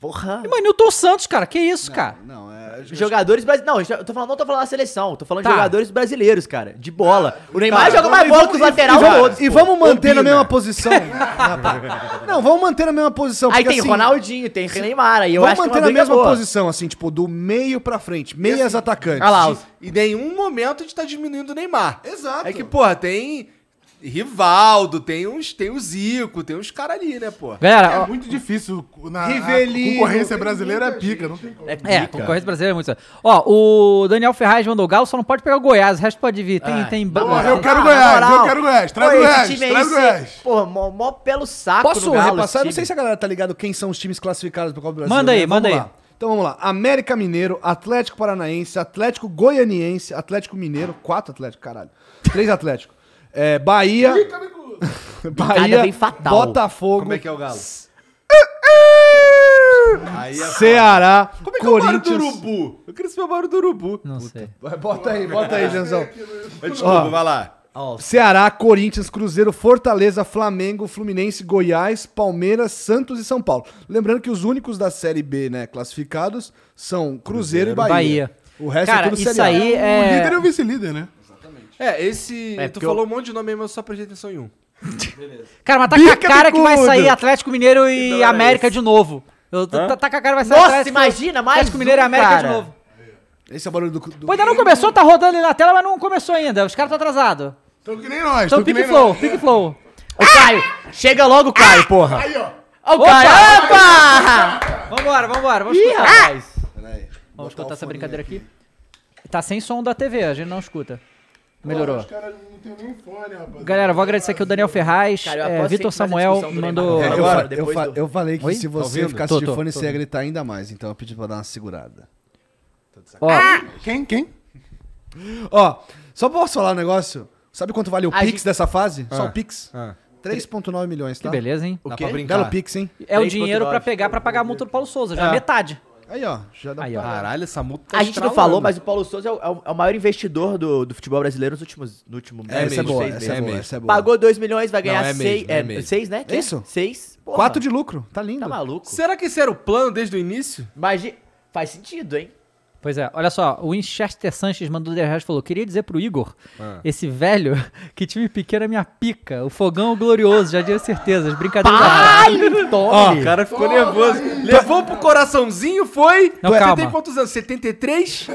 D: Porra.
A: E, Mas Newton Santos, cara, que isso, cara?
C: Não, é...
D: Jogadores brasileiros. Não, eu tô falando, não tô falando da seleção. eu Tô falando
A: Tá.
D: de jogadores brasileiros, cara. De bola. O Neymar
B: cara,
D: joga mais
C: Ah, E
D: bola
C: vamos-
D: que os
C: e-
D: lateral
C: e vamos-
D: todos.
C: E
D: pô.
C: vamos manter na
B: Combina.
C: mesma posição. Rapaz. não, vamos manter na mesma posição.
D: Aí
C: porque
D: tem
C: assim,
D: Ronaldinho, tem Neymar. Aí eu
C: Vamos
D: acho que é
C: manter
D: uma
C: na
D: briga
C: mesma
D: boa. assim,
C: posição, assim, tipo, do meio pra frente. Meias atacantes.
D: Olha lá, os- é,
B: E em nenhum momento a gente tá diminuindo o Neymar.
C: Exato.
B: É que, porra, tem Rivaldo, tem uns, tem o Zico, tem uns caras ali, né, porra.
A: Galera,
E: É
A: ó,
E: muito difícil. Na,
C: Rivelino,
E: a concorrência brasileira é pica, não tem como.
A: é, concorrência brasileira é muito sério. Ó, o Daniel Ferraz mandou Galo, só não pode pegar o Goiás, o resto pode vir. Tem,
D: Ah,
A: tem...
E: Porra, eu
A: tem-
E: quero
D: na
E: Goiás,
D: moral.
E: eu quero Goiás. Traz
D: Pô, esse
E: Goiás,
D: time aí,
E: traz
D: cê-
E: Goiás.
D: Porra, mó, mó pelo saco
C: Posso
D: no Galo,
C: repassar?
D: esse
C: Não sei
D: time.
C: se a galera tá ligado quem são os times classificados para Copa do Brasil.
A: Manda aí,
C: Vamos
A: manda aí.
C: lá. Então vamos lá. América Mineiro, Atlético Paranaense, Atlético Goianiense, Atlético Mineiro, quatro Atlético, caralho. Três Atlético. É, Bahia. Bahia,
D: vem fatal.
C: Botafogo,
B: tá Como é que é o Galo? Aí é...
C: Ceará,
B: Como é que é o barulho do
C: Corinthians.
B: urubu? Eu queria saber o barulho do urubu.
A: Não sei.
C: bota aí, bota aí, Janzão.
B: Mas Desculpa, vai lá.
C: Ceará, Corinthians, Cruzeiro, Fortaleza, Flamengo, Fluminense, Goiás, Palmeiras, Santos e São Paulo. Lembrando que os únicos da Série B, né, classificados são Cruzeiro, e Bahia.
A: Bahia.
C: O resto
A: Cara,
C: é tudo
A: isso
C: Série A.
A: aí
E: O
A: é...
E: líder é o vice-líder, né?
D: exatamente.
B: É, esse.
D: É,
B: tu
D: porque
B: falou
D: eu-
B: um monte de nome aí, mas eu só prestei atenção em um.
A: Cara, mas tá com a
E: Bica
A: cara que vai
E: bicudo.
A: sair Atlético Mineiro e América de novo. Eu, tá, tá com a cara que vai sair
D: Nossa,
A: Atlético,
D: imagina, mais
A: Atlético Mineiro e
D: um,
A: América de
D: cara.
A: novo.
C: Esse é o barulho do. do...
A: Pô, ainda não começou, tá rodando ali na tela, mas não começou ainda. Os caras estão atrasados.
E: Então que nem nós. tão
A: Então
E: que
A: pique
E: nem
A: flow,
E: nós.
A: pique flow.
D: Ô, Caio! Chega logo, Caio, porra!
E: Aí, ó.
D: Ô, Caio! Opa!
A: Vambora, vambora, vamos
D: Ih,
A: escutar.
D: rapaz!
C: Peraí.
A: Vamos
C: Botar o
A: escutar essa
C: fone
A: brincadeira aqui. Tá sem som da TV, a gente não escuta.
E: Pô,
A: Melhorou.
E: Os caras não tem nenhum fone, rapaz.
A: Galera, vou agradecer aqui o Daniel Ferraz,
D: Cara, eu
A: é,
D: aposto que
A: Vitor
D: tem mais
A: Samuel
D: discussão do
A: mandou.
C: É, eu,
D: Neymar. Agora,
C: fa- eu,
D: depois
C: fa-
D: do-
C: eu falei que
A: Oi?
C: se
A: Tá
C: você
A: ouvindo?
C: ficasse
A: Tô,
C: de
A: tô,
C: fone,
A: tô
C: você ia
A: ouvindo.
C: gritar ainda mais. Então eu pedi pra dar uma segurada.
A: Ó,
D: Ah!
E: Quem? Quem?
C: Ó, só posso falar um negócio? Sabe quanto vale o
D: A
C: Pix
D: gente-
C: dessa fase? Só
B: Ah,
C: o Pix?
B: ah.
C: 3,9 milhões, tá?
A: que beleza, hein?
B: Dá
D: quê?
B: pra brincar.
C: Belo Pix, hein?
A: É o
D: 3.9.
A: dinheiro pra pegar pra pagar a multa do Paulo Souza,
D: É.
A: já metade.
C: Aí, ó. Já dá
A: Aí, ó.
C: pra-
B: Caralho, essa multa tá
D: A gente não
B: estralando.
D: falou, mas o Paulo Souza é o, é o- é o maior investidor do, do futebol brasileiro nos últimos, no último
C: É, essa é
B: mesmo,
C: boa,
B: seis
C: essa
B: meses,
C: é
B: é
C: boa,
B: mesmo.
C: essa é boa.
D: Pagou 2 milhões, vai ganhar
B: Não, é
D: 6.
B: mesmo, é mesmo.
D: 6, né? Que é?
C: Isso.
D: 6? Porra,
C: 4 de lucro, tá lindo.
D: Tá maluco?
B: Será que esse era o plano desde o início?
D: Imagina. Faz sentido, hein?
A: Pois é, olha só, o Winchester Sanches mandou 10 reais e falou: queria dizer pro Igor,
B: Ah.
A: esse velho, que time pequeno é minha pica, o fogão glorioso, já tinha certezas, brincadeira. da hora."
D: é
B: O cara é ficou nervoso. Levou pro coraçãozinho, foi.
A: Não,
B: Você
A: calma.
B: tem quantos anos? 73?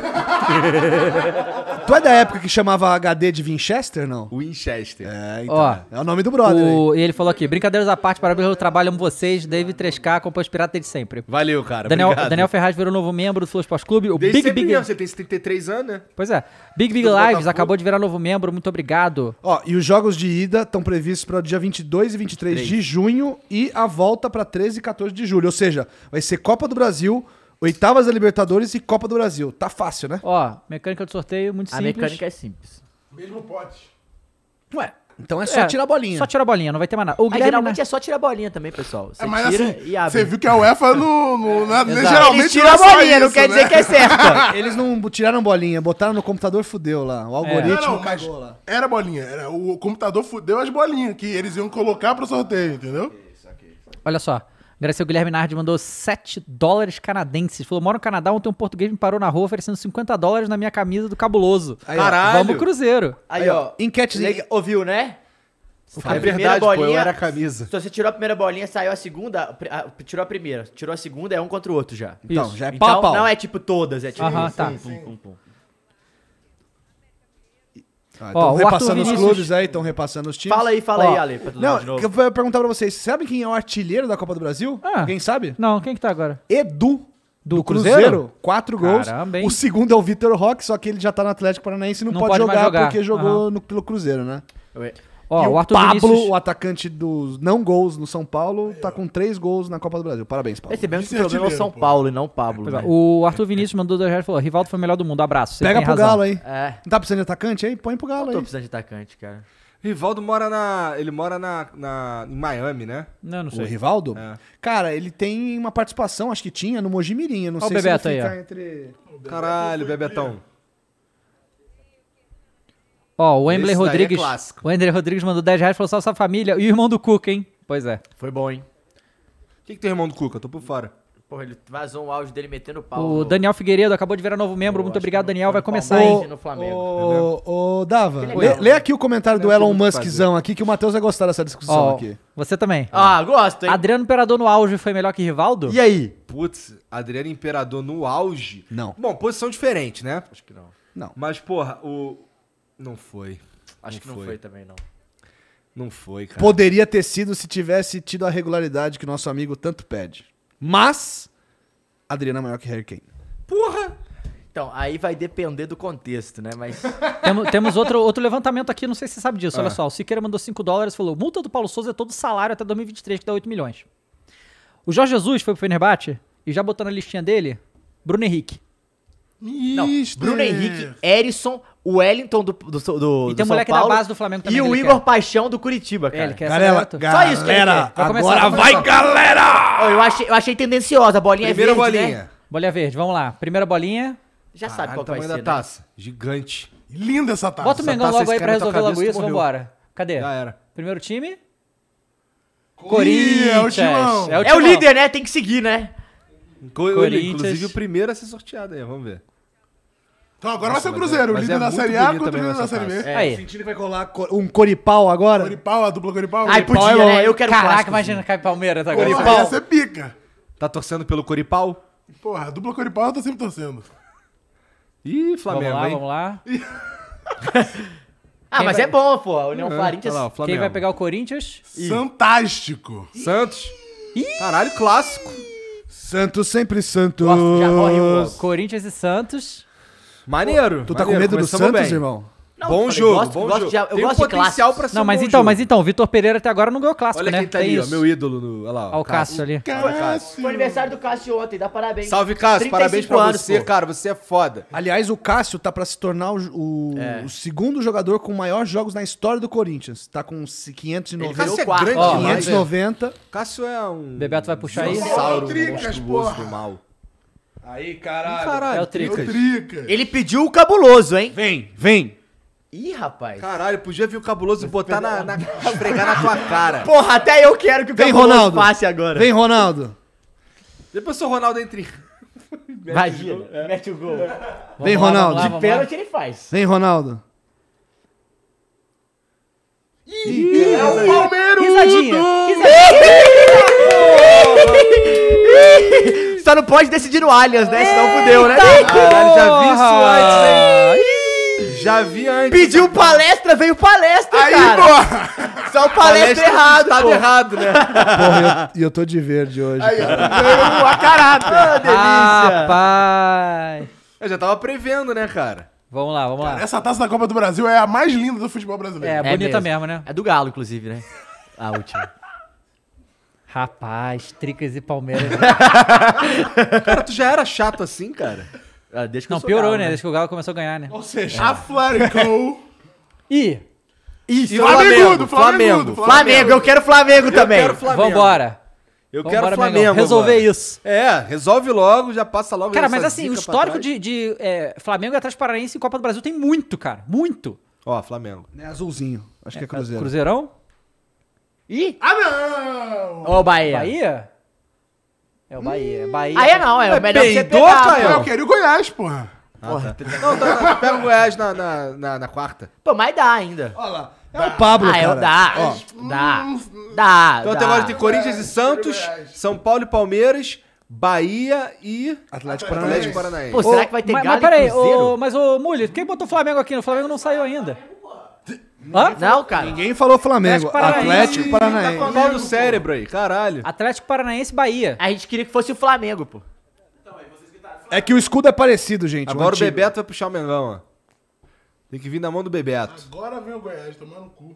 C: Tu é da época que chamava HD de Winchester, não?
B: Winchester.
C: É, então.
A: Ó.
C: é o nome do brother. aí.
A: O- e ele falou aqui: brincadeiras à parte, parabéns pelo trabalho, amo vocês, David 3K, acompanha os piratas de sempre.
B: Valeu, cara.
A: Daniel,
B: obrigado.
A: Daniel Ferraz virou novo membro do Flow Esporte Clube, o
B: Desde
A: Big
B: sempre
A: Big.
B: mesmo, você tem 73 anos, né?
A: Pois é, Big Big
B: Do
A: Lives
B: Botafogo.
A: acabou de virar novo membro, muito obrigado.
C: Ó, e os jogos de ida estão previstos para o dia 22 e 23 de junho e a volta para 13 e 14 de julho. Ou seja, vai ser Copa do Brasil, oitavas da Libertadores e Copa do Brasil. Tá fácil, né?
A: Ó, mecânica do sorteio, muito
D: A
A: simples.
D: mecânica é simples.
E: Mesmo pote.
C: Ué, então é
A: É, Só tirar a bolinha, não vai ter mais nada. O
D: Mas
A: Guilherme né?
D: geralmente é só tirar a bolinha também, pessoal. Você
E: É, mas
D: tira
E: assim,
D: e abre.
E: você viu que a UEFA não. não, não- né, geralmente
D: Eles tiram
E: não
D: a
E: é só
D: bolinha, não
E: isso,
D: quer
E: né?
D: dizer que é certa.
C: Eles não tiraram bolinha, botaram no computador, fudeu lá.
A: É.
C: O algoritmo
E: Não, não, mas
C: cagou lá.
E: era bolinha. Era, o computador fudeu as bolinhas que eles iam colocar pro sorteio, entendeu?
A: Olha só. Agradecer o Guilherme Nardi, mandou 7 dólares canadenses. Falou, moro no Canadá, ontem um português me parou na rua oferecendo 50 dólares na minha camisa do cabuloso.
C: ó.
B: Caralho.
A: Vamos cruzeiro.
D: Aí,
C: Aí, ó,
D: ó.
C: enquetezinha.
D: Lega- Ouviu, né?
B: É verdade, pô, eu era a camisa.
D: Se você tirou a primeira bolinha, saiu a segunda. a pri- a- tirou a primeira. Tirou a segunda, é um contra o outro já.
C: Então,
A: Isso.
C: já é
D: então,
C: pau a pau.
D: não é tipo todas, é tipo.
A: Aham, tá. Ó,
C: Ah, Estão
A: o Arthur
C: repassando os
A: Vinícius-
C: clubes aí, estão repassando os times.
D: Fala aí, fala
A: Ó,
D: aí, Ale. Pra todo mundo de
C: Tipo Não,
D: novo.
C: que eu vou perguntar pra vocês. Sabe quem é o artilheiro da Copa do Brasil?
A: Ah.
C: Quem sabe?
A: Não, quem que tá agora?
C: Edu.
A: Do Cruzeiro?
C: quatro gols.
A: Caramba, hein?
C: o segundo é o Vitor Roque, só que ele já tá no Atlético Paranaense e não,
A: Não
C: pode,
A: pode mais
C: jogar,
A: jogar.
C: porque jogou no, pelo Cruzeiro, né?
D: Eu-
A: Ó,
C: e
A: o
C: o
A: Arthur
C: Pablo,
A: Vinícius.
C: o atacante dos não gols no São Paulo, tá com três gols na Copa do Brasil. Parabéns, Paulo.
D: Percebemos que o
E: Esse
D: problema é o
E: artilheiro,
D: São
E: pô.
D: Paulo e não o Pablo.
A: Pois é,
D: né?
A: O Arthur Vinícius mandou 2 reais e falou, Rivaldo foi o melhor do mundo, abraço. Você
C: Pega
A: tem
C: pro
A: razão.
C: Galo aí.
D: É.
C: Não tá precisando de atacante aí? Põe pro Galo aí.
D: Tô precisando de atacante, cara.
B: Rivaldo mora na. Ele mora na, na- em Miami, né?
A: Não, não
C: O
A: sei.
C: Rivaldo?
B: É.
C: Cara, ele tem uma participação, acho que tinha, no Mojimirim. Eu não
A: Ó o
C: sei se ele
A: Bebeto aí,
C: fica
A: ó.
C: entre...
B: Caralho, Bebetão.
A: Ó, o Wembley
B: Esse daí é
A: Rodrigues.
B: clássico.
A: o Wembley Rodrigues mandou 10 reais e falou, salve sua família. E o irmão do Cuca, hein? Pois é.
D: Foi bom, hein?
B: O que, que tem irmão do Cuca? Tô por fora.
D: Porra, ele vazou um áudio dele metendo pau.
A: O
D: no-
A: Daniel Figueiredo acabou de virar novo membro.
D: Eu
A: Muito
D: acho
A: obrigado,
D: que
A: Daniel.
D: foi
A: Vai
D: no
A: começar,
D: Palmeiras
A: hein?
D: e no Flamengo.
C: Ô, ô, Dava,
D: legal,
C: lê,
D: né?
C: lê aqui o comentário do
B: Deve ter
C: Elon
B: muito o que
C: Muskzão aqui, que o Matheus vai gostar dessa discussão
A: Ó,
C: aqui.
A: você também.
D: Ah, gosto, hein?
A: Adriano Imperador no auge foi melhor que Rivaldo?
D: E aí?
B: Putz, Adriano Imperador no auge.
C: Não.
B: Bom, posição diferente, né?
D: Acho que não.
C: Não.
B: Mas, porra, o. Não foi.
D: Acho
B: Não
D: que não
B: foi.
D: foi. também, não.
B: Não foi, cara.
C: Poderia ter sido se tivesse tido a regularidade que nosso amigo tanto pede. Mas, Adriano é maior que Harry Kane.
B: Porra!
D: Então, aí vai depender do contexto, né? Mas.
A: Temo- temos outro, outro levantamento aqui, não sei se você sabe disso. Olha só, o Siqueira mandou 5 dólares e falou: multa do Paulo Souza é todo salário até 2023, que dá 8 milhões. O Jorge Jesus foi pro Fenerbahçe e já botou na listinha dele Bruno Henrique.
D: Não,
E: Mister.
D: Bruno Henrique, Erison, o Wellington do, do, do,
A: E tem um
D: do São
A: moleque
D: Paulo,
A: da base do Flamengo também.
D: E
A: que
D: o
A: ele
D: Igor
A: quer.
D: Paixão do Curitiba, cara.
A: É, ele quer
C: Galera,
A: essa
D: Só isso que ele
C: galera,
A: quer. Vai começar,
C: agora
A: vai
C: vai, galera!
D: Ó, eu, achei, eu achei tendenciosa, a bolinha
B: Primeira
D: é verde,
B: bolinha.
D: né?
A: Bolinha verde, vamos lá. Primeira bolinha.
D: Já
C: é
D: sabe
B: Caralho,
D: qual que vai
B: tamanho
D: ser,
B: da
D: né?
B: taça. Gigante.
E: Linda essa taça.
A: Bota o Mengão
B: taça
A: logo aí pra
B: esquerda na tua
A: resolver logo
B: cabeça, tu
A: isso,
B: morreu.
A: vambora. Cadê?
B: Já era.
A: Primeiro time?
E: Ih, é o
A: Corinthians.
E: timão.
D: É o
A: timão.
D: líder, né? Tem que seguir, né?
B: Co-
A: Corinthians.
B: Inclusive o primeiro a ser sorteado aí, vamos ver.
E: Então agora vai ser o Cruzeiro. O
A: mas
E: líder
A: é
E: da
A: muito
E: Série A
A: bonita
E: contra o
A: mesmo
E: líder da
A: essa
E: Série B.
A: taça. É. Aí.
C: Sentindo que vai colar co- um coripau agora?
E: Coripau, a dupla Coripau.
D: Ai,
E: Coripau
D: podia, né? Eu quero um
A: Caraca,
D: clássico,
A: imagina cair Palmeiras
E: é
A: agora.
E: bom,
C: Coripau.
E: Ia ser pica.
B: Tá torcendo pelo Coripau?
E: Porra, a dupla Coripau eu tô sempre torcendo.
B: Ih,
A: Vamos
B: Flamengo,
A: lá,
B: hein?
A: vamos lá.
D: Ah, mas é bom, pô. A União
B: Olha
D: Corinthians.
B: tá lá, o Flamengo.
A: Quem vai pegar o Corinthians?
E: Fantástico.
B: Santos. Caralho, clássico.
C: Santos sempre Santos.
D: Nossa, já morre o gol.
A: Corinthians e Santos.
B: Maneiro.
C: Tu tá com
B: maneiro,
C: medo do
B: começamos
C: Santos,
B: bem.
C: irmão?
D: Não,
B: Bom
D: eu falei,
B: jogo,
D: gosto-
B: bom
D: gosto
B: jogo.
D: de- eu
B: Tem um
D: gosto de
B: potencial
D: clássicos.
B: pra ser
A: Não,
B: um
A: mas
B: bom
A: então,
B: jogo.
A: mas então, o Vitor Pereira até agora não ganhou clássico,
B: Olha
A: né?
B: quem tá
A: Tem
B: ali, ó,
A: isso.
B: meu ídolo. No, olha lá, ó,
A: Ó, o Cássio ali.
E: Caraca.
D: Foi aniversário do Cássio ontem, dá parabéns.
B: Salve, Cássio.
D: 35
B: Parabéns pra
D: anos,
B: você,
D: pô.
B: cara. Você é foda.
C: Aliás, o Cássio tá pra se tornar o, o- o segundo jogador com maior jogos na história do Corinthians. Tá com se-
D: Ele
C: 590.
D: virou
B: Cássio é
D: quarto.
B: grande
D: Ó,
B: demais.
D: mas-
C: 590.
B: Cássio é um...
A: Bebeto vai puxar aí.
B: Dinossauro
E: Tricas,
B: monstruoso
E: porra.
B: do mal.
C: Aí, caralho.
B: Caralho,
A: É o Tricas.
E: Trica.
D: Ele pediu o cabuloso, hein?
C: Vem, vem.
D: Ih, rapaz.
B: Caralho, podia vir o cabuloso e botar na, na. esfregar na tua cara.
D: Porra, até eu quero que o
C: Vem,
D: cabuloso
C: Ronaldo.
D: passe agora.
C: Vem, Ronaldo.
B: Depois o Ronaldo entre.
D: Imagina, mete o gol. é.
A: Vamos
C: Vem,
A: lá, vamos
C: Ronaldo.
A: lá, vamos lá.
D: Pênalti ele faz.
C: Vem, Ronaldo.
B: É
A: Risadinha.
D: Só não pode decidir no Allianz, né? Senão fudeu, né?
B: Caralho, já vi isso
A: Porra!
B: antes, hein? Já vi antes.
D: Pediu palestra, veio palestra,
E: Aí,
D: cara.
E: porra.
D: Só o palestra, errado,
B: Tá
D: pô.
B: errado, né?
C: Porra, eu- e eu, tô de verde hoje. cara.
D: Ganhou a caráter. Ah, delícia.
A: Rapaz.
B: Eu já tava prevendo, né, cara?
A: Vamos lá, vamos lá.
E: Essa taça da Copa do Brasil é a mais linda do futebol brasileiro.
A: É,
D: É
A: bonita mesmo,
D: mesmo.
A: né?
D: É do Galo, inclusive, né? A última.
A: Rapaz, Tricas e Palmeiras.
B: Cara, tu já era chato assim, cara?
D: Ah, Desde que eu
A: Não,
D: sou
A: piorou,
D: Galo,
A: né? Desde que o Galo começou a ganhar, né?
E: Ou seja, a Flamengo.
A: Ih,
B: Isso,
E: Flamengudo, Flamengo,
B: Flamengo, Flamengo.
D: Flamengo, eu quero Flamengo também.
B: quero Flamengo.
A: vambora.
B: Eu
A: Vambora,
B: quero
A: Mengão.
B: Flamengo.
A: Resolver
B: agora.
A: isso.
B: É, resolve logo, já passa logo.
A: Cara,
B: essa
A: mas assim,
B: zica
A: o
B: pra
A: histórico
B: trás.
A: de, de é, Flamengo e Atlético Paranaense em Copa do Brasil tem muito, cara. Muito.
B: Ó, Flamengo.
C: É azulzinho. Acho que é cruzeiro.
A: Cruzeirão?
D: Ih,
E: Ah, não!
D: ô Bahia.
A: Bahia? É o Bahia. Bahia.
D: Aí não, é o melhor que você
B: peidou,
D: pegar,
B: Caio?
D: pô.
E: Eu queria o Goiás, porra.
D: Porra,
B: Não, tá, tá, pega o Goiás na, na, na, na quarta.
D: Pô, mas dá ainda.
C: Olha lá. É o Pablo,
D: ah, eu
C: cara.
D: dá. Dá. Dá.
B: Então
D: dá.
B: até agora tem Corinthians e Santos,
E: Goiás.
B: São Paulo e Palmeiras, Bahia e
C: Atlético
B: Atlético
C: Paranaense.
B: Paranaense.
D: Pô, será que vai ter
A: mas,
D: Galo
A: mas
D: e
A: peraí,
D: Cruzeiro?
A: ô, mas ô Mulho, quem botou o Flamengo aqui? O Flamengo não saiu ainda. Hã?
D: Não, cara.
C: Ninguém falou Flamengo.
A: Atlético Paranaense.
C: Atlético Paranaense.
B: Tá com a bola no cérebro aí, caralho.
A: Atlético Paranaense Bahia.
D: A gente queria que fosse o Flamengo, pô.
C: É que o escudo é parecido, gente.
B: Agora o
C: antigo.
B: Bebeto vai puxar o Mengão, ó. Tem que vir na mão do Bebeto.
E: Agora vem o Goiás, tomando o cu.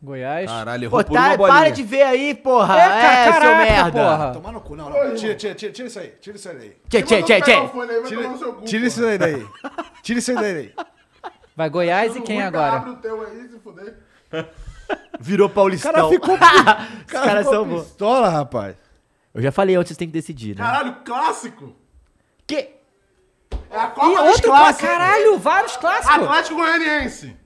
A: Goiás.
B: Caralho, errou
D: Pô,
B: por uma
D: tá,
B: bolinha.
D: para de ver aí, porra.
A: É, cara,
D: É, seu
A: caraca,
D: merda.
A: porra.
C: Tomar no cu, não, não. Tira, tira, tira, tira isso aí. Tira isso aí. daí.
D: Tchê, tchê, tchê, tchê.
E: Tira,
C: Tira isso aí daí. Tira isso aí daí.
A: Vai Goiás e quem agora?
E: Abre o teu aí, se fuder.
D: Virou paulistão.
C: cara ficou-
D: Os caras
C: ficou
D: são bons.
C: Pistola, rapaz.
D: Eu já falei antes, vocês têm que decidir, né?
E: Caralho, clássico.
D: Que?
E: É a
A: E
E: Copa dos
A: outro clássico.
E: Clássicos.
A: Caralho, vários clássicos.
E: Atlético Goianiense.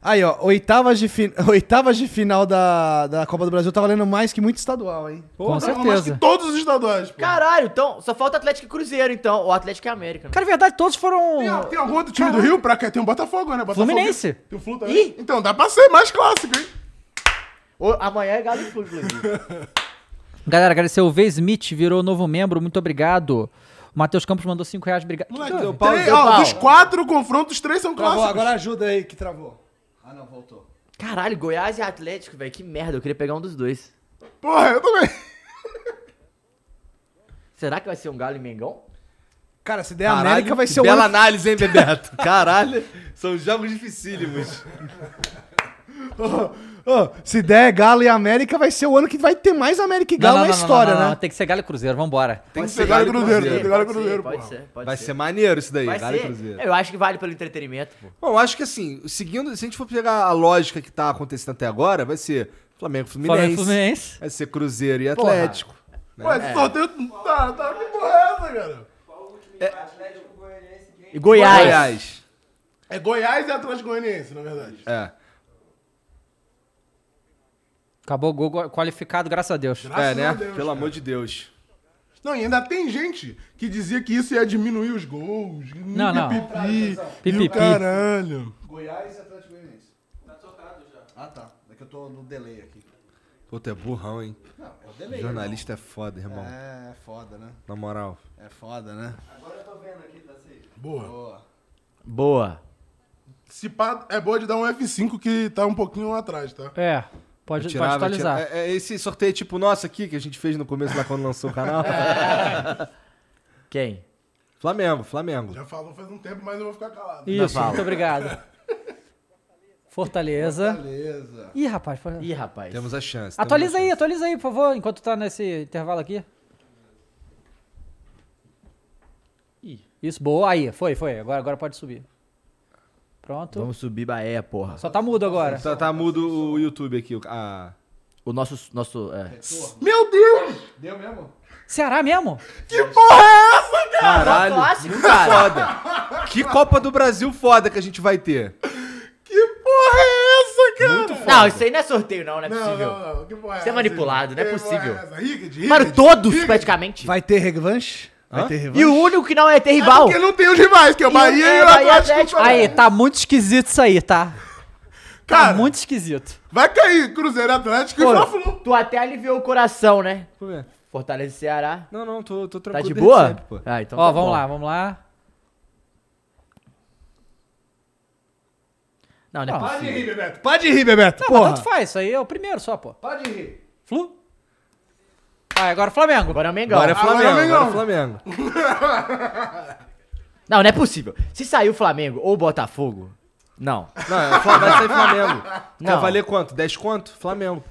C: Aí, ó, oitavas de, fin... oitavas de final da... da Copa do Brasil tá valendo mais que muito estadual, hein?
A: Com
E: Tá mais que
A: certeza.
E: todos os estaduais, pô.
D: Caralho, então, só falta Atlético e Cruzeiro, então. Ou Atlético e América. Né?
A: Cara, na verdade, todos foram.
E: Tem, tem algum outro time do Rio pra cá? Tem um Botafogo, né? Botafogo.
A: Fluminense.
E: Tem o Flu também. Então, dá pra ser mais clássico, hein?
D: Ou amanhã é Galo e Flu, inclusive.
A: Galera, agradecer o V. Smith, virou novo membro, muito obrigado. O Matheus Campos mandou 5 reais, obrigado.
E: Moleque,
D: Então,
B: deu pau,
E: três-
B: deu
E: ó,
B: pau.
E: Dos quatro confrontos, três são
C: Travou,
E: clássicos.
C: agora ajuda aí que travou. Ah, não, voltou.
D: Caralho, Goiás e Atlético, velho. Que merda, eu queria pegar um dos dois.
E: Porra, eu também.
D: Será que vai ser um Galo e Mengão?
C: Cara, se der
B: Caralho,
C: América vai
B: que
C: ser o
B: bela
C: ano...
B: análise, hein, Bebeto? Caralho, são jogos dificílimos.
C: Ô, se der Galo e América, vai ser o ano que vai ter mais América e
D: é
A: Não,
C: Galo
A: não,
C: na
A: não, não,
C: história,
A: não, não,
C: né?
A: Tem que ser Galo e Cruzeiro, vambora.
E: Tem que
B: ser
E: ser Galo e
B: Galo e
E: Cruzeiro. Tem que ser Galo e
D: Pode ser,
E: Cruzeiro,
D: pode
E: porra.
D: ser, pode
B: Vai
D: ser.
B: ser maneiro isso daí,
D: Vai
B: Galo e
D: ser.
B: Cruzeiro.
D: Eu acho que vale pelo entretenimento, pô.
B: Bom, acho que assim, seguindo, se a gente for pegar a lógica que tá acontecendo até agora, vai ser Flamengo e Fluminense.
A: Flamengo e Fluminense.
B: Vai ser Cruzeiro e Atlético.
E: Pô, esse sorteio. Tá, tá, que porra é essa, cara?
D: E Goiás.
B: Goiás.
E: É Goiás e Atlético Goianiense, na verdade.
B: É.
A: Acabou o gol qualificado, graças a Deus.
E: Graças
B: é, né?
E: a Deus,
B: Pelo
E: cara.
B: amor de Deus.
E: Não, e ainda tem gente que dizia que isso ia diminuir os gols.
A: Não, não.
E: Pipipi,
A: Pipipi.
E: e o caralho.
C: Goiás e Atlético Goianiense. Tá trocado já. Ah, tá. É que eu tô no delay aqui.
B: Pô, tu é burrão, hein?
C: É o delay.
B: Jornalista é foda, irmão.
C: É, é foda, né?
B: Na moral.
C: É foda, né?
E: Boa.
D: Boa.
E: Se pá, é boa de dar um F5 que tá um pouquinho lá atrás, tá?
A: É, pode,
B: Tirava,
A: pode atualizar.
B: tirava. É, é esse sorteio tipo nosso aqui que a gente fez no começo lá quando lançou o canal.
C: É.
D: Quem?
B: Flamengo, Flamengo.
E: Já falou faz um tempo, mas eu vou ficar calado.
A: Isso, muito obrigado. Fortaleza.
C: Beleza.
A: Ih, rapaz. Fortaleza.
D: Ih, rapaz.
B: Temos a chance.
A: Atualiza aí, atualiza aí, por favor, enquanto tá nesse intervalo aqui. Ih, Isso, boa. Aí, foi, foi. Agora, agora pode subir. Pronto.
D: Vamos subir Bahia, porra.
A: Só tá mudo agora.
B: Tá, tá mudo o YouTube aqui. o- Ah,
D: O nosso. nosso é.
E: Meu Deus!
C: Deu mesmo?
A: Ceará mesmo?
D: é
B: caralho.
D: Clássico, cara.
B: Foda. Que Copa do Brasil foda que a gente vai ter.
E: Que porra é essa, cara? Muito
D: Não, isso aí não é sorteio, não, não é
E: Não,
D: possível.
E: não, não. Que porra é
D: Isso é
E: essa,
D: manipulado,
E: gente?
D: não é
E: Que porra
D: possível.
E: essa? Ricket, Ricket.
D: Mano, todos, praticamente.
C: Vai ter revanche? Vai ter revanche?
D: E o único que não é ter rival.
E: Porque não tem os rivais, que é o Bahia e
D: é
E: o
D: Bahia
E: Atlético.
D: Atlético.
A: Aí, tá muito esquisito isso aí, tá? Tá
E: Cara,
A: muito esquisito.
E: vai cair Cruzeiro Atlético
D: Pô,
E: e Fla-Flu.
D: tu até aliviou o coração, né?
B: Vamos ver.
D: Fortaleza e Ceará.
B: Não, não, tô, tô
D: Tá
B: tranquilo.
D: de
B: desde
D: boa?
B: sempre, pô.
D: Ah, então
A: Ó,
D: tá
A: vamos
D: bom.
A: lá, vamos lá.
D: Não, não é possível.
E: Pode rir, Bebeto.
C: Pode rir, Bebeto.
A: Não, mas
C: porra.
A: tanto faz, isso aí é o primeiro só, pô.
E: Pode rir.
A: Flu? Ah, agora Flamengo.
D: Agora é o Mengão.
B: Agora é Flamengo,
E: Agora é
B: agora é Flamengo.
D: Não, não é possível. Se sair o Flamengo ou o Botafogo, não.
B: Não, é Fla- vai sair Flamengo. Quer
D: Não.
B: valer quanto? 10 quanto? Flamengo.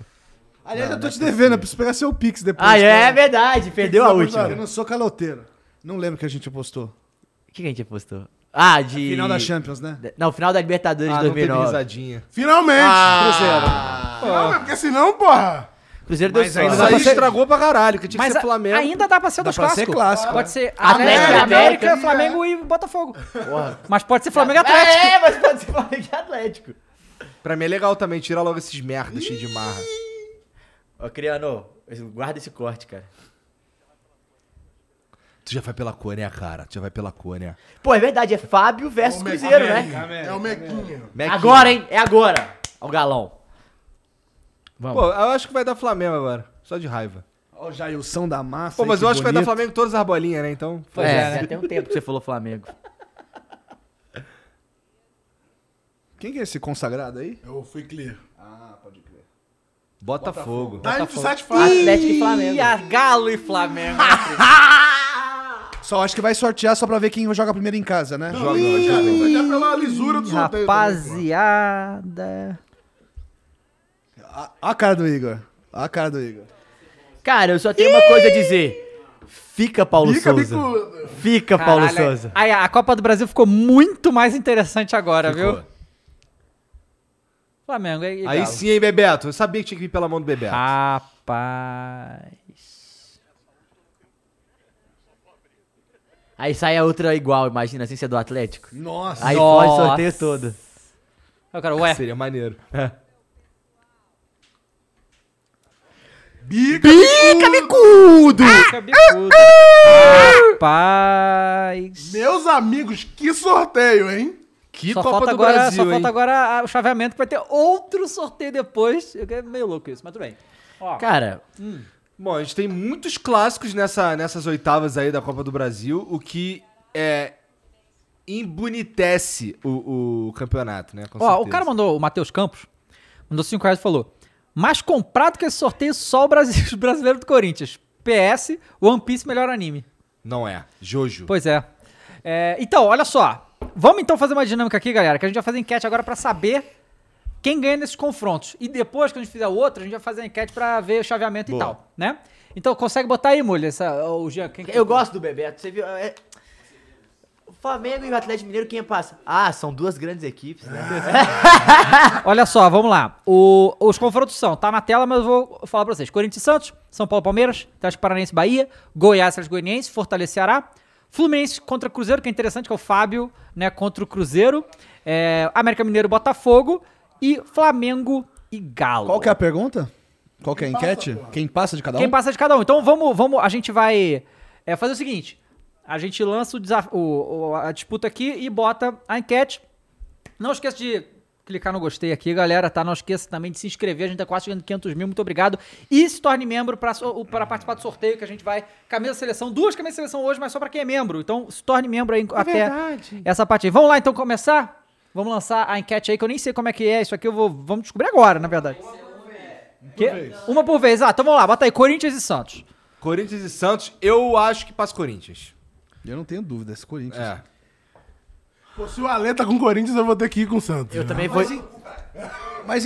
C: Aliás, eu tô te devendo, eu preciso pegar seu Pix depois.
D: Ah, é
C: cara.
D: verdade. Perdeu a
C: Eu
D: última.
C: não sou caloteiro. Não lembro o que a gente postou.
D: O que que a gente postou? Ah, de...
C: Final da Champions, né?
D: Não, final da Libertadores
B: Ah,
D: de
B: não teve
D: 2009.
B: risadinha.
E: Finalmente.
B: Ah.
E: Não,
C: é
E: mas porque senão, porra.
D: Cruzeiro deu
B: Mas
D: sorte.
B: aí
A: pra ser-
B: estragou pra caralho, que tinha
A: Mas
B: que ser
A: a-
B: Flamengo.
A: ainda dá pra ser
C: Dá
A: dos
C: pra ser
A: clássicos.
C: clássico,
A: pode ser
D: Atlético
A: Atlético,
D: e
A: América,
D: América.
A: Flamengo e Botafogo.
D: Porra.
A: Mas pode ser Flamengo e Atlético.
D: É, mas pode ser Flamengo e Atlético.
B: Pra mim é legal também, tirar logo esses merdas cheios de marra.
D: Ô, Criano, guarda esse corte, cara.
B: Tu já vai pela cor, né, cara? Tu já vai pela cor, né?
D: Pô, é verdade, é Fábio versus Cruzeiro, né?
E: É o Mequinho.
B: Mequinha.
D: Agora, hein? É agora. Ó o galão. Vamos.
B: Pô, eu acho que vai dar Flamengo agora. Só de raiva.
C: Ó, o Jailson da massa.
B: Pô, mas eu acho que vai dar
C: Flamengo.
B: Flamengo todas as bolinhas, né? Então.
D: é, já tem um tempo que você falou Flamengo.
C: Quem que é esse consagrado aí?
E: Eu fui clear.
C: Ah, pode crer.
B: Botafogo.
C: Tá
E: Time to satisfy.
D: Atlético e Flamengo.
A: Ih, Galo e Flamengo.
C: Só acho que vai sortear só pra ver quem joga primeiro em casa, né?
E: Joga, joga. Já pela lisura do sorteio. também,
A: Rapaziada.
C: A, a cara do Igor. A cara do Igor.
D: Cara, eu só tenho uma coisa a dizer. Fica, Paulo
E: pô. Fica
D: Souza.
E: bicudo.
D: Fica, Paulo
A: Caralho.
D: Souza.
A: Aí, a Copa do Brasil ficou muito mais interessante agora, viu? Flamengo é e
B: Aí
A: Galo.
B: sim, hein, Bebeto? Eu sabia que tinha que vir pela mão do Bebeto.
A: Ah, Rapaz.
D: Aí sai a outra igual, imagina, assim, você é do Atlético.
C: Nossa.
D: Aí
A: Nossa.
D: pode o sorteio todo.
A: Eu quero, ué. É.
B: Seria maneiro.
D: Fica, bicudo!
A: Bicudo. Rapaz.
E: Meus amigos, que sorteio, hein?
B: Que
A: só
B: Copa
A: falta
B: do
A: agora,
B: Brasil,
A: só falta
B: hein?
A: agora a- o chaveamento que vai ter outro sorteio depois. Eu que é meio louco isso, mas tudo bem. Ó,
D: Cara,
B: Bom, a gente tem muitos clássicos nessa, nessas oitavas aí da Copa do Brasil, o que é embonitece o, o campeonato, né? Com
A: ó, o
B: certeza.
A: cara mandou, o Matheus Campos, mandou 5 reais e falou: Mais comprado que esse sorteio só o Brasil, brasileiro do Corinthians. PS, One Piece melhor anime.
B: Não é. Jojo.
A: Pois é. É, Então, olha só. Vamos então fazer uma dinâmica aqui, galera, que a gente vai fazer enquete agora pra saber quem ganha nesses confrontos. E depois, quando a gente fizer o outro, a gente vai fazer a enquete pra ver o chaveamento e tal, né? Então, consegue botar aí, mulher, essa, o Jean, quem que-
D: eu gosto do Bebeto, você viu? É- O Flamengo e o Atlético Mineiro, quem passa? Ah, são duas grandes equipes, né?
A: Olha só, vamos lá. O- os confrontos são, tá na tela, mas eu vou falar pra vocês. Corinthians e Santos, São Paulo e Palmeiras, Atlético Paranaense e Bahia, Goiás Atlético Goianiense, Fortaleza e Ceará, Fluminense contra Cruzeiro, que é interessante, que é o Fábio, né, contra o Cruzeiro, é, América Mineiro e Botafogo e Flamengo e Galo.
C: Qual que é a pergunta? Qual que é a enquete? quem passa de cada um?
A: Quem passa de cada um. Então vamos, vamos, a gente vai É fazer o seguinte: a gente lança o desaf- o- o- a disputa aqui e bota a enquete. Não esqueça de clicar no gostei aqui, galera, tá? Não esqueça também de se inscrever, a gente tá quase chegando em 500 mil, muito obrigado. E se torne membro pra so- para participar do sorteio que a gente vai. Camisa de seleção, duas camisas de seleção hoje, mas só pra quem é membro. Então se torne membro aí até essa parte aí. Vamos lá então começar? Vamos lançar a enquete aí, que eu nem sei como é que é, isso aqui eu vou. Vamos descobrir agora, na verdade. Quê? Uma por vez. Ah, então vamos lá, bota aí Corinthians e Santos.
B: Corinthians e Santos, eu acho que passa Corinthians.
C: Eu não tenho dúvida, esse Corinthians.
B: É.
E: Pô, se o Alê tá com o Corinthians, eu vou ter que ir com o Santos.
D: Eu também vou.
C: Mas,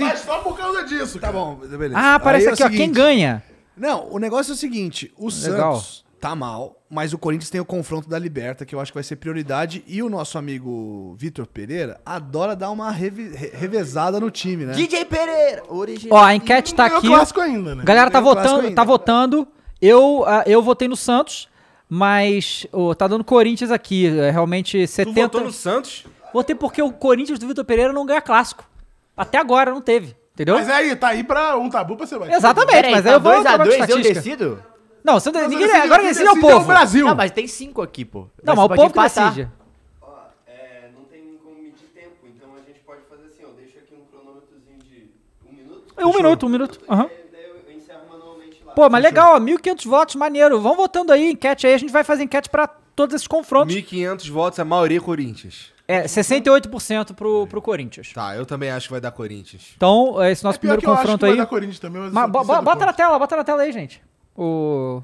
E: Mas
C: enfim,
E: só por causa disso,
C: tá
E: cara.
C: bom, beleza.
A: Ah, aparece
C: Aí é o
A: aqui, ó. Quem
C: seguinte-
A: ganha?
C: Não, o negócio é o seguinte: o
A: Legal.
C: Santos tá mal, mas o Corinthians tem o confronto da Liberta, que eu acho que vai ser prioridade. E o nosso amigo Vitor Pereira adora dar uma reve- re- revezada no time, né?
D: DJ Pereira! Original.
A: Ó, a enquete
E: Não
A: tá
B: Hum, é
E: ganhou
A: aqui.
E: clássico ainda, né?
A: Galera tá
C: Não ganhou clássico
A: votando,
C: ainda.
A: tá votando. Eu, ah, eu votei no Santos, mas ô, tá dando Corinthians aqui. É, Realmente
B: Tu
A: 70.
B: votou no Santos?
A: Votei porque o Corinthians do Vitor Pereira não ganha clássico. Até agora não teve, entendeu?
E: Mas é aí, tá aí pra um tabu pra ser batido.
A: Exatamente,
D: Peraí,
A: mas
D: tá
A: aí eu vou
D: dois a
A: trabalhar de
D: dois, eu
A: estatística.
D: decido?
A: Não, você não,
E: Mas
A: ninguém,
E: decide-
A: agora
E: quem
A: decide é o
E: decide
A: povo.
E: Brasil.
D: Não, mas tem cinco aqui, pô.
A: Não,
D: Mas
A: mas
D: você
A: o
D: pode
A: povo que
D: empatar.
A: decide.
F: é, não tem como medir tempo, então a gente pode fazer assim, ó, deixa aqui um cronômetrozinho de um minuto,
A: É um minuto, um minuto. Aham.
F: daí eu eu encerro manualmente lá.
A: Pô, mas legal, ó, 1.500 votos, maneiro. Vão votando aí, enquete aí. A gente vai fazer enquete pra todos esses confrontos.
B: 1.500 votos, a maioria é Corinthians.
D: né?
A: É, 68%
D: É.
A: pro, pro Corinthians.
B: Tá, eu também acho que vai dar Corinthians.
A: Então, é esse nosso
E: É pior
A: primeiro
E: que eu acho
A: confronto
E: que vai
A: aí.
E: dar Corinthians também, mas...
A: Mas
E: isso-
A: bo-
E: isso é
A: bo- bota na
E: depois.
A: tela, bota na tela aí, gente. O-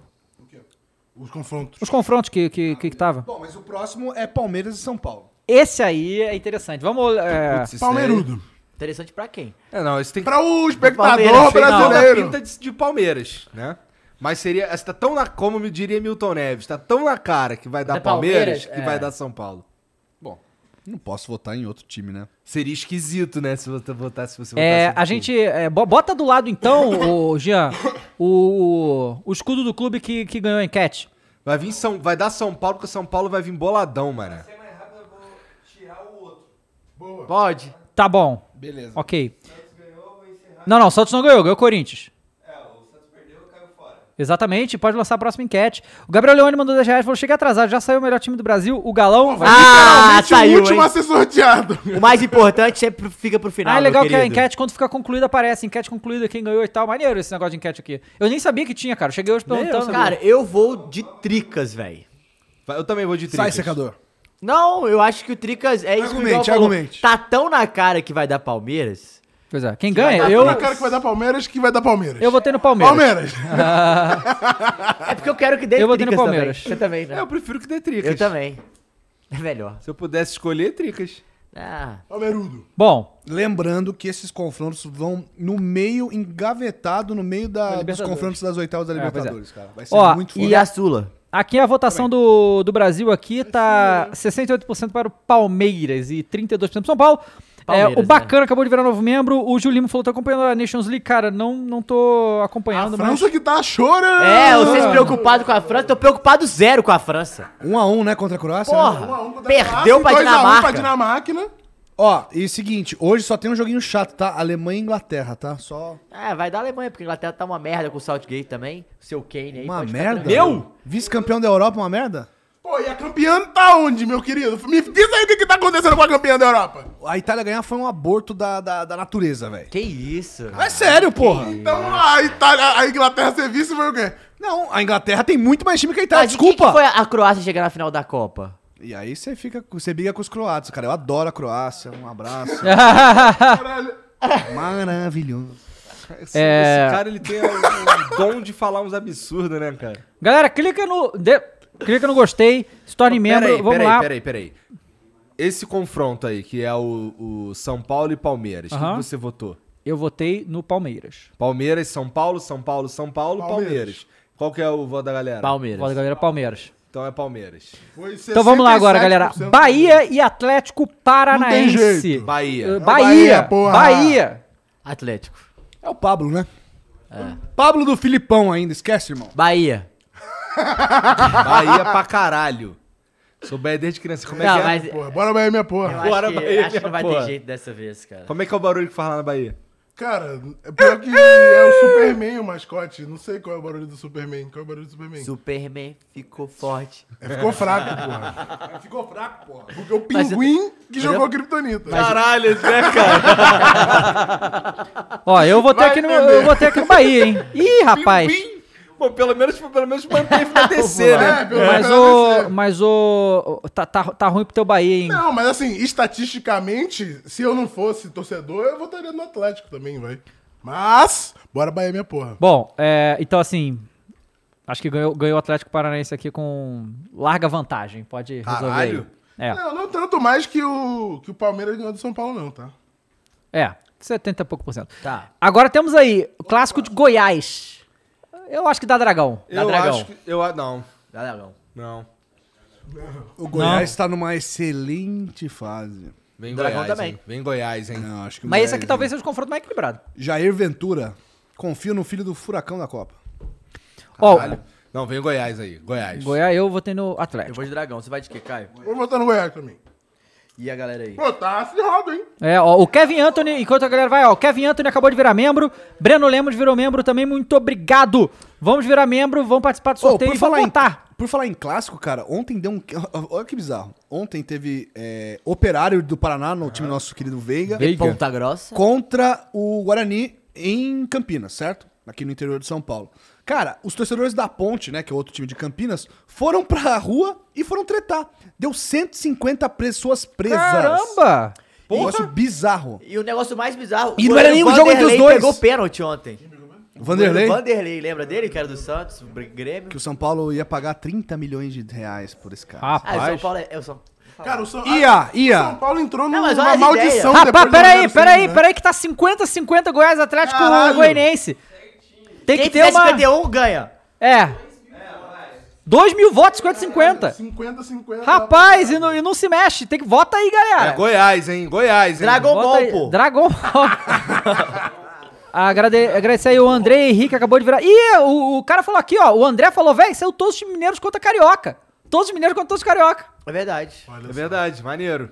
E: Os confrontos.
A: os confrontos que, que, que, que tava.
C: Bom, mas o próximo é Palmeiras e São Paulo.
A: Esse aí é interessante. Vamos. É,
B: Putz, isso
E: Palmeirudo.
D: Interessante pra quem?
B: daí- É, não, isso tem que
E: Pra o espectador
B: é
D: Palmeiras, final.
B: ter
E: brasileiro.
B: pinta de, de Palmeiras, né? Mas seria. Tá tão na. Como me diria Milton Neves, tá tão na cara que vai dar
D: Da
B: Palmeiras,
D: Palmeiras,
B: que
D: é.
B: vai dar São Paulo.
C: Não posso votar em outro time, né?
B: Seria esquisito, né? Se você votar, se você
A: é,
B: votasse no
A: a
B: time.
A: gente. é, bo- bota do lado então, o Jean, o, o escudo do clube que, que ganhou a enquete.
B: Vai, vir São, vai dar São Paulo, porque São Paulo vai vir boladão, mano.
D: Pode.
A: Tá bom.
C: Beleza.
A: Ok. Não, não, o Santos não ganhou, ganhou o Corinthians. Exatamente, pode lançar a próxima enquete. O Gabriel Leone mandou 10 reais, falou: cheguei atrasado, já saiu o melhor time do Brasil, o Galão. vai.
D: Ah,
E: Literalmente é o
D: saiu,
E: último a
D: hein?
E: ser sorteado.
D: O mais importante sempre fica pro final,
A: Ah, é legal
D: meu
A: que a
D: querido.
A: enquete, quando fica concluída, aparece enquete concluída, quem ganhou e tal. Maneiro esse negócio de enquete aqui. Eu nem sabia que tinha, cara. Cheguei hoje perguntando.
D: Então, Cara, eu vou de Tricas, velho.
B: Vai- Eu também vou de
C: Sai,
B: Tricas.
C: secador.
D: Não, eu acho que o Tricas é isso que o Miguel
C: Argumente,
D: falou.
C: argumente.
D: Tá tão na cara que vai dar Palmeiras.
A: Pois é, quem ganha?
D: vai dar
A: Eu,
E: Na cara que vai dar Palmeiras, que vai dar Palmeiras.
A: eu votei no Palmeiras.
E: Palmeiras.
D: É porque eu quero que dê
A: Eu vou
D: Tricas
A: no Palmeiras.
D: também. Você também,
B: É,
D: né?
B: eu prefiro que dê Tricas.
D: Eu também. É melhor.
B: Se eu pudesse escolher, Tricas.
D: Ah,
E: Palmeirudo.
A: Bom,
C: Lembrando que esses confrontos vão no meio, engavetado no meio da- dos
A: Libertadores.
C: confrontos das oitavas da
A: pois é.
C: Libertadores, cara. Vai ser
A: Ó,
C: muito forte.
D: e a Sula?
A: aqui a votação
E: é?
A: do, do Brasil aqui tá 68% para o Palmeiras e 32% para o São Paulo. É,
D: Palmeiras,
A: o
E: né?
A: Bacana acabou de virar novo membro. O Gil Lima falou: tá acompanhando a Nations League. Cara, não, não tô
E: A
A: acompanhando, mas.
E: França que tá chorando.
A: Ah.
D: É, vocês preocupados com a França? Tô preocupado zero com a França.
C: Um a um, né, contra a Croácia? né?
D: Porra,
E: Um a um contra a
D: perdeu pra
E: Croácia, dois a um
D: Dinamarca.
E: pra Dinamarca, né?
C: Ó, e seguinte, hoje só tem um joguinho chato, tá? Alemanha e Inglaterra, tá? Só
D: É, vai dar Alemanha, porque a Inglaterra tá uma merda com o Southgate também. O seu Kane aí.
C: uma
D: pode ficar
C: merda.
D: tranquilo.
C: Vice-campeão da Europa, uma merda?
E: Pô, e a campeã tá onde, meu querido? Me diz aí o que, que tá acontecendo com a campeã da Europa.
C: A Itália ganhar foi um aborto da, da, da natureza, velho.
D: Que isso?
C: É sério, porra.
E: Então a, Itália, a Inglaterra ser vice foi o quê?
C: Não, a Inglaterra tem muito mais time que a Itália,
D: Mas de quem
C: tá, desculpa.
D: que foi a a Croácia chegar na final da Copa?
C: E aí você fica, com- você briga com os croatas, cara. Eu adoro a Croácia, um abraço.
E: Caralho.
C: Maravilhoso.
B: Esse,
A: É.
B: esse cara, ele tem o, o dom de falar uns absurdos, né, cara?
A: Galera, clica no. de- Clica no gostei, se torne membro.
B: Peraí,
A: vamos
B: peraí,
A: lá.
B: peraí, peraí. Esse confronto aí, que é o, o São Paulo e Palmeiras, o que
A: Aham.
B: que você votou?
A: Eu votei no Palmeiras.
B: Palmeiras, São Paulo, São Paulo, São Paulo, Palmeiras.
E: Palmeiras.
B: Qual que é o voto da galera?
D: Palmeiras.
A: Fala, galera, Palmeiras.
B: Então é Palmeiras.
E: Foi
A: Então vamos lá agora, galera.
E: 67%
A: Bahia e Atlético Paranaense.
E: jeito.
A: Eh, Bahia,
B: Bahia.
E: Bahia, porra.
A: Bahia.
D: Atlético.
C: É o Pablo, né? Pablo do Filipão ainda, esquece, irmão.
D: Bahia.
B: Bahia pra caralho. Sou Bahia desde criança. Como é
D: Não,
B: que é?
D: mas
E: Porra, bora Bahia, minha porra.
D: Eu
B: Bora,
D: acho que,
B: Bahia,
D: acho que não vai
B: porra.
D: ter jeito dessa vez, cara.
B: Como é que é o barulho que faz lá na Bahia?
E: Cara, é pior que é o Superman o mascote. Não sei qual é o barulho do Superman. Qual é o barulho do Superman?
D: Superman ficou forte.
E: É, ficou fraco, porra.
D: Ficou fraco, porra.
E: Porque o pinguim que
D: mas
E: jogou
D: eu-
E: a Kryptonita.
D: Caralho, né, cara?
A: Ó, eu vou ter aqui no, eu vou ter aqui no Bahia, hein? Ih, rapaz.
D: Bom, pelo menos, pelo menos manteve na
E: DC, né?
A: Mas o. Mas o. o- Tá, tá, tá ruim pro teu Bahia, hein?
E: Não, mas assim, estatisticamente, se eu não fosse torcedor, eu votaria no Atlético também, vai. Mas, bora Bahia, minha porra.
A: Bom, é, então assim. Acho que ganhou, ganhou o Atlético Paranaense aqui com larga vantagem. Pode resolver.
E: Caralho.
A: aí. É.
E: Não, não tanto mais que o, que o Palmeiras ganhou do São Paulo, não, tá?
A: É. É. 70 e pouco por cento.
D: Tá.
A: Agora temos aí o clássico de Goiás. Eu acho que dá dragão. Dá
B: Eu
A: dragão.
B: acho que. Eu, a- não.
D: Dá dragão.
B: Não.
C: O Goiás está numa excelente fase.
B: Vem
D: Dragão
B: Goiás,
D: também.
B: hein? Vem Goiás, hein?
C: Não, acho que o
A: Mas esse
C: Goiás-
A: aqui talvez seja o confronto mais equilibrado.
C: Jair Ventura, confio no filho do furacão da Copa.
A: Ó,
B: Caralho. Não, vem Goiás aí. Goiás. É
A: Goiás eu votei no
D: Eu
A: Atlético.
D: vou de dragão. Você vai de quê, Caio?
E: Vou votar no Goiás também.
D: E a galera aí?
E: Pô, tá acirrado, hein?
A: É, ó, o Kevin Anthony, enquanto a galera vai, ó, o Kevin Anthony acabou de virar membro, Breno Lemos virou membro também, muito obrigado. Vamos virar membro, vamos participar do
C: Pô,
A: sorteio e vamos
C: em,
A: votar.
C: por falar em clássico, cara, ontem deu um. Olha que bizarro. Ontem teve é, Operário do Paraná, no time nosso querido Veiga,
D: De Ponta Grossa?
C: contra o Guarani em Campinas, certo? Aqui no interior de São Paulo. Cara, os torcedores da Ponte, né, que é outro time de Campinas, foram pra rua e foram tretar. Deu 150 pessoas presas.
A: Caramba!
C: Um Negócio bizarro.
D: E o negócio mais bizarro...
C: E
D: o
C: não era nenhum jogo entre os
D: Vanderlei
C: dois.
D: pegou pênalti ontem.
C: Vanderlei,
D: O Vanderlei, lembra dele, que era do Santos, o Grêmio?
C: que o São Paulo ia pagar 30 milhões de reais por esse cara.
D: Ah, o São
A: Rapaz.
D: Paulo é... é o São...
E: Cara, o São,
C: Ia, ia.
E: o São Paulo entrou
D: Não,
E: numa
D: mas olha as
E: maldição
A: Rapaz,
D: ideias.
E: depois do
A: peraí,
E: Rogério
A: peraí,
E: Ceni, né?
A: peraí que tá 50-50 Goiás Atlético
E: Caralho.
A: Goianiense. Tem que
D: Quem
A: ter
D: fizer
A: uma...
D: 51 ganha.
A: É. 2 mil votos, 50-50.
E: 50, 50.
A: Rapaz, e não, e não se mexe, tem que... Vota aí, galera.
B: É Goiás, hein? Goiás, hein?
D: Dragão
A: Bota
D: Ball,
A: aí,
D: pô.
A: Dragon Ball. Agrade- Agradecer aí o André Henrique, acabou de virar. Ih, o, o cara falou aqui, ó. O André falou, velho, saiu todos os times mineiros contra carioca. Todos os mineiros contra todos os carioca.
D: É verdade.
B: É verdade, maneiro.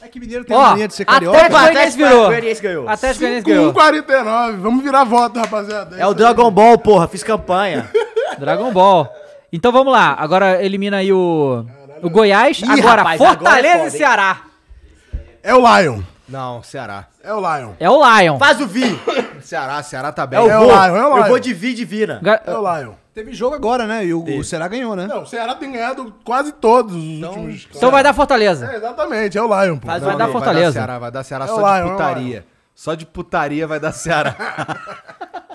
C: É que Mineiro tem
A: Ó,
C: mania de ser carioca.
A: Atlético
D: Opa,
A: Goianiense
D: Atlético
A: virou.
D: Goianiense ganhou.
A: Atlético Goianiense ganhou.
E: 5149. Vamos virar voto, rapaziada.
D: É o
E: isso aí.
D: Dragon Ball, porra. Fiz campanha.
A: Dragon Ball. Então vamos lá. Agora elimina aí o, o Goiás. agora
D: rapaz, agora
A: Fortaleza
D: é foda,
A: e
D: hein?
A: Ceará.
E: É o Lion.
B: Não, Ceará.
E: É o Lion.
A: É o Lion.
D: Faz o Vi.
B: Ceará, Ceará tá bem.
D: É o
E: É o
D: Vô.
E: Lion, é o Lion.
D: Eu vou de Vi de Vina.
A: Ga-
E: É o Lion.
C: Teve jogo agora, né? E o, o Ceará ganhou, né?
E: Não, o Ceará tem ganhado quase todos os últimos.
A: Então vai dar
E: É,
A: Fortaleza.
E: exatamente, é o Lion, pô.
D: Faz
E: Não,
A: vai dar
B: Não,
A: Fortaleza.
B: Ceará, vai dar Ceará
E: É
B: só
E: o Lion, é
B: de
E: o
B: putaria. Só de putaria vai dar Ceará.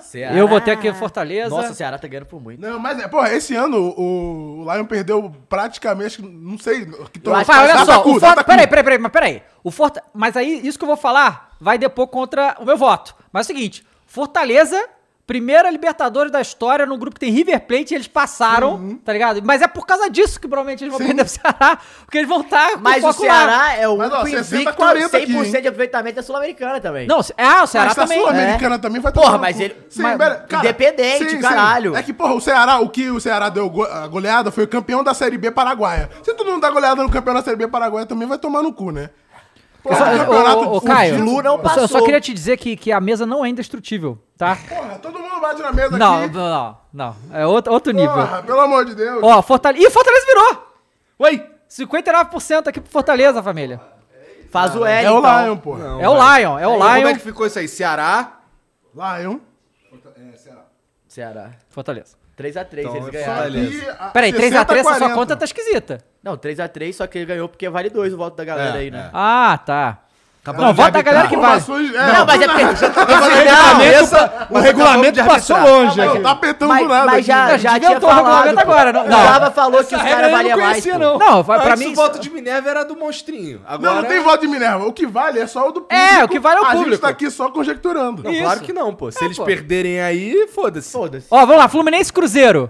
D: Ceará.
A: Eu vou ter aqui o Fortaleza.
D: Nossa, o Ceará tá ganhando por muito.
E: Não, mas é, pô, esse ano o, o Lion perdeu praticamente, não sei, que
D: Eu acho
A: Rapaz,
D: que
A: olha
D: tá
A: só,
E: cu,
A: o Forta...
E: tá cu.
A: Peraí, peraí, peraí, mas peraí. O Forta... Mas aí, isso que eu vou falar vai depor contra o meu voto. Mas é o seguinte, Fortaleza, primeira Libertadores da história no grupo que tem River Plate, eles passaram,
D: Uhum.
A: tá ligado? Mas é por causa disso que provavelmente eles vão perder pro Ceará, porque eles vão estar
D: Mas o Ceará é o
E: Mas, ó,
D: único
E: 60,
D: invicto
E: 40 aqui,
D: 100%
E: hein?
D: de aproveitamento da Sul-Americana também.
A: Não, se- ah, o Ceará
E: Mas tá
A: também.
E: sul-americana também vai
D: Porra,
E: tomar no
D: mas
E: cu.
D: ele-
E: Sim,
A: mas-
E: pera, cara,
D: independente, caralho.
E: É que, porra, o Ceará, o que o Ceará deu go- a goleada foi o campeão da Série B paraguaia. Se tu não dá goleada no campeão da Série B paraguaia, também vai tomar no cu, né? Porra,
A: Só- ô, ô, ô, Caio,
E: fudido,
D: Flu não
E: porra.
A: Eu só- eu só
D: passou.
A: queria te dizer que, que a mesa não é indestrutível, tá?
E: Porra, todo mundo bate na mesa
A: Não,
E: aqui.
A: não, não. É outro, outro nível.
E: Porra, pelo amor de Deus.
A: Ó, Fortaleza... Ih, Fortaleza virou! Oi! 59% aqui pro Fortaleza, família.
D: Faz o L,
E: é o
D: então.
E: Lion, porra.
A: é o Lion, é o
B: Então, Como
A: Lion.
B: é que ficou isso aí? Ceará?
E: Lion.
C: um.
D: Ceará.
A: Fortaleza.
D: 3x3, eles
B: é
D: ganharam.
B: Fortaleza.
E: a-
A: Peraí, 3x3 essa sua
E: 60-40.
A: conta tá esquisita.
D: Não, 3x3, só que ele ganhou porque vale 2 o voto da galera
B: É,
D: aí, né?
A: Ah, tá.
B: Acabou
A: Não,
B: de
A: vota a galera que
B: arbitrar.
A: vale.
E: Informações-
D: Não, mas é porque...
B: O regulamento passou longe
E: Não, tá apertando
D: mas,
E: do
A: Ah,
E: nada.
D: mas
E: aqui.
A: Não,
D: já, já tinha
A: inventou o regulamento
D: falado.
A: agora, não-
D: O
A: não.
D: Lava falou que os
B: regra
D: caras
B: eu não
D: valiam mais.
B: conhecia,
D: pô.
B: não.
A: Não, pra pra
B: Antes
A: mim. é,
B: o voto de Minerva era do monstrinho. Agora é-
E: Não, não tem voto de Minerva. O que vale é só o do público.
A: o que vale é o
E: A gente
A: público.
E: tá aqui só conjecturando.
A: é
B: Não, claro que não, pô. Se eles perderem aí, foda-se.
D: Foda-se.
A: Ó, vamos lá, Fluminense e Cruzeiro.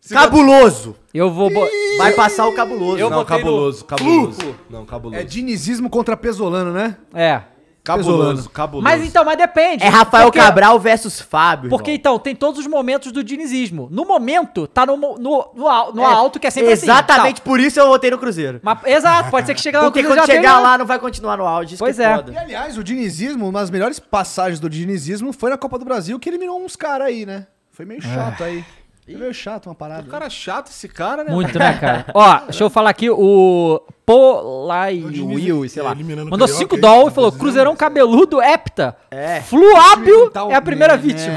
B: Se
D: Cabuloso.
A: Eu vou. bo-
D: Vai passar o cabuloso.
B: Não,
A: botei no-
B: cabuloso, cabuloso. Não, cabuloso.
C: É dinizismo contra É pesolano, né?
A: É.
B: Cabuloso, cabuloso.
A: Mas então, mas depende.
D: É Rafael
A: Porque-
D: Cabral versus Fábio.
A: Porque
D: irmão.
A: então, tem todos os momentos do dinizismo. No momento, tá no, mo- no, no, al- no
D: É,
A: alto, que é sempre assim.
D: Exatamente
A: Tá.
D: por isso eu votei no Cruzeiro.
A: Mas- exato, pode ser que chegue lá no
D: Porque
A: Cruzeiro
D: quando
A: já tem
D: chegar lá não vai continuar no áudio. isso
A: Pois
D: que
A: é.
D: foda.
C: E aliás, o dinizismo, uma das melhores passagens do dinizismo foi na Copa do Brasil, que eliminou uns caras aí, né? Foi meio chato aí. Foi meio chato uma parada.
B: O cara é chato esse cara, né?
A: Muito,
B: mano?
A: né, cara? Ó, deixa eu fall- falar aqui, o Polai Will, sei lá. Mandou 5 doll e falou: Cruzeirão cabeludo, hepta.
D: É.
A: Fluábio é a primeira vítima.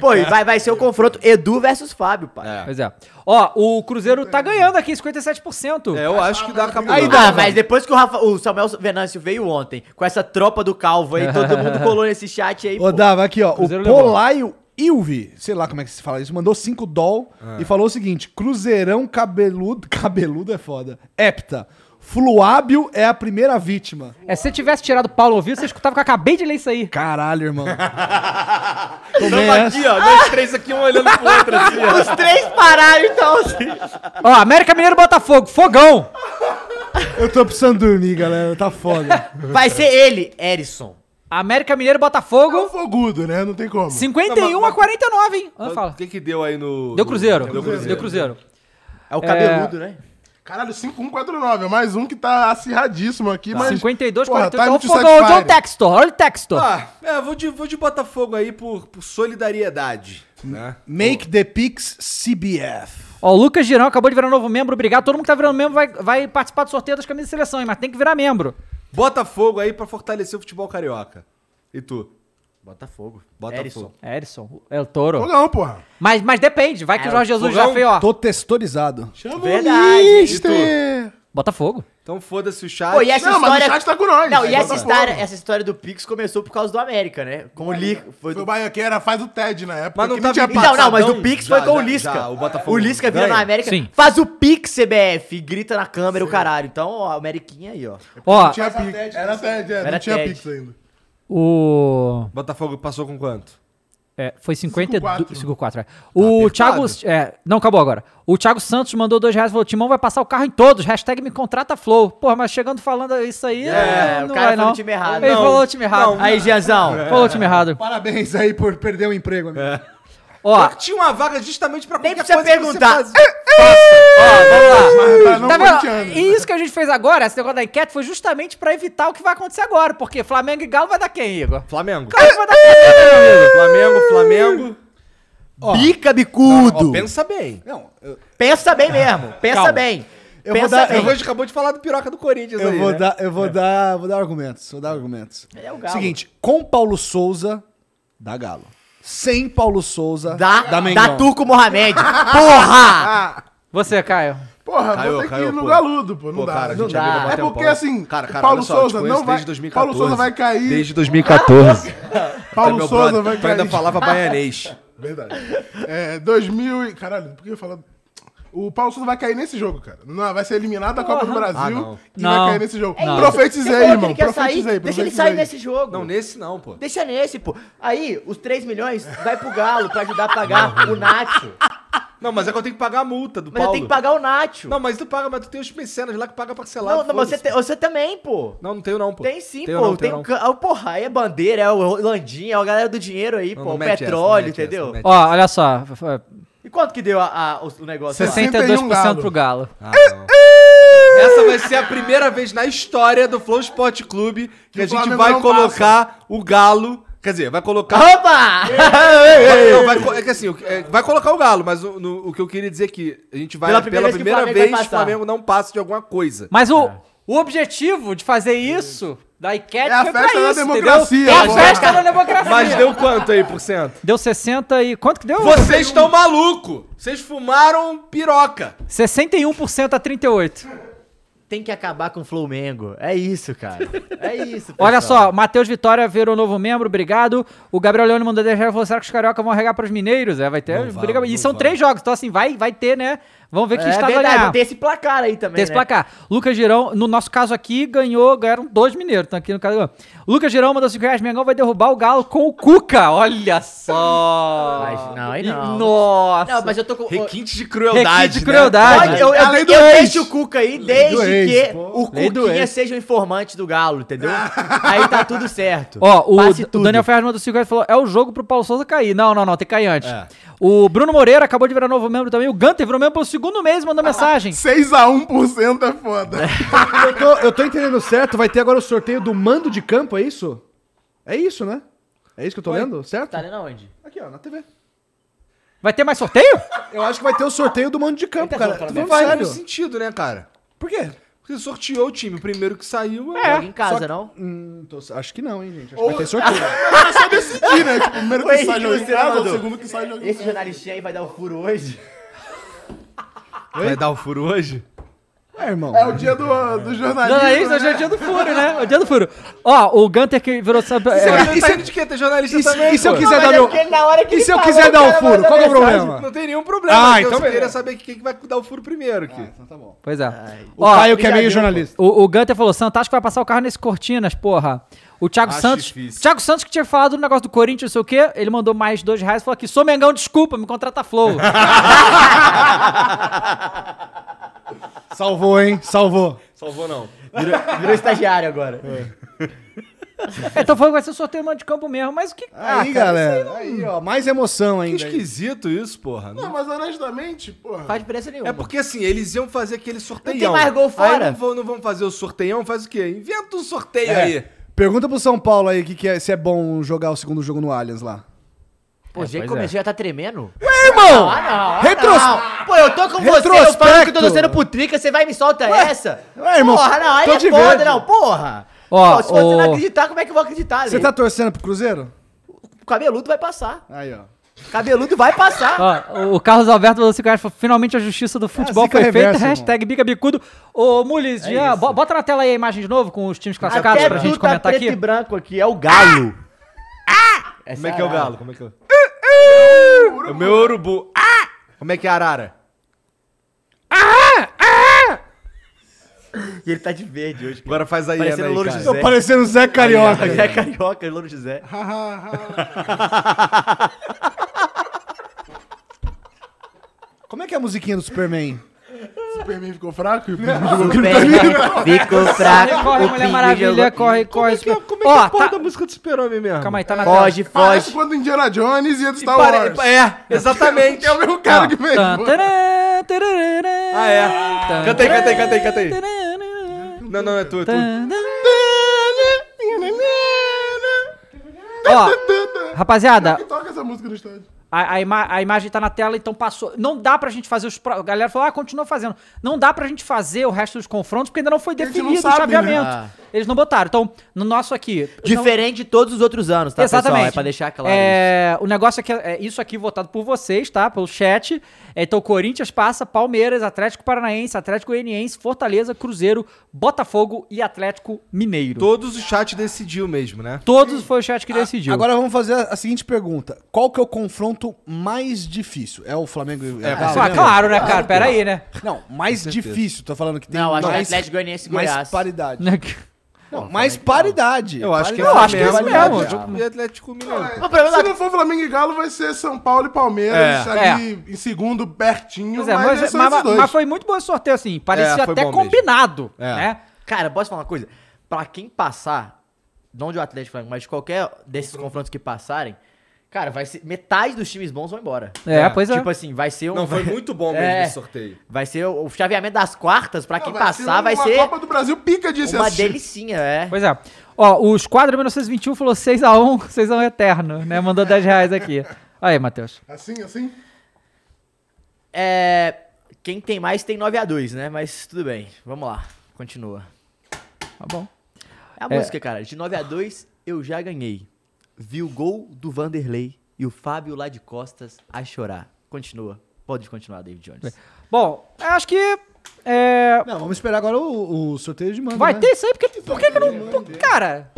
D: Pô, e vai, vai ser o confronto Edu versus Fábio, pai.
A: Pois é. Ó, o Cruzeiro tá ganhando aqui, 57%.
B: É, eu acho que dá cabuloso.
D: Aí dá, mas depois que o, Rafa, o Samuel Venâncio veio ontem, com essa tropa do calvo aí, todo mundo colou nesse chat aí.
C: Ô,
D: pô.
C: Dava, aqui, ó.
A: Cruzeiro
C: o
A: levou.
C: Polaio Ilvi, sei lá como é que se fala isso, mandou 5 doll e falou o seguinte: Cruzeirão cabeludo. Cabeludo é foda. Hepta. Fluábio é a primeira vítima.
A: É, se você tivesse tirado o Paulo ouvido, você escutava que eu acabei de ler isso aí.
C: Caralho, irmão.
D: Tamo aqui, ó, nós três aqui, um olhando pro outro assim, ó. Os três pararam, então, assim.
A: Ó, América Mineiro Botafogo, fogão.
C: Eu tô precisando dormir, galera. Tá foda.
D: Vai ser ele, Erison.
A: América Mineiro
E: É um
A: Botafogo,
E: fogudo, né? Não tem como.
A: 51
B: Não, mas-
A: a 49, hein? Ah,
B: Mas
A: fala.
B: O que que deu aí no...
A: Deu
B: no-
A: Cruzeiro.
B: Deu Cruzeiro.
A: Deu Cruzeiro.
D: É o cabeludo, né?
E: Caralho, 5149. É mais um que tá acirradíssimo aqui,
A: Tá.
E: mas...
A: 52,
E: porra,
A: 48.
E: time
A: Olha o
E: to
A: é um fogão, olha o
E: satisfy.
A: Textor, olha o Textor.
B: Ah, é, vou de, vou de Botafogo aí por, por solidariedade,
E: Hum.
B: né?
C: Make the Pix CBF.
A: Ó, o Lucas Girão acabou de virar novo membro, obrigado. Todo mundo que tá virando membro vai, vai participar do sorteio das camisas de seleção, hein? Mas tem que virar membro.
B: Botafogo aí pra fortalecer o futebol carioca. E tu?
D: Botafogo.
B: Botafogo.
A: É, Erisson, é o Toro.
E: Fogão, porra.
A: Mas, mas depende, vai que o Jorge Jesus já
B: fogão,
A: fez, ó.
C: Tô testorizado.
E: Chama
D: Verdade.
E: o
B: E
E: Mister.
A: Botafogo.
B: Então foda-se o chat.
D: Pô, e essa
E: Não, mas o
D: história...
E: chat tá com nós.
D: Não, e essa
E: Botafogo.
D: história, essa história do Pix começou por causa do América, né? Com o Li... Foi
E: Foi o Baiaqueira, faz o TED na época.
B: Mas não
E: que
B: tá
E: tinha
B: vindo-
D: Então, não, mas
B: Passadão,
D: o Pix
B: já,
D: foi com o
B: já,
D: Lisca.
B: já, o Botafogo
D: O Lisca vira
B: ganha.
D: na América.
A: Sim.
D: Faz o Pix, CBF. e Grita na câmera, o caralho. Então, ó, a Ameriquinha aí, ó.
A: Ó,
E: Não tinha Pix. Era TED, é,
D: Era
E: não tinha
D: TED.
E: Pix ainda.
A: o.
B: Botafogo passou com quanto?
A: É, foi
E: 54.
A: 52. 54. é.
D: Tá
A: O Thiago. É, não, acabou agora. O Thiago Santos mandou dois reais e falou: Timão vai passar o carro em todos. Hashtag me contrata Flow. Porra, mas chegando falando isso aí.
D: É,
A: não
D: o cara
A: vai,
D: falou
A: não.
D: o time errado. é.
A: Ele
D: Não,
A: falou o time errado.
D: Aí, Gianzão.
A: Falou o time errado.
C: Parabéns aí por perder o emprego,
E: É.
C: amigo.
A: Ó,
B: Tinha uma vaga justamente pra
D: Nem
B: qualquer coisa
D: precisa perguntar.
B: que você faz.
E: Mas pra não
A: Tá
E: corintiano.
A: vendo? E isso que a gente fez agora, esse negócio da enquete, foi justamente pra evitar o que vai acontecer agora. Porque Flamengo e Galo vai dar quem, Igor?
B: Flamengo.
A: Claro que vai dar quem, Igor?
B: Flamengo, Flamengo.
D: Bica,
B: Ó,
D: bicudo.
B: pensa bem.
C: Não, eu,
D: Pensa bem mesmo. Pensa
A: Calma.
D: bem.
C: Eu vou
D: pensa
C: dar-
D: bem.
B: Eu hoje acabou de falar do piroca do Corinthians
C: eu
B: aí,
C: vou
B: né?
C: dar, eu vou
E: É.
C: dar, vou dar argumentos, vou dar argumentos.
D: É o Galo.
C: Seguinte, com Paulo Souza, dá Galo. Sem Paulo Souza,
D: Dá,
C: dá
D: dá,
C: Mengão.
D: Turco Mohamed. Porra!
A: Você, Caio.
E: Porra,
B: Caiu,
E: vou ter que
B: caiu,
E: ir no
B: pô.
E: galudo, pô. Não
B: Pô,
E: dá.
B: cara, a
E: não
B: gente
E: dá.
B: é amigo do
E: É
B: Marcelo
E: porque
B: Paulo.
E: assim,
B: Cara, cara,
E: Paulo
B: olha só, eu te
E: Souza
B: conheço
E: não vai.
B: desde 2014.
E: Paulo Souza vai cair.
B: Desde 2014. Tu é
E: Paulo
B: meu
E: Souza
B: brother,
E: vai
B: tu
E: cair.
B: ainda falava baianês.
E: Verdade. É, 2000 e... Caralho, por que eu falo... O Paulo Souza vai cair nesse jogo, cara. Não, vai ser eliminado da Copa do Brasil
B: não.
E: e
A: Não.
E: vai cair nesse jogo.
A: Não.
D: Você
E: Profetizei,
D: falou que
E: irmão.
D: ele quer
E: Profetizei,
D: sair, Deixa ele sair
E: profetizei.
D: nesse jogo.
B: Não, nesse não, pô.
D: Deixa nesse, pô. Aí, os 3 milhões vai pro Galo pra ajudar a pagar o Nacho.
B: Não, mas é que eu tenho que pagar a multa do
D: Mas eu
B: Paulo.
D: tenho que pagar o Nacho.
B: Não, mas tu paga, mas tu tem os mecenas lá que paga parcelado.
D: Não, não, mas você,
B: foda-se.
D: tem- você também, pô.
B: Não, não tenho não, pô.
D: Tem sim,
B: Tenho
D: pô.
B: não,
D: tem
B: tenho
D: o
B: não.
D: ca- ah, porra, aí é bandeira, é o Landinha, é a galera do dinheiro aí,
B: Não,
D: pô.
B: não
D: o
B: mete essa, não
D: petróleo,
B: mete essa,
D: entendeu?
B: não mete
A: Ó, olha só. é, f- f-
D: E quanto que deu a- a- o, o negócio lá?
A: 62%
E: Galo.
A: pro Galo.
B: Ah, não. Essa vai ser a primeira vez na história do Flow Sport Clube que
E: o
B: a gente
E: Flamengo
B: vai
E: não
B: colocar o Galo. Quer dizer, vai colocar.
D: Opa!
B: Vai- não, vai co- é que assim, o que- é, vai colocar o Galo, mas o, no- o que eu queria dizer é que a gente vai.
D: Pela
B: Pela
D: primeira
B: primeira,
D: vez que
B: vez,
D: o Flamengo vai
B: o
D: passar.
B: Flamengo não passa de alguma coisa.
A: Mas o, o objetivo de fazer isso da enquete
E: É a
A: foi pra
E: festa da
A: isso,
E: democracia,
A: entendeu? É a
E: porra.
A: festa da democracia.
D: é
B: Mas deu
D: assim,
B: quanto aí por cento?
A: Deu 60 e... um Quanto que deu?
B: Vocês estão maluco! Vocês fumaram piroca!
A: 61% a 38%.
D: Tem que acabar com o Flamengo. É isso, cara. É isso.
A: Olha
D: pessoal.
A: só, Matheus Vitória virou novo membro, obrigado. O Gabriel Leone mandou 10 reais e falou: será que os cariocas vão regar pros mineiros? É, vai ter. briga- e são três jogos, então assim, vai, vai ter, né? Vamos ver que
D: É
A: estado vai
D: verdade,
A: ganhar.
D: tem esse placar aí também,
A: Tem esse
D: né?
A: placar. Lucas Girão, no nosso caso aqui, ganhou, ganharam dois mineiros. Então aqui no caso. ganhou. Lucas Girão mandou 5 reais, Mengão vai derrubar o Galo com o Cuca. Olha só.
D: Mas não, aí
A: E-
D: não.
A: Nossa.
D: Não, mas eu tô com.
B: Requinte de
A: Requinte
B: crueldade.
A: de crueldade.
D: Olha, eu, eu,
E: Além do
D: eu
E: ex.
D: deixo o Cuca aí desde
E: ex,
D: que
E: pô.
D: o
A: Lei do
D: Cuquinha
A: ex. Ah.
D: seja o informante do Galo, entendeu? aí tá tudo certo.
A: Ó, o
D: Passe
A: D-
D: tudo.
A: Daniel Ferraz mandou 5 reais e falou: é o jogo pro Paulo Souza cair. Não, não, não, tem que cair antes.
D: É.
A: O Bruno Moreira acabou de virar novo membro também. O Gunter virou membro pelo segundo mês e mandou mensagem.
E: 6x1% é foda.
C: Eu tô, eu tô entendendo certo, vai ter agora o sorteio do mando de campo, é isso? É isso, né? É isso que eu tô lendo, certo?
D: Tá lendo aonde?
C: Aqui, ó, na TV.
A: Vai ter mais sorteio?
C: Eu acho que vai ter o sorteio do mando de campo,
D: Ele tá
C: cara.
D: zoando,
C: Tô
D: né?
B: Não
C: falando
B: faz
C: sério.
B: muito sentido, né, cara?
C: Por quê?
B: Porque sorteou o time. O primeiro que saiu
D: É. Joga em casa,
B: Só-
D: não?
C: Hum, tô- acho que não, hein, gente. Acho que vai ter sorteio.
E: É só decidir, né? Tipo, o primeiro
D: Oi,
E: que sai joga em
D: você
E: casa, o
D: mandou.
E: segundo que sai joga em
D: Esse jornalistinha aí vai dar o furo hoje.
B: Vai dar o furo hoje?
C: É, irmão.
E: É o dia do, do jornalismo.
A: Jornalista, hoje é o dia do furo, né? O dia do furo. Ó, o Gunter que virou. sub- é,
B: Isso é de quê? Tem jornalista
C: E se,
B: também.
C: e se eu
B: pô.
C: quiser
D: Mas
C: dar
D: é
C: meu.
D: porque na hora que
C: E
D: ele
C: se eu
D: falou,
C: quiser dar
D: cara,
C: o furo?
D: manda
C: Qual que é o
D: mensagem.
C: problema?
B: Não tem nenhum problema.
C: Ah,
B: mas eu
C: então
B: só
C: beleza.
B: queria saber quem que vai dar o furo primeiro aqui.
A: Pois é.
C: O Caio que é meio jornalista.
A: O, o Gunter falou: Santástico vai passar o carro nesse Cortinas, porra. O Thiago
B: Acho
A: Santos.
B: difícil.
A: Thiago Santos que tinha falado do negócio do Corinthians, não sei o quê. Ele mandou mais dois reais e falou aqui: sou Mengão, desculpa, me contrata Flow.
C: Salvou, hein? Salvou.
B: Salvou não.
D: Virou, virou estagiário agora.
A: É. então foi vai ser sorteio mano de campo mesmo, mas o que.
D: Ah,
C: Aí, galera. Aí, ó, mais emoção
B: Que
C: ainda. aí.
B: esquisito isso, porra.
E: Não, mas honestamente, porra.
D: Faz diferença nenhuma.
B: É porque assim, eles iam fazer aquele sorteião.
D: Não tem mais gol fora.
B: Aí não vão, não vão fazer o sorteião, faz o quê? Inventa um sorteio
C: É.
B: aí.
C: Pergunta pro São Paulo aí que que é- se é bom jogar o segundo jogo no Allianz lá.
D: Pô, já
A: pois é.
D: começou, já tá tremendo?
C: Irmão!
D: Ah, não, ah,
C: Retros-
D: não. Pô, eu tô com você, eu falo que
C: Retrospecto.
D: eu tô torcendo pro Trica, você vai e me solta essa?
C: ué, irmão,
D: porra, não, aí
C: tô
D: é
C: de
D: foda,
C: verde.
D: não, porra.
A: Ó,
D: Pô, se você
A: o-
D: não acreditar, como é que eu vou acreditar?
C: Você
D: Lê?
C: tá torcendo pro Cruzeiro?
D: O cabeludo vai passar.
C: Aí, ó.
D: O cabeludo vai passar.
A: Ó, o Carlos Alberto mandou 5 reais e falou: assim, finalmente a justiça do futebol
C: zica
A: foi feita.
C: reversa,
A: hashtag Bica Bicudo. Ô, Mules, Jean, bo- bota na tela aí a imagem de novo com os times classificados pra gente
D: tudo tá
A: comentar
D: preto
A: aqui.
D: e branco aqui, é o galo.
B: Como é que é o galo? Como é que é? o meu urubu. Como é que é a arara?
D: E ele tá de verde hoje.
B: Agora faz aí,
D: Parecendo
B: Ana aí,
D: Louro
B: cara.
D: José.
C: Tô parecendo o Zé Carioca.
D: Zé Carioca e Louro José.
C: Como é que é a musiquinha do Superman?
E: O Superman ficou fraco e o Superman jogou
D: Ficou fraco.
A: Corre, corre,
D: o
A: Mulher
D: pinguim
A: Maravilha,
D: jogou-
A: corre, corre.
B: Como é que é, como é, que é
A: Ó,
B: a porra
A: tá-
B: da música do super-homem mesmo?
A: Calma aí, tá na tela.
D: Foge,
E: Parece
D: foge.
E: quando Indiana Jones ia de Star
B: Pare-
E: Wars.
B: É, exatamente.
E: É o mesmo cara que fez.
A: Tan,
E: pô.
A: tarã, tararara,
B: Ah, é.
A: tan,
B: Canta aí, canta aí, canta aí, canta aí.
A: tararara,
B: Não, não, é tu, é tu.
A: tan, Ó, rapaziada,
E: Quem é toca essa música no estádio?
A: a, a ima- a imagem tá na tela, então passou. Não dá pra gente fazer os. pro- A galera falou, ah, continua fazendo. Não dá pra gente fazer o resto dos confrontos, porque ainda não foi
E: gente
A: definido
E: não sabe,
A: o chaveamento.
D: né? Ah.
A: Eles não botaram. Então, no nosso aqui.
D: Diferente de todos os outros anos, tá,
A: Exatamente.
D: pessoal? É pra deixar claro isso.
A: É, O negócio é que é isso aqui votado por vocês, tá? Pelo chat. É, Então, Corinthians passa, Palmeiras, Atlético Paranaense, Atlético Goianiense, Fortaleza, Cruzeiro, Botafogo e Atlético Mineiro.
B: Todos o chat decidiu mesmo, né?
A: Todos foi o chat que decidiu.
C: Agora vamos fazer a a seguinte pergunta. Qual que é o confronto mais difícil? É o Flamengo e é,
A: Ah, claro, né, cara? Pera aí, né?
C: Não, mais difícil. Tô falando que tem
D: Não, acho que é
C: mais,
D: Atlético Goianiense e
C: mais
D: Goiás.
C: paridade. Não, mais paridade.
B: Eu acho que é
C: Paridade.
A: é isso
C: assim
B: Flamengo,
A: mesmo.
B: Atlético e Atlético Mineiro.
D: O problema
E: Se não for Flamengo e Galo, vai ser São Paulo e Palmeiras
B: É.
E: ali em segundo, pertinho,
A: Pois é,
E: mas,
A: mas,
E: é só
A: mas-
E: esses dois.
A: mas foi muito bom esse sorteio, assim. Parecia
B: É, foi
A: até
B: bom
A: combinado,
B: mesmo. É.
A: né?
D: Cara, posso falar uma coisa? Pra quem passar, não de o Atlético Flamengo, mas de qualquer desses confrontos que passarem, cara, vai ser. Metade dos times bons vão embora.
A: É,
B: É,
A: pois é.
D: Tipo assim, vai ser um.
B: Não, foi muito bom mesmo
D: É.
B: esse sorteio.
D: Vai ser o o chaveamento das quartas, pra
E: Não,
D: quem
E: vai
D: passar, vai
E: uma
D: ser
E: Copa do Brasil pica disso
D: uma delicinha, é.
A: Pois é. Ó, o Esquadra 1921 falou 6x1, 6x1 eterno, né? Mandou 10 reais aqui. Aí, Matheus.
E: Assim, assim?
D: É. Quem tem mais tem 9x2, né? Mas tudo bem, vamos lá, continua.
A: Tá bom.
D: É a música, cara. De 9x2, eu já ganhei. Vi o gol do Vanderlei e o Fábio lá de costas a chorar. Continua. Pode continuar, David Jones.
A: Bom, eu acho que. é,
C: Não, vamos esperar agora o, o sorteio de mando,
A: vai
C: né?
A: ter isso aí, porque. Por que que não. por- cara.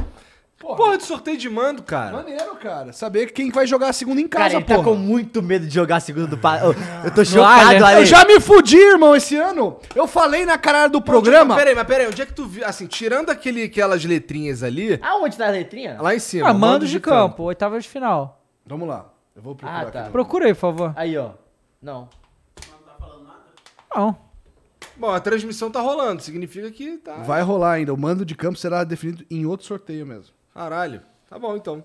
B: Porra, de sorteio de mando, cara.
C: Maneiro, cara. Saber quem vai jogar a segunda em
D: Cara,
C: casa,
D: ele
C: porra.
D: tá com muito medo de jogar a segunda do... Pa... Eu, eu tô chocado,
C: Eu
D: Ale.
C: já me fudi, irmão, esse ano. Eu falei na cara do programa.
B: Mas tipo, peraí, mas peraí, onde é que tu viu? Assim, tirando aquele, aquelas letrinhas ali,
D: Aonde tá a letrinha?
B: lá em cima.
A: Ah, mando de campo, oitava de final.
C: Vamos lá. Eu vou procurar
D: Ah, tá.
C: aqui.
A: Procura aí, por favor.
D: Aí, ó. Não.
A: Não.
B: Bom, a transmissão tá rolando, significa que tá.
C: Vai rolar ainda. O mando de campo será definido em outro sorteio mesmo.
B: Caralho. Tá bom, então.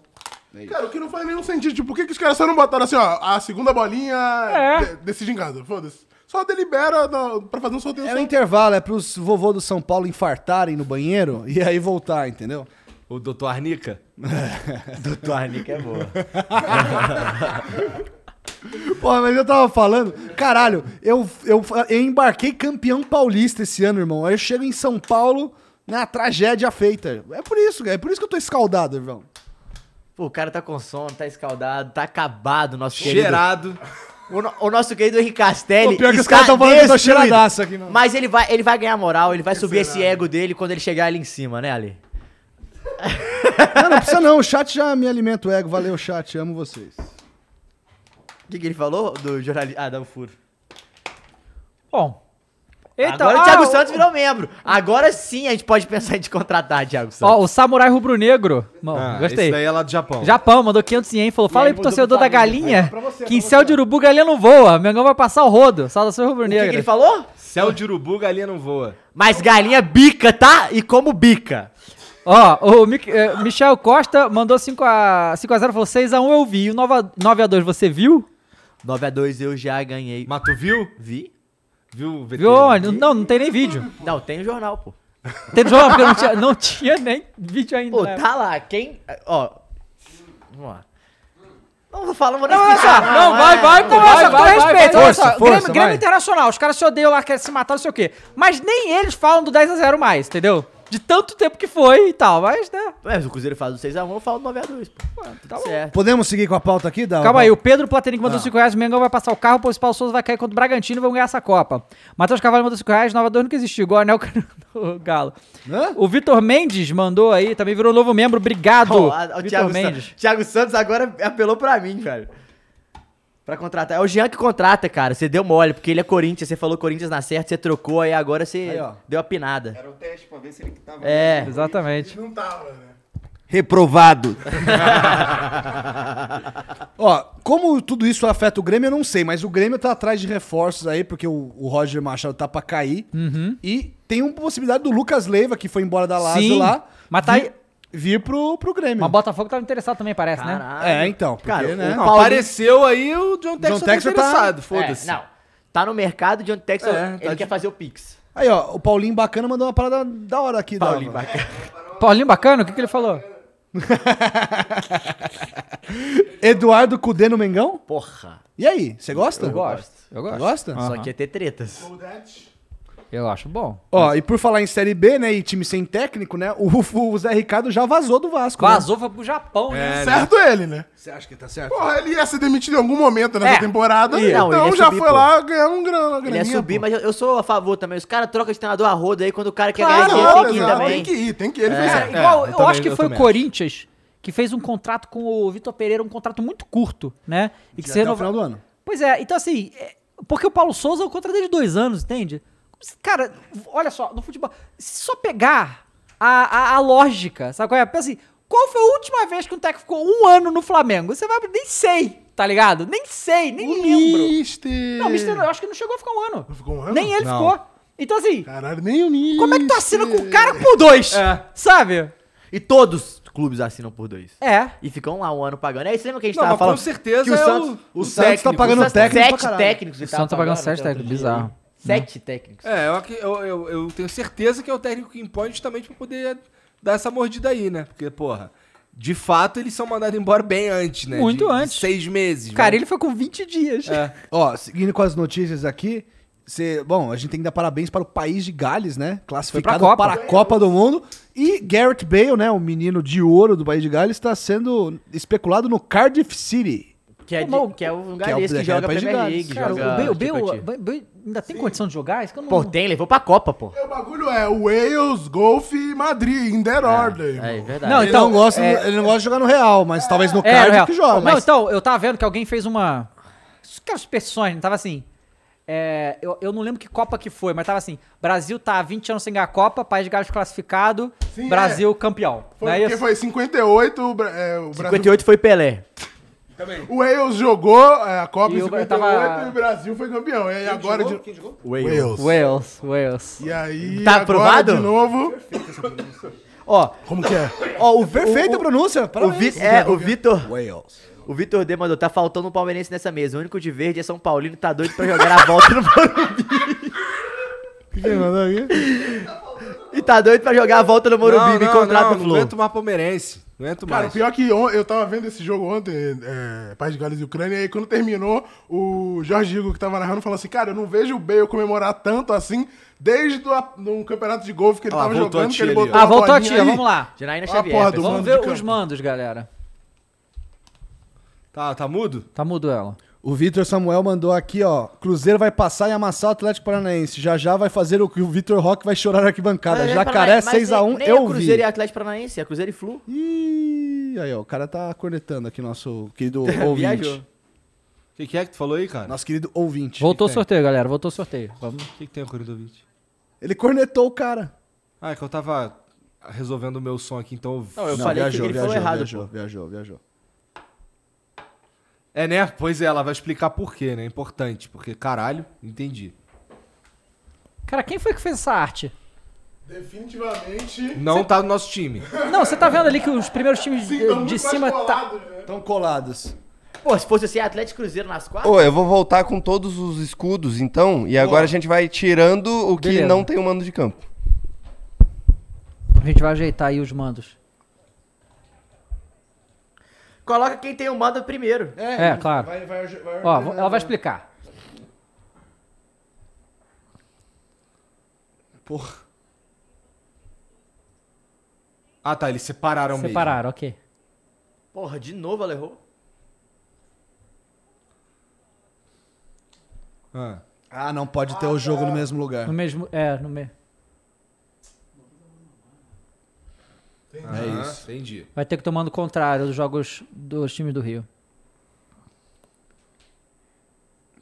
E: Cara, o que não faz nenhum sentido. Tipo, por que, que os caras só não botaram assim, ó, a segunda bolinha
A: É.
E: de- decide em casa? Foda-se. Só delibera na, pra fazer um sorteio
C: É
E: só.
C: um intervalo, é pros vovô do São Paulo infartarem no banheiro e aí voltar, entendeu?
B: O doutor Arnica?
D: Doutor Arnica é boa.
C: Porra, mas eu tava falando, caralho, eu, eu, eu embarquei campeão paulista esse ano, irmão. Aí eu chego em São Paulo, na tragédia feita. É por isso, cara. É por isso que eu tô escaldado, irmão.
D: Pô, o cara tá com sono, tá escaldado, tá acabado, nosso querido.
B: Cheirado.
D: O, no- o nosso querido Henrique Castelli.
C: Pô, pior que os
D: está
C: caras tão falando que eu tô
D: destruído.
C: cheiradaço aqui, mano.
D: Mas ele vai, ele vai ganhar moral, ele vai subir esse ego dele quando ele chegar ali em cima, né, Ale?
C: Não, não precisa não. O chat já me alimenta o ego. Valeu, chat. Amo vocês.
D: O que, que ele falou do jornalista? Ah, dá um furo.
A: Bom. Eita,
D: Agora
A: ah,
D: o Thiago
A: o-
D: Santos virou membro. Agora sim a gente pode pensar em te contratar, Thiago Santos.
A: Ó, o Samurai Rubro Negro. Bom,
B: Ah,
A: gostei.
B: Esse daí é lá do Japão.
A: Japão mandou 500 ien, falou: Fala
D: aí,
A: aí pro
D: mandou
A: torcedor
D: pro
A: da
D: Flamengo.
A: galinha que em céu de urubu galinha não voa. Mengão vai passar o rodo. Saudações
D: o que, que ele
A: rubro-negra.
D: falou?
B: Céu de urubu, galinha não voa.
D: Mas galinha bica, tá? E como bica.
A: Ó, o Mic- eh, Michel Costa mandou 5x0, falou 6x1 eu vi. E o 9x2 você viu?
D: 9x2 eu já ganhei.
B: Mas tu viu?
D: Vi?
B: Viu o VT?
A: Viu onde? Não, não tem nem vídeo.
D: Não, tem o jornal, pô.
A: Tem no jornal, porque não tinha, não tinha nem vídeo ainda.
D: Pô,
A: né?
D: tá lá, quem. Ó. Vamos lá. Não vou falar, vou nem
A: Não, olha só,
D: explicar,
A: não, vai, vai,
D: não, é.
A: então, olha só, com
D: vai, vai,
A: respeito,
D: vai.
A: olha só,
C: Força,
A: Grêmio,
C: força,
A: Grêmio
C: vai.
A: Internacional, os caras se odeiam lá, querem se matar, não sei o quê. Mas nem eles falam do 10x0 mais, entendeu? De tanto tempo que foi e tal, mas, né,
D: Mas o Cruzeiro faz o 6x1, eu falo 9x2, pô.
A: tá
D: Tá
A: bom.
D: certo. Tá Ah.
C: Podemos seguir com a pauta aqui, Dal?
A: Calma aí, o Pedro Platini que mandou 5 reais, o Mengão vai passar o carro, o Paulo Souza vai cair contra o Bragantino e vão ganhar essa Copa. Matheus Carvalho mandou 5 reais, Nova 2 nunca existiu, igual o Anel do Galo.
C: Hã?
A: O Vitor Mendes mandou aí, também virou novo membro, obrigado,
D: Ó, a- o
A: Vitor
D: Thiago, Sa-
A: Mendes.
D: Thiago Santos agora apelou pra mim, velho. Pra contratar. É o Jean que contrata, cara. Você deu mole, porque ele é Corinthians, você falou Corinthians na certa, você trocou, aí agora você
C: Aí, ó.
D: deu a pinada.
F: Era o teste pra ver se ele que tava.
D: É.
A: Exatamente.
E: Não tava, né?
C: Reprovado. Ó, como tudo isso afeta o Grêmio, eu não sei, mas o Grêmio tá atrás de reforços aí, porque o, o Roger Machado tá pra cair. E tem uma possibilidade do Lucas Leiva, que foi embora da Lazio
A: Sim,
C: lá,
A: mas tá
C: vir,
A: aí-
C: vir pro, pro Grêmio.
A: Mas o Botafogo tava interessado também, parece, né?
C: É, então, porque,
D: Ah, cara,
C: né?
D: o
B: Não,
D: Paulinho-
B: apareceu aí o John Texton,
C: Texton
B: tá
C: tá-
B: interessado,
D: É,
B: foda-se.
D: não. Tá no mercado de onde o Texas
B: É,
D: ele
B: tá de-
D: quer fazer o Pix.
C: Aí, ó, o Paulinho Bacana mandou uma parada da hora aqui. da-
D: Paulinho bacana.
A: Paulinho Bacana, o que, que ele falou?
C: Eduardo Cudê no Mengão?
D: Porra.
C: E aí, você gosta? Eu
A: gosto. Eu gosto.
C: Gosta?
D: Só que ia ter tretas.
A: Eu acho bom.
C: Ó, e por falar em Série B, né, e time sem técnico, né, o, o Zé Ricardo já vazou do Vasco. né?
A: Vazou, foi pro Japão,
C: É,
A: né?
E: certo ele, né?
C: Você acha que tá certo?
E: Porra, ele ia ser demitido em algum momento nessa
A: É.
E: temporada.
D: Ia. Não,
E: Então
D: ele ia
E: já
D: subir,
E: foi
D: pô.
E: lá ganhar um grana,
D: Ele ia
E: graninha,
D: subir,
E: pô.
D: mas eu, eu sou a favor também. Os caras trocam de treinador a rodo aí quando o cara quer
E: Claro,
D: ganhar dinheiro, tem
E: óbvio,
D: que ir
E: exato.
D: também.
E: Tem que ir, tem que ir. Ele
C: é.
E: fez
A: Cara,
E: certo.
A: É, igual,
B: eu
A: eu,
B: também-
A: acho que
B: eu
A: foi o
B: também
A: Corinthians que fez um contrato com o Vitor Pereira, um contrato muito curto, né? E que se
C: Até o
A: renovou.
C: final do ano.
A: Pois é, então assim, é- porque o Paulo Souza é o contrato dele de dois anos, entende? Cara, olha só, no futebol, se só pegar a, a, a lógica, sabe qual é? Pensa assim, qual foi a última vez que um técnico ficou um ano no Flamengo? Você vai, nem sei, tá ligado? Nem sei, nem lembro.
E: Mister.
A: Não, o Mister, eu acho que não chegou a ficar um ano.
E: Não ficou um ano?
A: Nem ele
B: Não.
A: ficou. Então assim,
E: Caralho, nem o Mister.
A: como é que tu assina com o cara por dois?
B: É.
A: Sabe?
D: E todos os clubes assinam por dois.
A: É.
D: E ficam lá um ano pagando. Aí você lembra que a gente
B: Não,
D: tava
B: mas com
D: falando?
B: certeza
D: que o
B: é o-
D: Santos,
B: o
D: o
C: Santos tá pagando
D: Santos-
C: técnico pra
D: Sete
C: caralho.
D: técnicos. ele
A: O
D: tava
A: Santos tá pagando
D: até
A: sete
D: outro
A: técnicos,
D: dia aí.
A: bizarro. né?
D: Sete técnicos.
B: É, eu, ac- eu, eu, eu tenho certeza que é o técnico que impõe justamente pra poder dar essa mordida aí, né? Porque, porra, de fato eles são mandados embora bem antes, né?
A: Muito
B: De- de
A: antes.
B: seis meses.
A: Cara,
B: né?
A: ele foi com 20 dias.
C: Ó, seguindo com as notícias aqui, cê- bom, a gente tem que dar parabéns para o país de Gales, né? Classificado
A: Copa.
C: para a Copa do Mundo. E Garrett Bale, né, o menino de ouro do país de Gales, está sendo especulado no Cardiff City.
D: Que é,
A: Pô,
D: de,
A: mas-
D: que é um
C: que é o-
D: galês que,
C: que é
D: joga
C: o país de
D: Premier
C: Gales.
D: League.
A: Cara,
D: joga
A: o Bale, o
D: Champions
A: Bale-
D: League.
A: Bale- Bale ainda tem condição de jogar? Isso que eu não...
D: Pô, tem, levou pra Copa, pô.
E: O bagulho é Wales, Golf e Madrid, in their order.
D: É, é verdade.
A: Não,
C: tá. ele,
A: então,
C: não gosta,
A: é-
C: ele não gosta de jogar no Real, mas talvez no
A: É,
C: card
A: real.
C: que joga.
A: Não, então, eu tava vendo que alguém fez uma. Aquelas pessoas, tava assim. é, eu, eu não lembro que Copa que foi, mas tava assim: Brasil tá há 20 anos sem ganhar a Copa, País de Gales classificado,
E: Sim, é.
A: Brasil campeão.
E: Foi
A: não é
E: porque
A: isso?
E: foi 58, o, Bra- é, o Brasil.
D: 58 foi Pelé.
E: O Wales jogou é, a Copa
A: E
E: em
A: o-
E: 58
A: tava-
E: e o Brasil foi campeão. E aí agora de... Wales.
A: Wales, Wales.
E: E aí
D: Tá
E: agora
D: aprovado?
E: de novo.
D: Ó,
E: Como que é?
D: ó, o
C: Perfeita
D: o-
C: a pronúncia,
D: O, o
C: parabéns. né,
D: Vi- é, o Vitor.
C: Wales.
D: O Vitor D mandou, tá faltando um palmeirense nessa mesa. O único de verde é São Paulino, tá doido pra jogar a volta no Morumbi. E tá doido pra jogar a volta no Morumbi, me contrata
B: não,
D: o
B: não
D: Flu.
B: aguento mais palmeirense. Não aguento
E: Cara,
B: mais.
E: pior é que on- eu tava vendo esse jogo ontem, é, Paz de Gales e Ucrânia, e aí quando terminou, o Jorge Igor, que tava narrando, falou assim, cara, eu não vejo o Bale comemorar tanto assim desde a, num campeonato de golfe que ele
B: Ah,
E: tava
B: voltou a
E: jogando, que
B: tia
E: ele
B: ali, ó.
E: botou
A: Ah,
E: uma
A: voltou a
E: bolinha
A: tia,
E: aí.
A: vamos lá.
D: Janaína
E: Ah,
D: Xavier.
E: porra do
D: pessoal.
E: mano.
A: Vamos
E: de
A: ver
E: campo.
A: os mandos, galera.
B: Tá, tá mudo?
A: Tá mudo ela.
C: O Vitor Samuel mandou aqui, ó. Cruzeiro vai passar e amassar o Atlético Paranaense. Já já vai fazer o que o Vitor Roque vai chorar na arquibancada.
D: Mas
C: Jacaré
D: mas nem-
C: 6x1,
D: nem
C: eu
D: é
C: vi.
D: Cruzeiro e Atlético Paranaense, é Cruzeiro e Flu.
C: Ih, aí, ó, o cara tá cornetando aqui nosso querido
D: Viajou.
C: ouvinte.
B: O que, que é que tu falou aí, cara?
C: Nosso querido ouvinte.
A: Voltou
E: é.
A: o
B: tem?
A: sorteio, galera. Voltou o sorteio.
B: O que, que tem ocorrido, ouvinte?
C: Ele cornetou o cara.
B: Ah, é que eu tava resolvendo o meu som aqui, então... eu-
D: Não, eu falei que ele falou errado,
C: viajou,
D: pô.
C: viajou, viajou.
B: É, né? Pois é, ela vai explicar por quê, né? É Importante, porque caralho, entendi.
A: Cara, quem foi que fez essa arte?
E: Definitivamente...
B: Não tá no nosso time.
A: Não, você tá vendo ali que os primeiros times
E: Sim,
A: de,
E: tão muito
A: de
E: mais
A: cima tá.
E: colados, né?
C: Estão Então, colados.
D: Pô, se fosse assim, Atlético e Cruzeiro nas quartas.
F: Ô, eu vou voltar com todos os escudos, então, e agora a gente vai tirando o que
A: Beleza.
F: não tem o mando de campo.
A: A gente vai ajeitar aí os mandos.
D: Coloca quem tem o mando primeiro.
A: É, claro. Ó, vou- ela vai explicar.
B: Ah, tá, eles
C: É
B: separaram mesmo.
A: Separaram, ok.
D: Porra, de novo ela errou.
B: Ah.
C: Ah, não pode ter o jogo no mesmo lugar.
A: No mesmo. É, no mesmo.
B: É isso. Entendi.
A: Vai ter que tomar no contrário dos jogos dos times do Rio.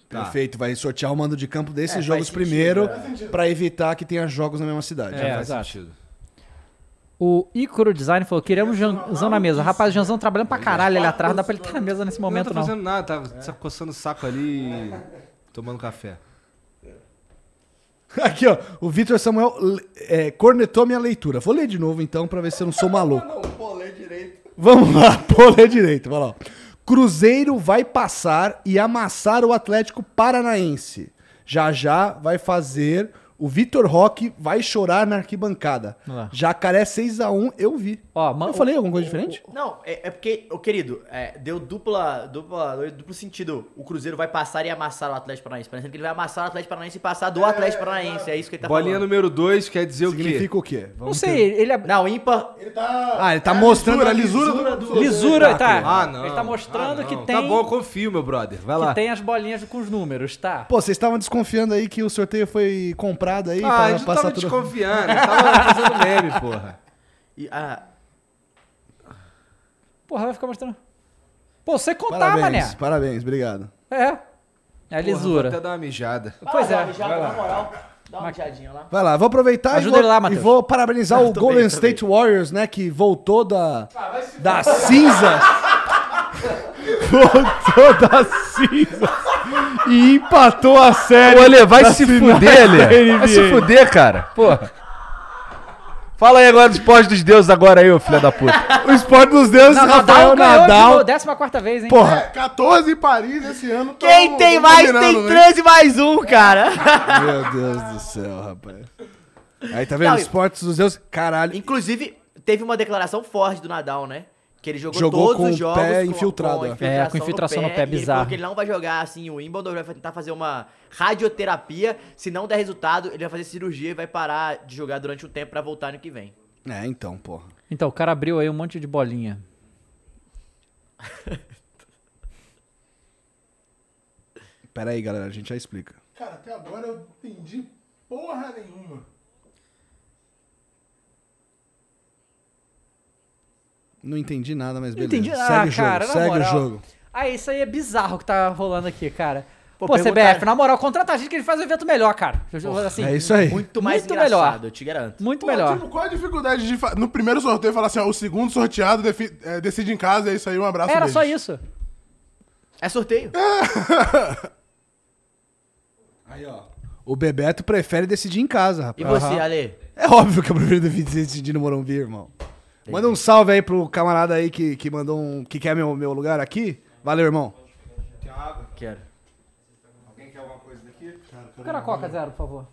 B: Tá.
C: Perfeito, vai sortear o mando de campo desses
D: É,
C: jogos
D: faz sentido,
C: primeiro pra evitar que tenha jogos na mesma cidade.
A: É,
B: Faz
A: exato.
B: sentido.
A: O Icaro Design falou: queremos Janzão na mesa. Rapaz, Janzão trabalhando pra caralho ali atrás. Não dá pra ele estar na mesa nesse
B: Eu não
A: momento,
B: tô
A: não. É.
B: fazendo nada, tava só coçando o saco ali e tomando café.
A: Tá
C: Aqui, ó, o Vitor Samuel le- é, cornetou minha leitura. Vou ler de novo então pra ver se eu não sou maluco.
F: Não, pô, lê direito.
C: Vamos lá, pô, ler direito, vai lá. Cruzeiro vai passar e amassar o Atlético Paranaense. Já já vai fazer. O Vitor Roque vai chorar na arquibancada.
A: Vamos lá.
C: Jacaré 6x1, eu vi.
A: Ó, man-
C: eu falei alguma coisa diferente?
D: Não, é, é porque, ô querido, é, deu dupla, dupla, duplo sentido. O Cruzeiro vai passar e amassar o Atlético Paranaense. Parecendo que ele vai amassar o Atlético Paranaense e passar do Atlético Paranaense. É isso que ele tá
B: Bolinha
D: falando.
B: número 2 quer dizer o quê?
C: Significa o quê?
A: Não
C: Vamos
A: sei,
C: ter-
A: ele é.
D: Não, ímpar.
E: Ele tá...
C: Ah, ele tá
F: É,
C: mostrando
E: a
C: a
E: lisura,
C: lisura
E: do...
A: Lisura, tá?
B: Ah, não.
A: Ele tá mostrando
B: Ah,
A: que
B: não.
A: tem.
B: Tá bom, eu confio, meu brother. Vai lá.
A: que tem as bolinhas com os números, tá?
C: Pô, vocês estavam desconfiando aí que o sorteio foi comprado aí
B: Ah, a gente não tava desconfiando, a gente tava fazendo meme, porra.
D: e- ah,
A: Porra, vai ficar mostrando. Pô, você
E: Tá,
A: contar,
C: Parabéns,
A: mané.
C: parabéns, obrigado.
A: É. É a
B: Porra, vou até
A: lisura.
B: dar Tá uma mijada.
A: Pois
D: dá uma
A: é.
D: mijada, na moral. Dá uma mijadinha lá.
C: Vai lá, vou aproveitar
A: Ajuda
C: e,
A: ele lá,
C: vou, e
A: Matheus.
C: vou parabenizar o Golden State Warriors, né, que voltou da, das cinzas. voltou das cinzas e empatou a série.
E: Olha, vai
C: das
E: se
C: finais
E: fuder, Lê.
C: da
E: Vai se
C: NBA.
E: fuder, cara. Porra. Fala aí agora dos pós dos deuses agora aí, ô filha da puta.
C: O esporte dos deuses,
A: Não,
C: Rafael
A: Nadal ganhou de
C: Nadal.
A: novo, décima quarta vez, hein?
C: Porra,
E: 14 em Paris esse ano. tão-
D: Quem tem
E: tão
D: mais
E: dominando,
D: tem
E: né?
D: 13 mais um, cara.
C: Meu Deus do céu, rapaz. Aí tá vendo?
D: Não, e-
C: Esportes dos deuses, caralho.
D: Inclusive, teve uma declaração forte do Nadal, né? Que ele jogou,
C: Jogou
D: todos
C: com
D: os
C: o
D: jogos
C: pé
D: a
C: infiltrado, é.
A: É, com infiltração no pé,
D: e ele
A: bizarro.
D: falou que ele não vai jogar assim o Wimbledon, ele vai tentar fazer uma radioterapia, se não der resultado, ele vai fazer cirurgia e vai parar de jogar durante um tempo pra voltar no que vem.
C: É, então, porra.
A: Então, o cara abriu aí um monte de bolinha.
C: Pera aí, galera, a gente já explica.
E: Cara, até agora eu entendi porra nenhuma.
C: Não entendi nada, mas
A: Não
C: beleza.
A: entendi.
C: Segue
A: Ah,
C: o jogo,
A: cara, na
C: segue
A: moral.
C: o jogo.
A: Ah, isso aí é bizarro que tá rolando aqui, cara. Pô,
D: perguntaram-
A: CBF, na moral, contrata a gente que ele faz o evento melhor, cara. Eu- assim,
C: é isso aí.
D: Muito mais
A: Muito
D: engraçado,
A: melhor.
D: eu te garanto.
A: Muito
E: Pô,
A: melhor.
E: tipo, qual a dificuldade de fa- no primeiro sorteio falar assim, ó, o segundo sorteado defi- é, decide em casa, é isso aí, um abraço.
A: Era
E: beijo.
A: só isso.
D: É sorteio.
C: Aí, ó. O Bebeto prefere decidir em casa,
D: E
C: rapaz.
D: você,
C: Aham.
D: Ale?
C: É óbvio que eu prefiro decidir no Morumbi, irmão. Manda um salve aí pro camarada aí que, que mandou um. que quer meu, meu lugar aqui. Valeu, irmão.
D: Quero.
A: Eu quero a Coca Zero, por favor.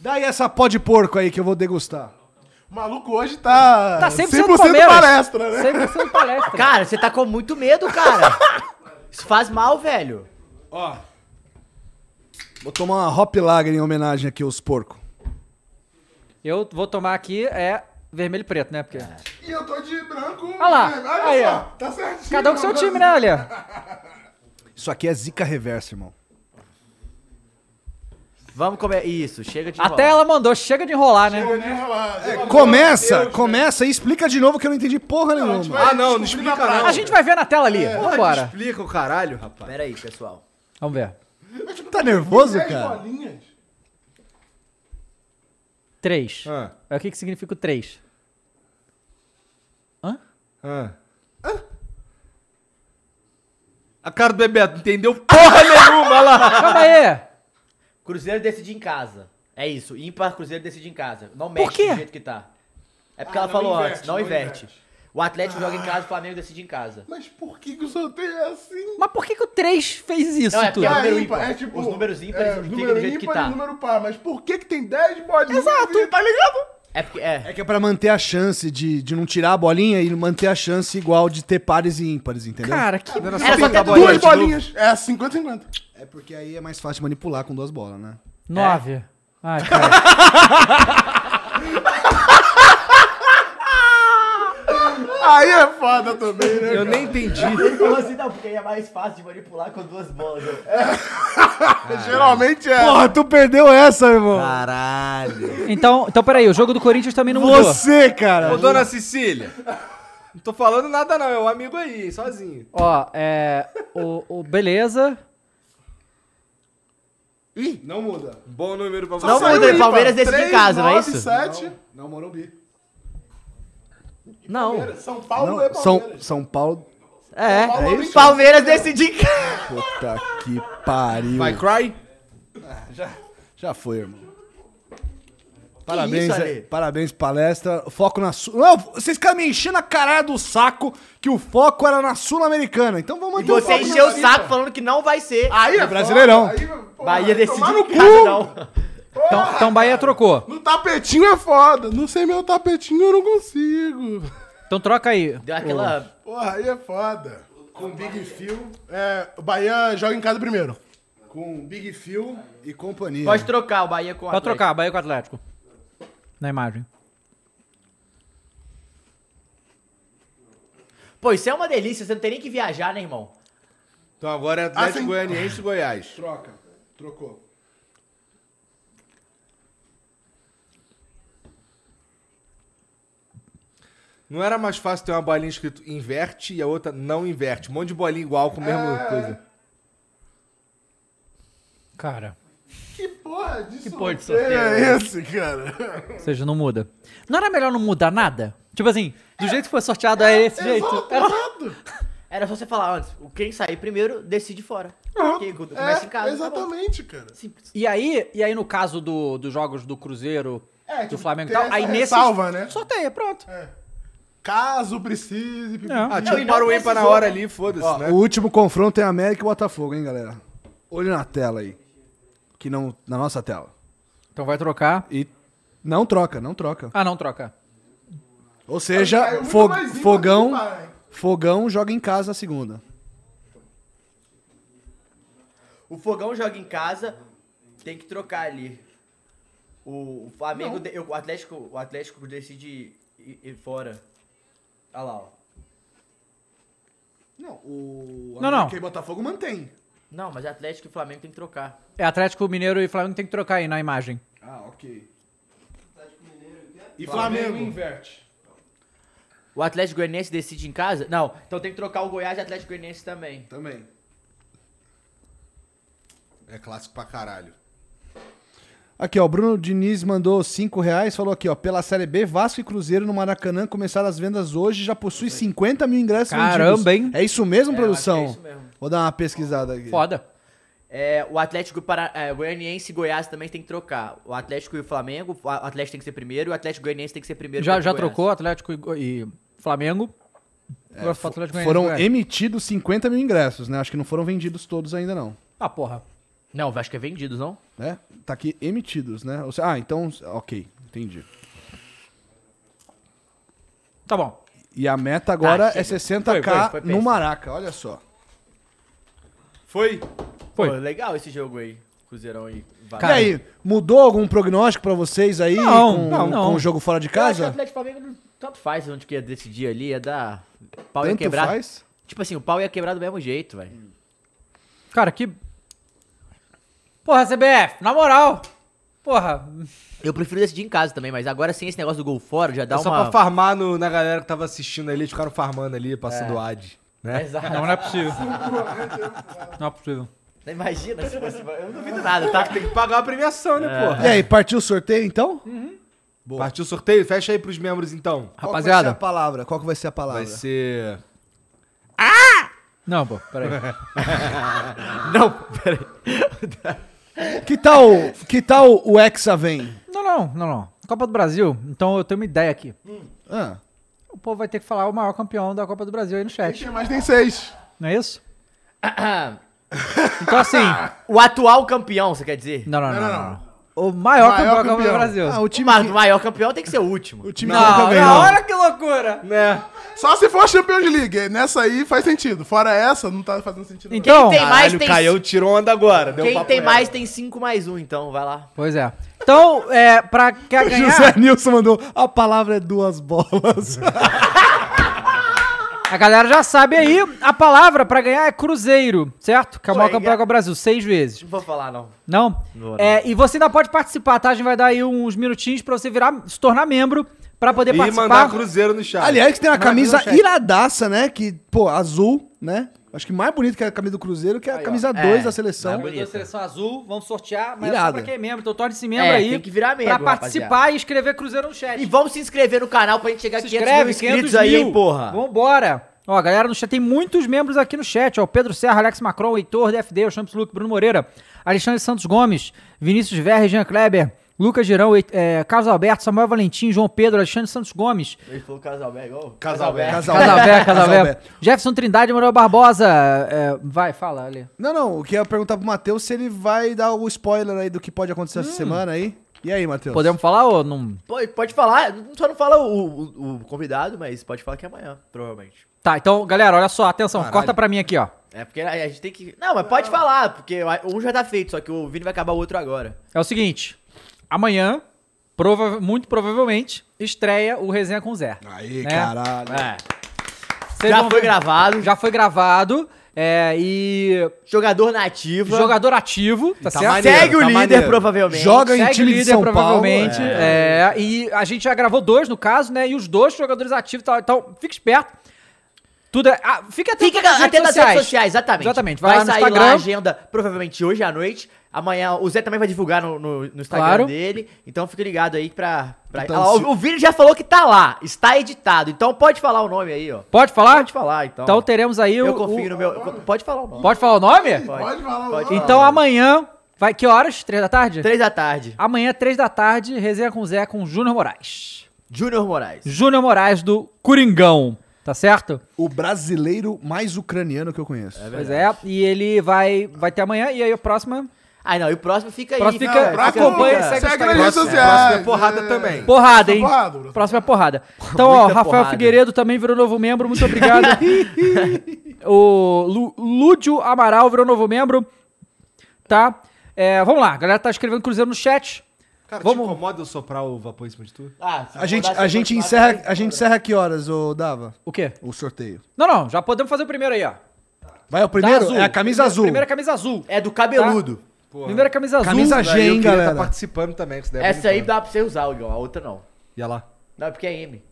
C: Daí essa pó de porco aí que eu vou degustar. Ah,
E: O maluco hoje tá,
A: Tá 100%
E: 100%
A: Palmeiras.
E: palestra, né?
A: 100% palestra.
D: Cara, você tá com muito medo, cara. Isso faz mal, velho.
C: Vou tomar uma Hop Lager em homenagem aqui aos porcos.
A: Eu vou tomar aqui, é vermelho e preto, né? Porque...
E: E eu tô de branco.
A: Ah lá,
E: né?
A: aí,
E: Olha só,
A: ó.
E: tá certinho.
A: Cada um com seu
E: mano.
A: time, né, Ale?
C: Isso aqui é zica reversa, irmão.
D: Vamos comer. Isso, chega de
A: Até
D: enrolar.
A: ela mandou, chega de enrolar, né?
E: Vou nem rolar. Eu-
C: Começa, começa e explica de novo que eu não entendi porra nenhuma.
B: Ah, não, não explica não. É.
A: A gente vai ver na tela ali. Vambora.
B: Explica o caralho, rapaz.
D: Pera aí, pessoal.
A: Vamos ver.
C: Tá nervoso,
E: Dez
C: cara?
E: bolinhas.
A: Três.
B: Ah,
A: É o que, que significa o três?
B: ah. A cara do Bebeto, entendeu
E: Ah,
B: porra nenhuma olha lá.
A: Calma aí!
D: Cruzeiro decide em casa. É isso. Ímpar, Cruzeiro decide em casa. Não mexe
A: quê?
D: do jeito que tá. É porque
E: Ah, não
D: ela falou
E: inverte, Ah.
D: antes, não,
E: não
D: inverte. O Atlético joga em casa, o Flamengo decide em casa.
E: Mas por que, que o sorteio é assim?
A: Mas por que, que o três fez isso
D: Não, é
A: tudo?
D: porque-
E: Ah,
D: número
E: ímpar,
D: ímpar.
E: é tipo,
D: Os números ímpares
E: os
D: ficam do
E: número
D: jeito que
E: ímpar
D: tá.
E: e número par. Mas por que que tem 10 bolinhas?
D: Ah,
E: Exato. Tá ligado?
D: É porque.
C: É
D: É.
C: que é pra manter a chance de, de não tirar a bolinha e manter a chance igual de ter pares e ímpares, entendeu?
A: Cara, que.
D: Era
B: tá
D: só ter
E: Duas
D: duas.
E: bolinhas. É 50-50.
C: É porque aí é mais fácil manipular com duas bolas, né?
A: Nove. É. Ai, cara.
E: Aí é foda também, né?
B: Eu nem entendi.
D: Como assim? Não, porque aí é mais fácil de manipular com duas bolas.
E: Geralmente é.
C: Porra, tu perdeu essa, irmão.
D: Ah,
B: Caralho.
A: Então, então, peraí, o jogo do Corinthians também não mudou.
C: Você, cara.
B: Ô, dona Cecília. Não tô falando nada não, é um amigo aí, sozinho.
A: Ó, é. O, o beleza.
B: Não muda. Bom número pra você.
D: Não
E: Saiu
D: muda,
E: ímpar.
D: Palmeiras decide em
E: Três,
D: casa, não é
E: nove,
D: isso?
E: sete.
C: Não, Morumbi.
A: Não.
E: São Paulo é
C: São,
E: Palmeiras.
C: São Paulo.
A: É.
E: Paulo é isso?
D: Palmeiras decide em casa.
C: Puta que pariu.
B: Vai cry?
C: Já foi, irmão. Parabéns,
D: isso,
C: eh,
D: Ale?
C: parabéns, palestra. Foco na Sul. Não, vocês ficaram me enchendo a caralho do saco que o foco era na Sul-Americana. Então vamos
D: E
C: manter
D: você
C: foco na
D: encheu o
C: Sul-Americana.
D: saco falando que não vai ser.
E: Aí é
C: Brasileirão.
E: foda, aí, porra,
D: Bahia
E: vai
D: decide
E: tomar
D: em
E: no
D: casa,
E: cu.
D: não.
A: Então, então Bahia trocou.
E: No tapetinho é foda. Não sei meu tapetinho, eu não consigo.
A: Então troca aí.
D: Deu aquela.
E: Porra, aí é foda. Com Big Phil. É, o Bahia joga em casa primeiro.
C: Com Big Phil e companhia.
D: Pode trocar o Bahia com o
A: Pode
D: Atlético.
A: trocar, Bahia com o Atlético. Na imagem.
D: Pô, isso é uma delícia, você não tem nem que viajar, né, irmão?
B: Então agora é Atlético
E: Ah, sim.
B: Goianiense e Goiás.
E: Troca. Trocou.
B: Não era mais fácil ter uma bolinha escrito inverte e a outra não inverte. Um monte de bolinha igual com a mesma coisa.
A: Cara.
E: Que porra de que
A: porra de
D: né?
E: é esse, cara?
A: Ou seja, não muda. Não era melhor não mudar nada? Tipo assim, do jeito que foi sorteado é esse jeito.
E: Exato, exato.
D: Era só você falar antes. o Quem sair primeiro, decide fora.
A: Ah,
D: Quem começa em casa.
E: É,
D: tá bom.
E: exatamente, cara.
D: Simples.
A: E aí, e aí no caso do, dos jogos do Cruzeiro,
E: É,
A: do
E: tipo,
A: Flamengo e
E: tem
A: tal, aí
E: essa
A: nesse.
E: ressalva, né?
A: Sorteia, pronto.
E: Caso precise. pipi.
A: É.
B: Ah,
D: Não,
B: tinha
D: e
B: um
D: não
B: para o ímpar na
D: precisou,
B: hora
D: né?
B: ali,
C: Ó,
B: foda-se, né?
C: O último confronto é América e Botafogo, hein, galera? Olho na tela aí. Que não. Na nossa tela.
A: Então vai trocar.
C: E não troca, não troca.
A: Ah, não, troca.
E: Caiu
C: Ou seja,
E: muito
C: fo-
E: mais ímpar do que
C: fogão,
E: par, hein?
C: fogão joga em casa na segunda.
D: O Fogão joga em casa, tem que trocar ali. O, o Flamengo, de- o, Atlético, o Atlético decide ir, ir fora. Olha lá, ó.
C: Não, o
A: Não, não.
C: e Botafogo mantém.
D: Não, mas Atlético e Flamengo tem que trocar.
A: É Atlético Mineiro e Flamengo tem que trocar aí na imagem.
C: Ah, ok.
B: E
D: Flamengo.
B: Flamengo inverte.
D: O Atlético Goianiense decide em casa? Não. Então tem que trocar o Goiás e o Atlético Goianiense também.
C: Também.
E: É clássico pra caralho.
C: Aqui, ó, Bruno Diniz mandou 5 reais, falou aqui, ó, pela Série B, Vasco e Cruzeiro no Maracanã começaram as vendas hoje, já possui 50 mil ingressos
A: Caramba,
C: vendidos.
A: hein?
C: É isso mesmo,
D: É, eu acho que é
C: produção?
D: isso mesmo.
C: Vou dar uma pesquisada aqui.
A: Foda.
D: É, o Atlético para, é, Goianiense e Goiás também tem que trocar. O Atlético e o Flamengo, o Atlético tem que ser primeiro, e o Atlético Goianiense tem que ser primeiro.
A: Já,
D: contra
A: já
D: o é Goiás.
A: trocou Atlético e, Go- e Flamengo.
D: É,
A: Agora falta Atlético Goianiense e
C: Foram
A: Goiás.
C: emitidos 50 mil ingressos, né? Acho que não foram vendidos todos ainda, não.
A: Ah, porra.
D: Não, o Vasco é vendido, não?
C: Né? Tá aqui emitidos, né? Ou seja, ah, então, ok, entendi.
A: Tá bom.
C: E a meta agora
D: Tá,
C: é
D: chega.
C: 60k
D: Foi, foi, foi,
C: no
D: pensa.
C: Maraca, olha só.
B: Foi.
A: Foi.
D: Pô, legal esse jogo aí. Cruzeirão e Vasco.
A: Cara,
C: e aí, mudou algum prognóstico pra vocês aí
A: Não,
C: com,
A: não, não.
C: com o jogo fora de
D: Eu acho que é o
C: casa?
D: Atlético e Flamengo não- tanto faz onde que ia decidir ali, ia dar. O pau ia
C: Tanto
D: quebrar.
C: faz.
D: Tipo assim, o pau ia quebrar do mesmo jeito, velho.
A: Cara, que. Porra, CBF, na moral. Porra.
D: Eu prefiro decidir em casa também, mas agora sem esse negócio do gol fora, já dá
B: É só
D: uma.
B: pra farmar no- na galera que tava assistindo ali, eles ficaram farmando ali, passando ad. Né?
D: Exato.
A: Não, não é possível. Não é possível.
D: Imagina se fosse. Eu não duvido nada, tá?
B: Tem que pagar a premiação, né, porra?
C: E aí, partiu o sorteio então?
B: Partiu o sorteio? Fecha aí pros membros, então.
C: Qual que vai ser a
A: Rapaziada.
C: palavra? Qual que vai ser a palavra?
B: Vai ser...
A: Não, pô, peraí.
D: Não, peraí.
C: Que tal, que tal o Hexa vem?
A: Não, não, não, não. Copa do Brasil, então eu tenho uma ideia aqui.
C: Ah,
A: O povo vai ter que falar o maior campeão da Copa do Brasil aí no chat.
E: Tem mais nem seis.
A: Não é isso? Então assim.
D: O atual campeão, você quer dizer?
A: Não, não, não.
E: não,
A: não,
E: não.
A: não. O maior,
E: Maior
A: campeão da Copa do
E: campeão.
A: Brasil.
C: Ah, o
D: O,
C: time
D: ma-
C: que-
D: o maior campeão tem que ser o último.
C: o time que
A: não,
C: nunca
A: não,
C: ganhou.
A: olha que loucura!
E: Só se for a Champions League. É, Nessa aí faz sentido. Fora essa, não tá fazendo sentido. não.
A: Então.
D: Quem tem mais
B: Caralho,
D: tem.
B: o Caião tirou onda agora. Deu
D: Quem
B: papo
D: tem
B: reto.
D: mais tem 5 mais 1, então, vai lá.
A: Pois é. Então, é, pra quer ganhar.
C: José Nilson mandou, a palavra é duas bolas.
A: A galera já sabe aí, a palavra pra ganhar é cruzeiro, certo? Que é o maior
D: Ué,
A: campeão
D: é-
A: da Copa do Brasil, seis vezes.
D: Não vou falar, não.
A: Não?
D: Não,
A: É, e você ainda pode participar, tá? A gente vai dar aí uns minutinhos pra você virar, se tornar membro, pra poder
B: E
A: participar.
B: mandar cruzeiro no chat.
C: Aliás, que tem uma
B: Mandar
C: camisa
B: no chat.
C: iradaça, né? Que, pô, azul, né? Acho que mais bonito que a camisa do Cruzeiro, que é a camisa 2 da seleção.
D: mais bonito.
A: da seleção é azul, vamos sortear, mas é só
C: Irada.
A: pra quem é membro, então torne-se membro
D: É,
A: aí.
D: tem que virar membro,
A: Pra participar
D: rapaziada.
A: e escrever Cruzeiro no chat.
D: E vamos se inscrever no canal pra gente chegar a
A: Se
D: 500 mil
A: inscreve, 500
D: inscritos aí, hein, porra.
A: Vambora. Ó, galera no chat, tem muitos membros aqui no chat, ó. Pedro Serra, Alex Macron, Heitor, DFD, o Champs Luke, Bruno Moreira, Alexandre Santos Gomes, Vinícius Verre, Jean Kleber, Lucas Girão, Heit- eh, Carlos Alberto, Samuel Valentim, João Pedro, Alexandre Santos Gomes,
D: Ele falou Casalberg, ó.
B: Casalberg.
D: Tá
A: Casalberto,
C: Casalberto.
A: Casalberto, Jefferson Trindade, Manuel Barbosa, eh, vai, fala ali.
C: Não, não, o que eu ia perguntar pro Matheus se ele vai dar o spoiler aí do que pode acontecer essa semana aí. E aí, Matheus?
A: Podemos falar ou não?
D: Pode, pode falar, só não fala o, o- o convidado, mas pode falar que é amanhã, provavelmente.
A: Tá, então, galera, olha só, atenção, corta pra mim aqui, ó.
D: É porque a, a gente tem que. Não, mas pode falar, porque um já tá feito, só que o Vini vai acabar o outro agora.
A: É o seguinte, amanhã, prova- muito provavelmente, estreia o Resenha com Zé.
C: Aí,
A: né?
C: caralho. Tá
D: É.
A: Vocês
D: já
A: vão
D: foi
A: ver-
D: gravado,
A: Já foi gravado. É, e.
D: jogador nativo.
A: Jogador ativo, tá, certo?
B: maneiro,
D: Segue o
B: tá
D: líder,
B: maneiro.
D: provavelmente.
C: Joga em
A: Segue
C: time de
A: líder,
C: São
A: provavelmente.
C: Paulo.
A: é, e a gente já gravou dois, no caso, né? E os dois jogadores ativos e tal. Então, fica esperto. Tudo é. ah, fica atento
D: Fica até nas redes sociais, exatamente.
A: Exatamente. Vai,
D: Vai,
A: lá no
D: sair
A: Instagram.
D: lá a agenda, provavelmente hoje à noite. Amanhã o Zé também vai divulgar no, no- no Instagram
A: Claro.
D: dele. Então fica ligado aí pra. pra-
C: Então,
D: Ah, o-
C: se-
D: o, Vini já falou que tá lá, está editado. Então pode falar o nome aí, ó.
A: Pode falar?
D: Pode falar, então.
A: Então teremos aí
D: eu
A: o.
D: confio
A: o-
D: no meu. eu- Pode falar o nome.
A: Pode falar o nome?
E: Pode falar.
D: Pode
E: não.
D: falar.
A: Então amanhã. Vai, que horas? Três da tarde?
D: Três da tarde.
A: Amanhã, três da tarde, resenha com o Zé com o Júnior Moraes.
D: Júnior Moraes.
A: Júnior Moraes do Coringão, tá certo?
C: O brasileiro mais ucraniano que eu conheço.
A: Pois é, e ele vai, vai ter amanhã, e aí a próxima.
D: Ah, não. E o próximo fica aí.
A: Próximo fica-
D: Não,
E: Próximo,
A: acompanha, segue o
E: segue nas
A: Instagram.
E: redes
B: Próximo-
E: sociais.
B: próximo é porrada também.
A: Porrada, hein?
E: Porrada, Bruno.
A: Próxima porrada. Então, ó,
D: Muita
A: Rafael
D: porrada.
A: Figueiredo também virou novo membro, muito obrigado. o Lu- Lúdio Amaral virou novo membro, tá? É, vamos lá, a galera tá escrevendo Cruzeiro no chat.
B: Cara,
A: Vamos-
B: te incomoda eu soprar o vapor em cima de tudo?
D: Ah, se
C: A gente,
D: mudar,
C: a,
D: se
C: gente
D: mudar,
C: encerra,
D: se
C: a gente encerra que horas, ô Dava?
A: O quê?
C: O sorteio.
A: Não, não, já podemos fazer o primeiro aí, ó.
C: Vai, o primeiro é a camisa azul.
A: Primeira camisa azul.
D: É do cabeludo.
A: Tá? Primeira camisa azul.
C: Camisa G, hein, galera.
B: tá participando também. que isso daí é
D: Essa aí
B: bonitona.
D: dá pra você usar, Igão, a outra não.
B: E olha lá.
D: Não, é porque é M.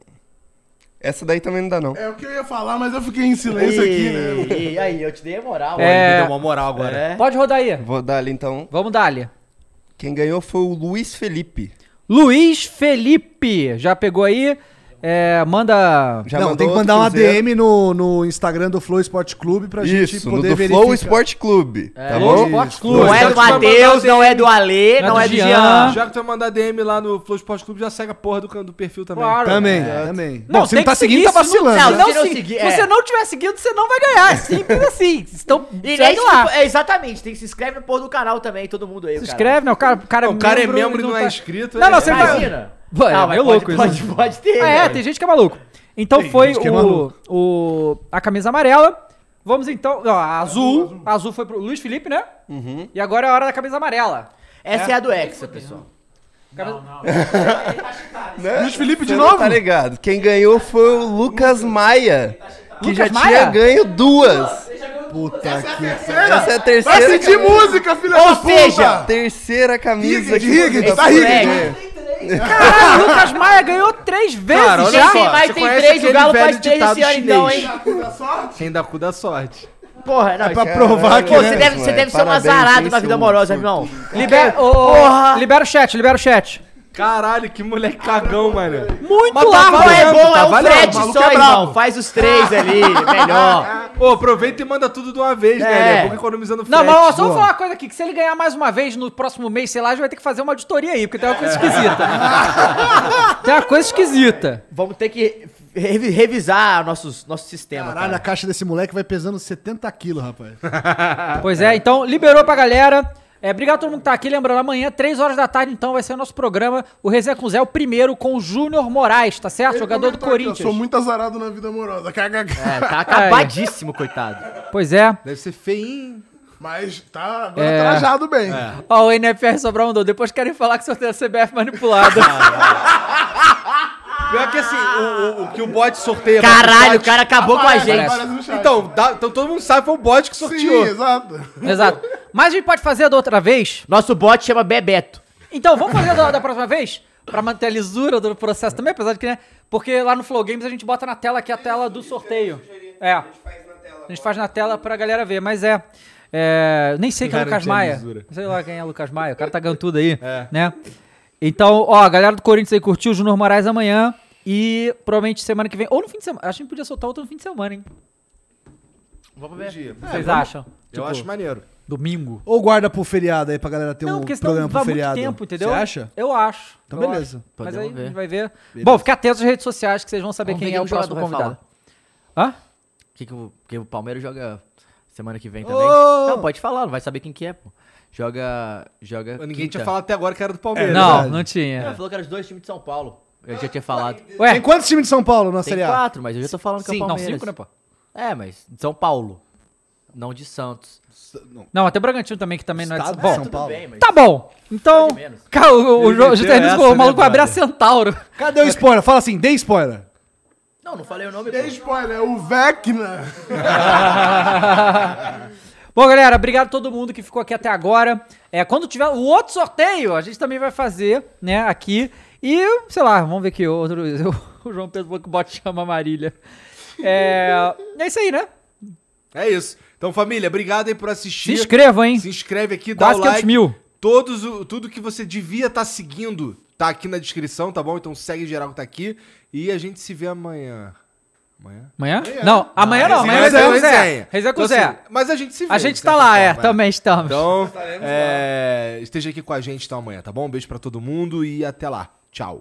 F: Essa daí também não dá, não.
E: É o que eu ia falar, mas eu fiquei em
F: É
E: silêncio aqui, né?
D: E, aí, eu te dei a moral.
A: É.
D: olha,
A: deu uma
B: moral
D: agora. É.
A: Pode rodar aí.
F: Vou dar ali então.
A: Vamos dar ali.
F: Quem ganhou foi o Luiz Felipe.
A: Luiz Felipe. Já pegou aí? É, manda.
F: Já
C: não,
F: mandou
C: tem que mandar um uma
B: um
F: outro cruzeiro.
C: DM no, no Instagram do Flow Esporte Clube pra gente
F: Isso, no
C: poder
F: do
C: verificar.
F: Flow Esporte Clube.
B: É.
F: tá
A: Flow
F: bom?
A: Esporte
C: Isso.
A: Clube.
D: Não é
A: Já
D: do
A: que vai mandar
B: um
D: Matheus,
A: o
D: não é do Ale,
A: Não é
D: não
A: do
D: é do
A: Jean.
D: Jean.
B: Já que tu vai mandar DM lá no Flow Esporte Clube, já segue a porra do, can- do perfil também.
A: Claro.
C: Também, também.
A: Não,
C: Não, se não
A: tem
C: tá
A: que seguir,
C: seguindo, tá
A: se não-
C: vacilando.
A: Não,
C: né?
A: não
D: Se não
A: se-
D: seguir,
A: se você
D: é.
A: não tiver seguido, você não vai ganhar. É Simples assim. Então,
D: E nem
A: segue
D: se
A: lá.
D: for- é, exatamente, tem que se inscreve no porra do canal também, todo mundo aí.
A: Se
D: cara.
A: inscreve, não. O cara, o cara,
B: O cara é
A: e
B: membro e não é
A: tá-
B: inscrito.
A: Não,
B: é-
A: não, você tá-
D: Imagina.
A: Pô, é meio
D: pode,
A: louco isso,
D: pode,
A: né?
D: pode ter.
A: Ah, é,
D: velho.
A: tem gente que é maluco. Então foi
C: gente que é
A: o,
C: maluco.
A: o- a camisa amarela. Vamos então. Ó, a azul, azul. foi pro Luiz Felipe, né? E agora é a hora da camisa amarela.
D: Essa é a do Hexa, pessoal.
A: Camisa-
E: Luiz Felipe de
F: Você não
E: novo?
F: Tá ligado? Quem ganhou foi o Lucas Maia. Que
A: Lucas
F: já tinha
A: Maia?
F: ganho duas.
C: Puta que...
F: Essa é a
E: Vai
F: terceira.
E: sentir
F: camisa-
E: música, filha da puta!
F: seja, terceira camisa
E: Higgins, Higgins,
F: que
E: tá
F: Higgins.
E: Higgins.
A: Caralho, o Lucas Maia ganhou três vezes
B: Cara, olha
A: já.
B: só.
D: Quem mais
B: você
D: tem
B: conhece
D: três, o
B: aquele
D: Galo
B: velho
D: faz três esse ano
B: ditado
D: então,
B: chinês?
D: hein?
B: Quem dá cu da sorte.
D: Porra,
F: É
D: não, isso- é
C: Pra provar que...
D: Pô, você
C: né?
D: deve, você
F: mano.
D: deve ser um
F: é, Parabéns,
D: azarado
F: vocês
D: na vida
F: são
D: amorosa, irmão.
A: Libera, ô, ô, libera o chat, libera o chat.
B: Caralho, que moleque cagão, mano.
A: Muito
B: Mas tá
A: largo.
D: Não é
B: valendo,
D: bom, é
B: tá
D: um
B: valendo,
D: frete
B: o maluco
D: só,
B: é
D: irmão.
B: brabo.
D: Faz os três ali, melhor.
B: Pô, Ah, aproveita e manda tudo de uma vez,
D: É.
B: né? Daqui a pouco economizando frete.
A: Não, mas ó, só vou
B: Boa.
A: falar uma coisa aqui, que se ele ganhar mais uma vez no próximo mês, sei lá, a gente vai ter que fazer uma auditoria aí, porque tem uma coisa esquisita. tem uma coisa esquisita.
D: Vamos ter que revi- revisar nossos, nosso sistema,
C: Caralho, a
D: cara.
C: caixa desse moleque vai pesando 70 quilos, rapaz.
A: Pois é, então liberou pra galera. É, obrigado a todo mundo que tá aqui. Lembrando, amanhã, 3 horas da tarde, então, vai ser o nosso programa, o Resenha com o Zé, o primeiro com o Júnior Moraes, tá certo?
E: Ele
A: Jogador do
E: comentou é aqui, ó,
A: Corinthians.
E: Sou muito azarado na vida amorosa. KKK.
D: É, tá acabadíssimo, coitado.
A: Pois é.
B: Deve ser feinho.
E: Mas tá agora
B: É.
E: trajado bem.
A: Ó, o NFR Sobral mandou. Depois querem falar que sorteio da CBF é manipulado.
E: tá-
B: Pior que assim, o, o- o que o bot sorteia...
D: Caralho,
B: o
D: o cara acabou com a
E: Aparece,
D: gente.
E: aparece no chat.
B: Então, dá- então todo mundo sabe, foi o bot que sorteou.
E: é Sim, exato.
A: Exato. Mas a gente pode fazer da outra vez?
D: Nosso bot chama Bebeto.
A: Então, vamos fazer da, da próxima vez? Pra manter a lisura do processo também, apesar de que, né? Porque lá no Flow Games a gente bota na tela aqui a tela do sorteio. É. A gente faz na tela pra galera ver, mas é. é, nem sei quem é o Lucas
B: Garantir a
A: Maia.
B: lisura. É.
A: Sei lá quem é o Lucas Maia. O cara tá ganhando tudo aí, né? Então, ó, a galera do Corinthians aí curtiu o Júnior Moraes amanhã. E provavelmente semana que vem. Ou no fim de semana. Acho que a gente podia soltar outro no fim de semana, hein?
B: É, Vamos ver.
A: Vocês acham?
B: Eu acho maneiro.
A: Domingo.
C: Ou guarda pro feriado aí pra galera ter um programa pro
A: vai
C: feriado.
A: muito tempo, entendeu?
C: Você acha?
A: Eu acho.
C: Então
A: eu
C: beleza.
A: acho. Mas
D: Podemos
A: aí a
D: ver.
A: gente vai ver. Bom, fica atento às redes sociais que vocês vão saber
D: Vamos
A: quem é
D: ver quem
A: o
D: o jogador
A: próximo
D: vai
A: convidado. Hã?
D: O que, que, o, que o Palmeiras joga semana que vem também?
C: Ô!
D: Não, pode falar, não vai saber quem que é, pô. Joga. Joga.
B: Ninguém
D: quinta.
B: tinha falado até agora que era do
D: É
B: Palmeiras. né?
A: Não, não
D: Não,
A: tinha.
D: falou que era os dois times de São Paulo. Eu já
B: Ah,
D: tinha
B: tá
D: falado.
A: Ué,
C: Tem quantos times de São Paulo na
D: Tem
C: Série A?
D: quatro, mas eu já tô falando que é
A: sim,
D: o
A: não,
D: Palmeiras.
A: cinco, né, pô?
D: É, mas de São Paulo. Não de Santos.
A: Não, até o Bragantino também, que também
C: Estado
A: não é de
C: de
A: São
C: São
A: Paulo.
C: Paulo.
D: Bem, mas.
A: Tá bom. Então,
D: Tá de menos. é
A: cara, o, o,
B: Ele
A: jo-
B: meteu
A: José Denis
B: essa,
A: falou, o
B: né,
A: maluco vai abrir a
B: brother?
A: Centauro.
C: Cadê o spoiler? Fala assim, dê spoiler.
D: Não, não falei o nome. pô.
E: Tem spoiler, o Vecna.
A: Bom, galera, obrigado a todo mundo que ficou aqui até agora. É, quando tiver o outro sorteio, a gente também vai fazer, né, aqui. E, sei lá, vamos ver que outro. O João Pedro falou que o bot chama Marília. É, é isso aí, né?
B: É isso. Então, família, obrigado aí por
A: Se
B: assistir.
A: inscrevam, hein?
B: Se inscreve aqui, dá
A: Quase
B: o
A: 500
B: like.
A: mil.
B: Todos, o- tudo que você devia estar seguindo tá aqui na descrição, tá bom? Então segue geral que tá aqui. E a gente se vê amanhã. Amanhã?
A: Amanhã? Não, amanhã não. Amanhã
B: Resenha,
A: não, Zé.
B: resenha.
A: Resenha com o
B: Então,
A: Zé.
B: assim, mas a gente se vê.
A: A
B: de
A: gente tá
B: certa
A: lá, é.
B: forma, né?
A: Também estamos.
B: Então, é, esteja aqui com a gente então amanhã, tá bom? Um beijo pra todo mundo e até lá. Tchau.